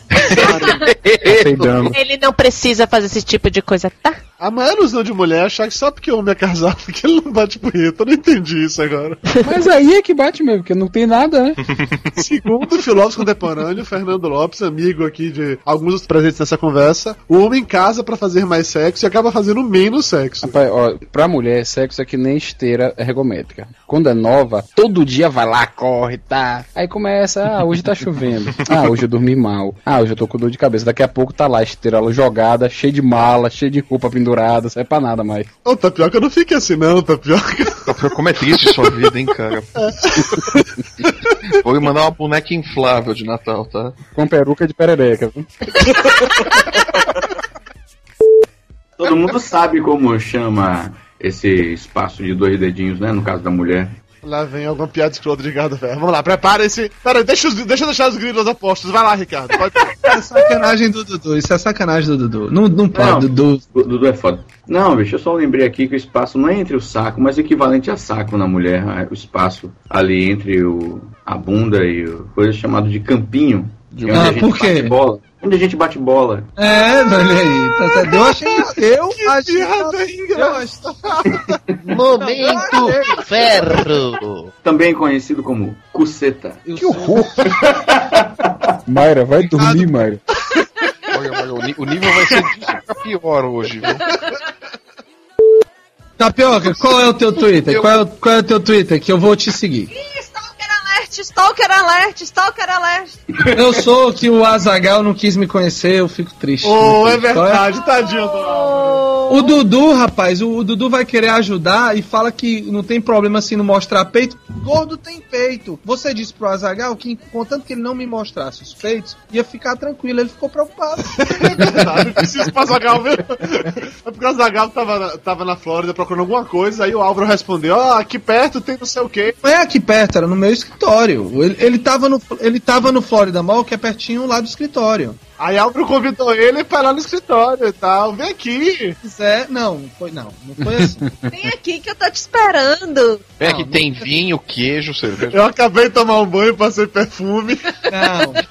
[SPEAKER 12] Ele não precisa fazer esse tipo de coisa, tá?
[SPEAKER 5] A maior ilusão de mulher é achar que só porque o homem é casado que ele não bate punheta. Eu não entendi isso agora.
[SPEAKER 13] Mas aí é que bate mesmo, porque não tem nada, né?
[SPEAKER 5] Segundo o filósofo contemporâneo Fernando Lopes, amigo aqui de alguns dos presentes nessa conversa, o homem casa pra fazer mais sexo e acaba fazendo menos sexo.
[SPEAKER 13] Rapaz, ó, pra mulher, sexo é que nem esteira ergométrica. Quando é nova, todo dia vai lá, corre, tá? Aí
[SPEAKER 11] é
[SPEAKER 13] começa, ah, hoje tá chovendo. Ah, hoje eu dormi mal. Ah, hoje eu tô com dor de cabeça. Daqui a pouco tá lá, a esteira jogada, cheia de mala, cheia de roupa pendurada, serve pra nada mais.
[SPEAKER 5] Ô, Tapioca, não fique assim não, Tapioca.
[SPEAKER 11] Como é triste sua vida, hein, cara? Vou lhe mandar uma boneca inflável de Natal, tá?
[SPEAKER 13] Com peruca de perereca. viu?
[SPEAKER 2] Todo mundo sabe como chama esse espaço de dois dedinhos, né? No caso da mulher.
[SPEAKER 5] Lá vem alguma piada escrota de Ricardo Ferro. Vamos lá, preparem-se. Pera, deixa, os- deixa eu deixar os grilos apostos. Vai lá, Ricardo. Pode...
[SPEAKER 2] Sacanagem do Dudu, isso é sacanagem do Dudu. Não, não pode, Dudu. Dudu é foda. Não, bicho, eu só lembrei aqui que o espaço não é entre o saco, mas equivalente a saco na mulher. é O espaço ali entre o, a bunda e o coisa chamado de campinho. que é onde
[SPEAKER 4] Ah,
[SPEAKER 2] a gente
[SPEAKER 4] por quê?
[SPEAKER 2] bate bola. Onde a gente bate bola.
[SPEAKER 4] É, velho, aí. Tá certo. Eu achei. Eu achei. Eu
[SPEAKER 2] Momento ferro. Também conhecido como cuceta.
[SPEAKER 13] Que horror! Mayra, vai dormir, Mayra.
[SPEAKER 11] Olha, olha, o, ni- o nível vai ser disso pra pior hoje, viu?
[SPEAKER 2] Tapioca, qual é o teu Twitter?
[SPEAKER 4] Qual é o, qual é o teu Twitter? Que eu vou te seguir.
[SPEAKER 17] Alert, stalker alert, stalker alert.
[SPEAKER 4] Eu sou o que o Azagal não quis me conhecer, eu fico triste.
[SPEAKER 5] Ô,
[SPEAKER 4] Não
[SPEAKER 5] é
[SPEAKER 4] sei qual
[SPEAKER 5] verdade, tadinho.
[SPEAKER 4] O Dudu, rapaz, o, o Dudu vai querer ajudar e fala que não tem problema se não mostrar peito. Gordo tem peito. Você disse pro Azagal que, contanto que ele não me mostrasse os peitos, ia ficar tranquilo. Ele ficou preocupado.
[SPEAKER 5] Não preciso pro Azagal mesmo. É porque o Azagal tava, na- tava na Flórida procurando alguma coisa, aí o Álvaro respondeu: Ah, aqui perto tem não sei o quê.
[SPEAKER 4] Não é aqui perto, era no meu escritório. Ele, ele, tava, no, ele tava no Florida Mall, que é pertinho lá do escritório.
[SPEAKER 5] Aí Álvaro convidou ele pra ir lá no escritório e tal. Vem aqui.
[SPEAKER 4] Zé, é, não, foi não. Não foi assim.
[SPEAKER 17] Vem aqui que eu tô te esperando.
[SPEAKER 11] É que tem vinho, queijo, cerveja.
[SPEAKER 5] Eu acabei de tomar um banho, passei perfume.
[SPEAKER 4] Não,
[SPEAKER 5] é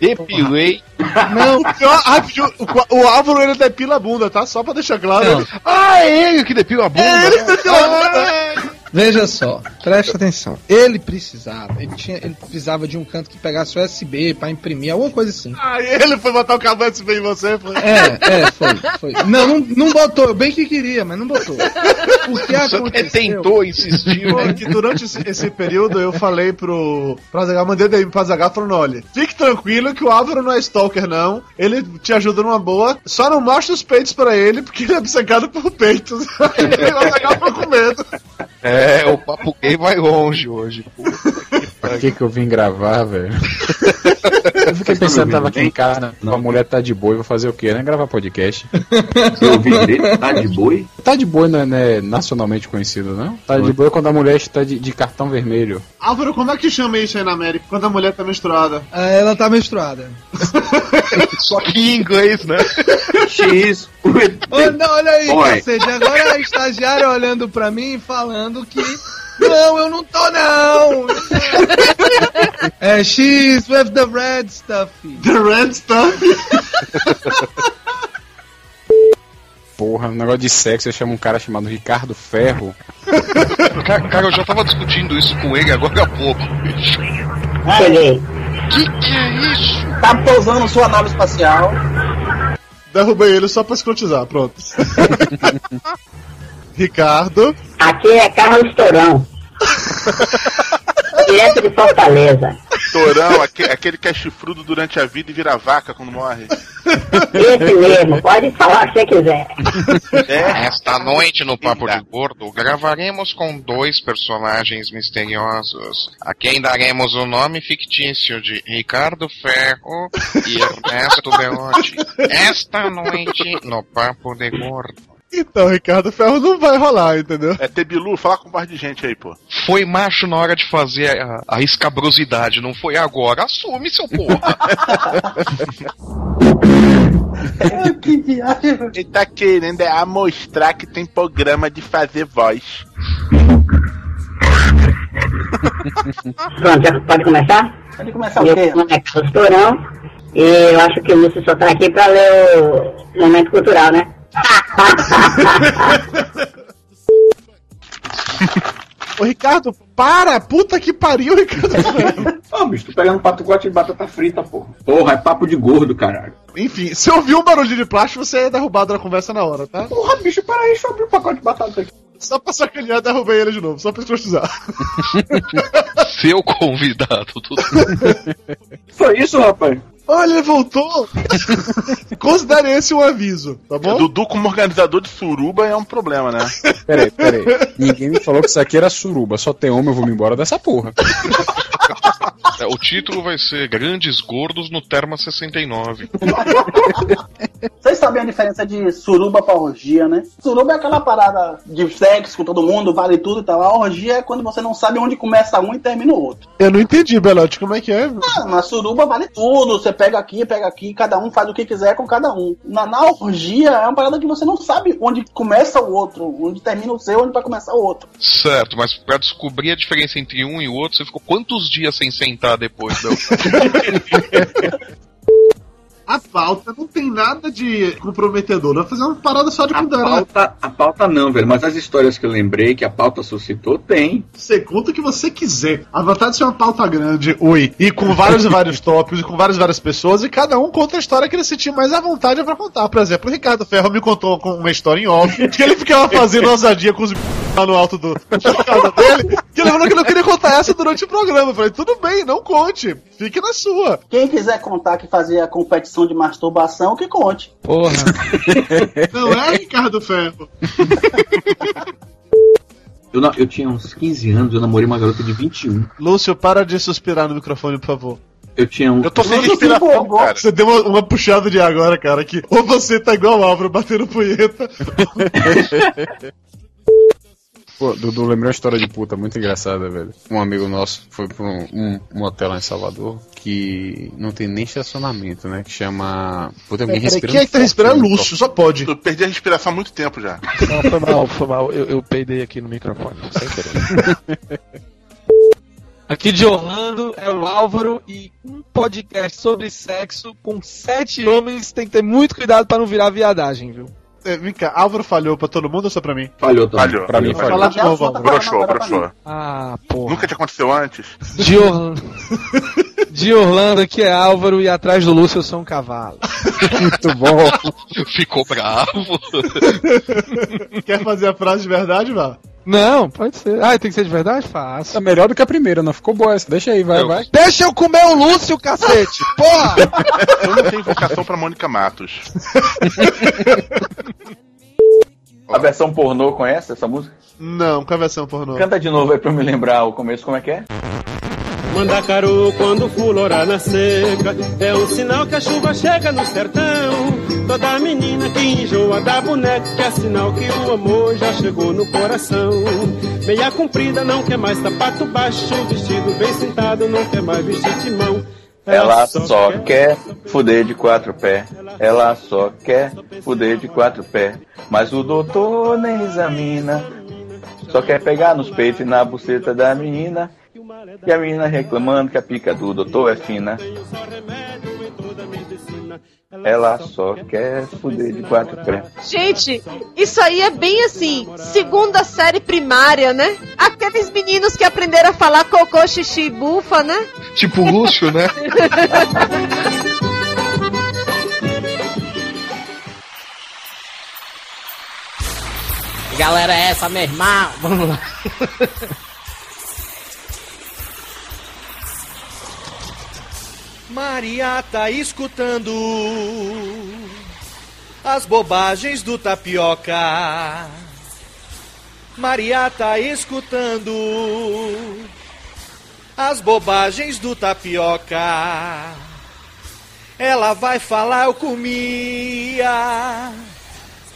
[SPEAKER 11] Depilei.
[SPEAKER 5] Não, o, pior- ah, pior- o- o Álvaro ele depila a bunda, tá? Só pra deixar claro.
[SPEAKER 4] Não.
[SPEAKER 5] Ele- ah, é ele que depila a bunda. É ele que depila a bunda.
[SPEAKER 4] Veja só, preste atenção. Ele precisava, ele, tinha, ele precisava de um canto que pegasse USB pra imprimir, alguma coisa assim.
[SPEAKER 5] Aí ele foi botar o cabo USB em você. Foi.
[SPEAKER 4] É, é, foi, foi. Não, não, não botou, eu bem que queria, mas não botou. O que aconteceu?
[SPEAKER 11] tentou, insistiu.
[SPEAKER 5] Foi É que durante esse, esse período eu falei pro, pro Azaghal, mandei DM pro Azaghal falando, olha, fique tranquilo que o Álvaro não é stalker não, ele te ajuda numa boa, só não mostra os peitos pra ele, porque ele é obcecado por peitos. Aí o Azaghal ficou com medo.
[SPEAKER 11] É, o papo gay vai longe hoje.
[SPEAKER 13] Pra que que eu vim gravar, velho? Eu fiquei pensando, tava aqui em casa, a mulher tá de boi, vou fazer o quê, né? Gravar podcast.
[SPEAKER 2] Eu ouvi direito, tá de boi?
[SPEAKER 13] Tá de boi não é, não é nacionalmente conhecido, não? Tá de
[SPEAKER 2] Oi.
[SPEAKER 13] boi é quando a mulher está de, de cartão vermelho.
[SPEAKER 5] Álvaro, como é que chama isso aí na América, quando a mulher tá menstruada?
[SPEAKER 4] Ah, Ela tá menstruada.
[SPEAKER 11] Só que em inglês, né?
[SPEAKER 2] X.
[SPEAKER 4] Olha, não, olha aí,
[SPEAKER 2] Oi.
[SPEAKER 4] cacete, agora a estagiária olhando pra mim e falando que. Não, eu não tô não! É, she's with the red stuff.
[SPEAKER 5] The red stuff?
[SPEAKER 13] Porra, um negócio de sexo, eu chamo um cara chamado Ricardo Ferro.
[SPEAKER 11] Ca- Cara, eu já tava discutindo isso com ele agora há pouco. bicho.
[SPEAKER 6] Peguei.
[SPEAKER 11] Que que é isso?
[SPEAKER 6] Tá pousando sua nave espacial.
[SPEAKER 5] Derrubei ele só pra escrotizar, pronto. Ricardo.
[SPEAKER 6] Aqui é Carlos Torão. Direto de Fortaleza.
[SPEAKER 9] Torão, aque- aquele que é chifrudo durante a vida e vira vaca quando morre.
[SPEAKER 6] Esse mesmo, pode falar o que você quiser.
[SPEAKER 11] Esta noite no Papo de Gordo gravaremos com dois personagens misteriosos, a quem daremos o nome fictício de Ricardo Ferro e Ernesto Belotti. Esta noite no Papo de Gordo.
[SPEAKER 5] Então, Ricardo Ferro não vai rolar, entendeu?
[SPEAKER 11] É Tebilu, fala com mais de gente aí, pô. Foi macho na hora de fazer a, a escabrosidade, não foi agora. Assume, seu porra.
[SPEAKER 9] que viagem. Ele tá querendo é amostrar que tem programa de fazer voz.
[SPEAKER 12] Pronto, já pode começar?
[SPEAKER 4] Pode começar o
[SPEAKER 12] Meu
[SPEAKER 4] quê?
[SPEAKER 12] nome é Carlos Torão e eu acho que o Lúcio só tá aqui pra ler o momento cultural, né?
[SPEAKER 5] Ô, Ricardo, para! Puta que pariu, Ricardo Ferro.
[SPEAKER 3] Ô, bicho, tô pegando patocote de batata frita, porra. Porra, é papo de gordo, caralho.
[SPEAKER 5] Enfim, se ouvir um barulho de plástico, você é derrubado da conversa na hora, tá?
[SPEAKER 4] Porra, bicho, para aí, deixa eu abrir o pacote de batata aqui.
[SPEAKER 5] Só pra sacanear, derrubei ele de novo, só pra escrotizar.
[SPEAKER 11] seu convidado, tudo.
[SPEAKER 5] Foi isso, rapaz? Olha, voltou! Considere esse um aviso, tá bom?
[SPEAKER 9] Dudu como organizador de suruba é um problema, né?
[SPEAKER 13] Peraí, peraí. Ninguém me falou que isso aqui era suruba. Só tem homem, eu vou me embora dessa porra.
[SPEAKER 11] É, o título vai ser Grandes Gordos no Terma 69.
[SPEAKER 4] Vocês sabem a diferença de suruba pra orgia, né? Suruba é aquela parada de sexo com todo mundo, vale tudo e tal. A orgia é quando você não sabe onde começa um e termina o outro.
[SPEAKER 5] Eu não entendi, Belote, como é que é?
[SPEAKER 4] Ah, na suruba vale tudo. Você pega aqui, pega aqui, cada um faz o que quiser com cada um. Na, na orgia é uma parada que você não sabe onde começa o outro, onde termina o seu, onde vai começar o outro.
[SPEAKER 11] Certo, mas pra descobrir a diferença entre um e o outro, você ficou quantos dias sem sentar depois? Não?
[SPEAKER 5] A pauta não tem nada de comprometedor, nós fazer uma parada só de né?
[SPEAKER 3] A
[SPEAKER 5] pudera.
[SPEAKER 3] pauta, a pauta não, velho, mas as histórias que eu lembrei que a pauta suscitou, tem.
[SPEAKER 5] Você conta o que você quiser. A vantagem de ser uma pauta grande, ui, e com vários e vários tópicos, e com várias e várias pessoas, e cada um conta a história que ele sentir mais à vontade pra contar. Por exemplo, o Ricardo Ferro me contou com uma história em off, que ele ficava fazendo ousadia com os b- lá no alto do da casa dele, que ele falou que não queria contar essa durante o programa. Eu falei, tudo bem, não conte, fique na sua.
[SPEAKER 4] Quem quiser contar que fazia competição de masturbação, que conte.
[SPEAKER 13] Porra.
[SPEAKER 5] Não é, Ricardo Ferro?
[SPEAKER 3] Eu, na- eu tinha uns 15 anos, eu namorei uma garota de 21.
[SPEAKER 5] Lúcio, para de suspirar no microfone, por favor.
[SPEAKER 3] Eu tinha um.
[SPEAKER 5] Lúcio, você empolgou. Você deu uma, uma puxada de ar agora, cara, que ou você tá igual o Álvaro batendo punheta.
[SPEAKER 3] um.
[SPEAKER 13] Pô, Dudu, lembrei uma história de puta muito engraçada, velho. Um amigo nosso foi pra um, um, um hotel lá em Salvador que não tem nem estacionamento, né? Que chama. Puta, alguém respirando.
[SPEAKER 52] é
[SPEAKER 13] forte, né?
[SPEAKER 5] só pode.
[SPEAKER 9] Eu perdi a respiração há muito tempo já.
[SPEAKER 52] Não, foi mal, foi mal. Eu, eu peidei aqui no microfone, sem querer. Aqui de Orlando é o Álvaro e um podcast sobre sexo com sete homens tem que ter muito cuidado pra não virar viadagem, viu?
[SPEAKER 5] É, Vem cá, Álvaro falhou pra todo mundo ou só pra mim?
[SPEAKER 3] Falhou, também.
[SPEAKER 9] Falhou.
[SPEAKER 5] Pra mim, falhou. Fala de novo, Álvaro.
[SPEAKER 9] Broxou, broxou.
[SPEAKER 52] Ah, porra.
[SPEAKER 9] Nunca te aconteceu antes?
[SPEAKER 52] De Orlando. De Orlando aqui é Álvaro e atrás do Lúcio eu sou um cavalo.
[SPEAKER 13] Muito bom.
[SPEAKER 11] Ficou bravo.
[SPEAKER 5] Quer fazer a frase de verdade, Vá?
[SPEAKER 52] Não, pode ser. Ah, tem que ser de verdade? Fácil.
[SPEAKER 13] Tá melhor do que a primeira, não ficou boa essa. Deixa aí, vai, vai.
[SPEAKER 52] Deixa eu comer o Lúcio, cacete! Porra!
[SPEAKER 9] Eu não tenho vocação pra Mônica Matos.
[SPEAKER 2] A versão pornô conhece essa música?
[SPEAKER 5] Não, com a versão pornô.
[SPEAKER 2] Canta de novo aí pra eu me lembrar o começo, como é que é?
[SPEAKER 22] Mandacaru, quando florar na seca, é um sinal que a chuva chega no sertão. Toda menina que enjoa da boneca é sinal que o amor já chegou no coração. Meia comprida não quer mais sapato baixo, vestido bem sentado não quer mais vestir de mão.
[SPEAKER 2] Ela só quer fuder de quatro pé. Ela só quer fuder de quatro pé. Mas o doutor nem examina. Só quer pegar nos peitos e na buceta da menina. E a menina reclamando que a pica do doutor é fina. Ela só quer fuder de quatro né? pé.
[SPEAKER 17] Gente, isso aí é bem assim, segunda série primária, né? Aqueles meninos que aprenderam a falar cocô, xixi e bufa, né?
[SPEAKER 11] Tipo Lúcio, né?
[SPEAKER 4] Galera, é essa mesma. Vamos lá.
[SPEAKER 1] Maria tá escutando as bobagens do tapioca. Maria tá escutando as bobagens do tapioca. Ela vai falar eu comia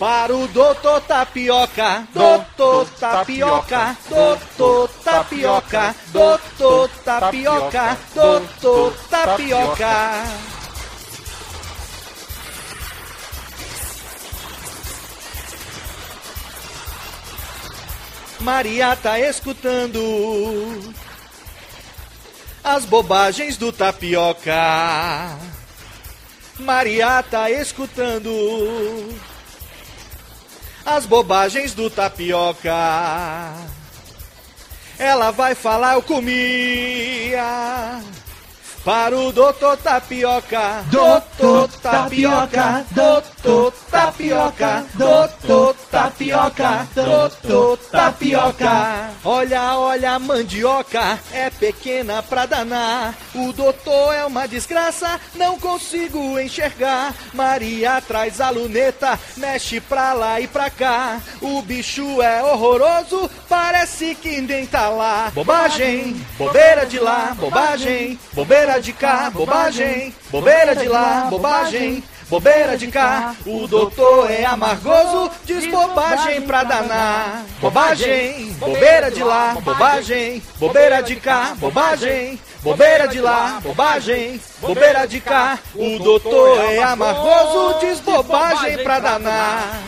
[SPEAKER 1] Para o doutor tapioca, doutor tapioca, doutor tapioca, doutor tapioca, doutor tapioca. Maria tá escutando as bobagens do tapioca. Maria tá escutando as bobagens do tapioca. Ela vai falar eu comia para o doutor tapioca, doutor tapioca, doutor tapioca, doutor tapioca, doutor tapioca. Olha, olha, a mandioca é pequena pra danar. O doutor é uma desgraça, não consigo enxergar. Maria traz a luneta, mexe pra lá e pra cá. O bicho é horroroso, parece que nem tá lá. Bobagem, bobeira de lá, bobagem, bobeira de cá, bobagem, bobeira de lá, bobagem bobeira de cá. O doutor é amargoso, diz bobagem pra danar. Bobagem, bobeira de lá, bobagem, bobeira de cá, bobagem. Bobeira de lá, bobagem, bobeira de cá. O doutor é amargoso, diz bobagem pra danar.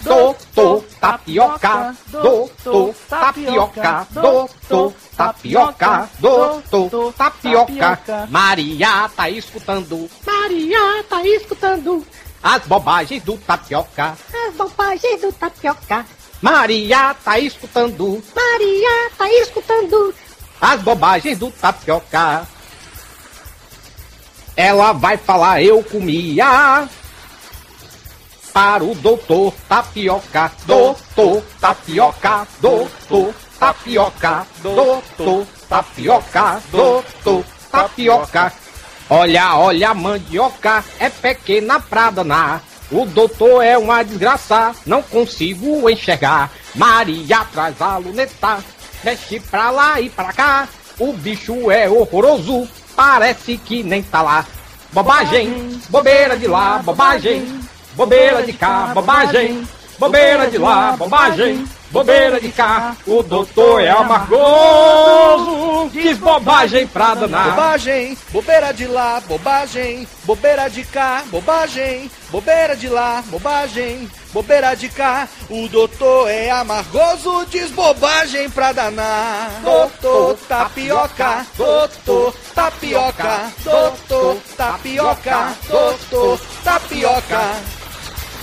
[SPEAKER 1] Doutor tapioca, doutor tapioca, doutor tapioca, doutor tapioca. Maria tá escutando, Maria tá escutando as bobagens do tapioca,
[SPEAKER 39] as bobagens É, do tapioca.
[SPEAKER 1] Maria tá escutando,
[SPEAKER 39] Maria tá escutando
[SPEAKER 1] as bobagens do tapioca. Ela vai falar eu comia para o doutor tapioca, doutor tapioca, doutor tapioca, doutor tapioca, doutor tapioca. Olha, olha, a mandioca é pequena pra danar. O doutor é uma desgraça, não consigo enxergar. Maria traz a luneta, mexe pra lá e pra cá. O bicho é horroroso, parece que nem tá lá. Bobagem, bobeira de lá, bobagem, bobeira de cá, bobagem, bobeira de lá, bobagem, bobeira de cá. O doutor é amargoso, diz bobagem pra danar. Bobagem, bobeira de lá, bobagem, bobeira de cá, bobagem, bobeira de lá, bobagem, bobeira de cá. O doutor é amargoso, diz bobagem pra danar. Doutor tapioca, doutor tapioca, doutor tapioca, doutor tapioca.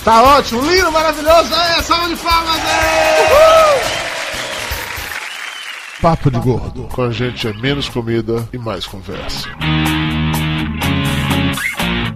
[SPEAKER 5] Tá ótimo, lindo, maravilhoso. É, salva de palmas. É! Papo de gordo. Com a gente é menos comida e mais conversa.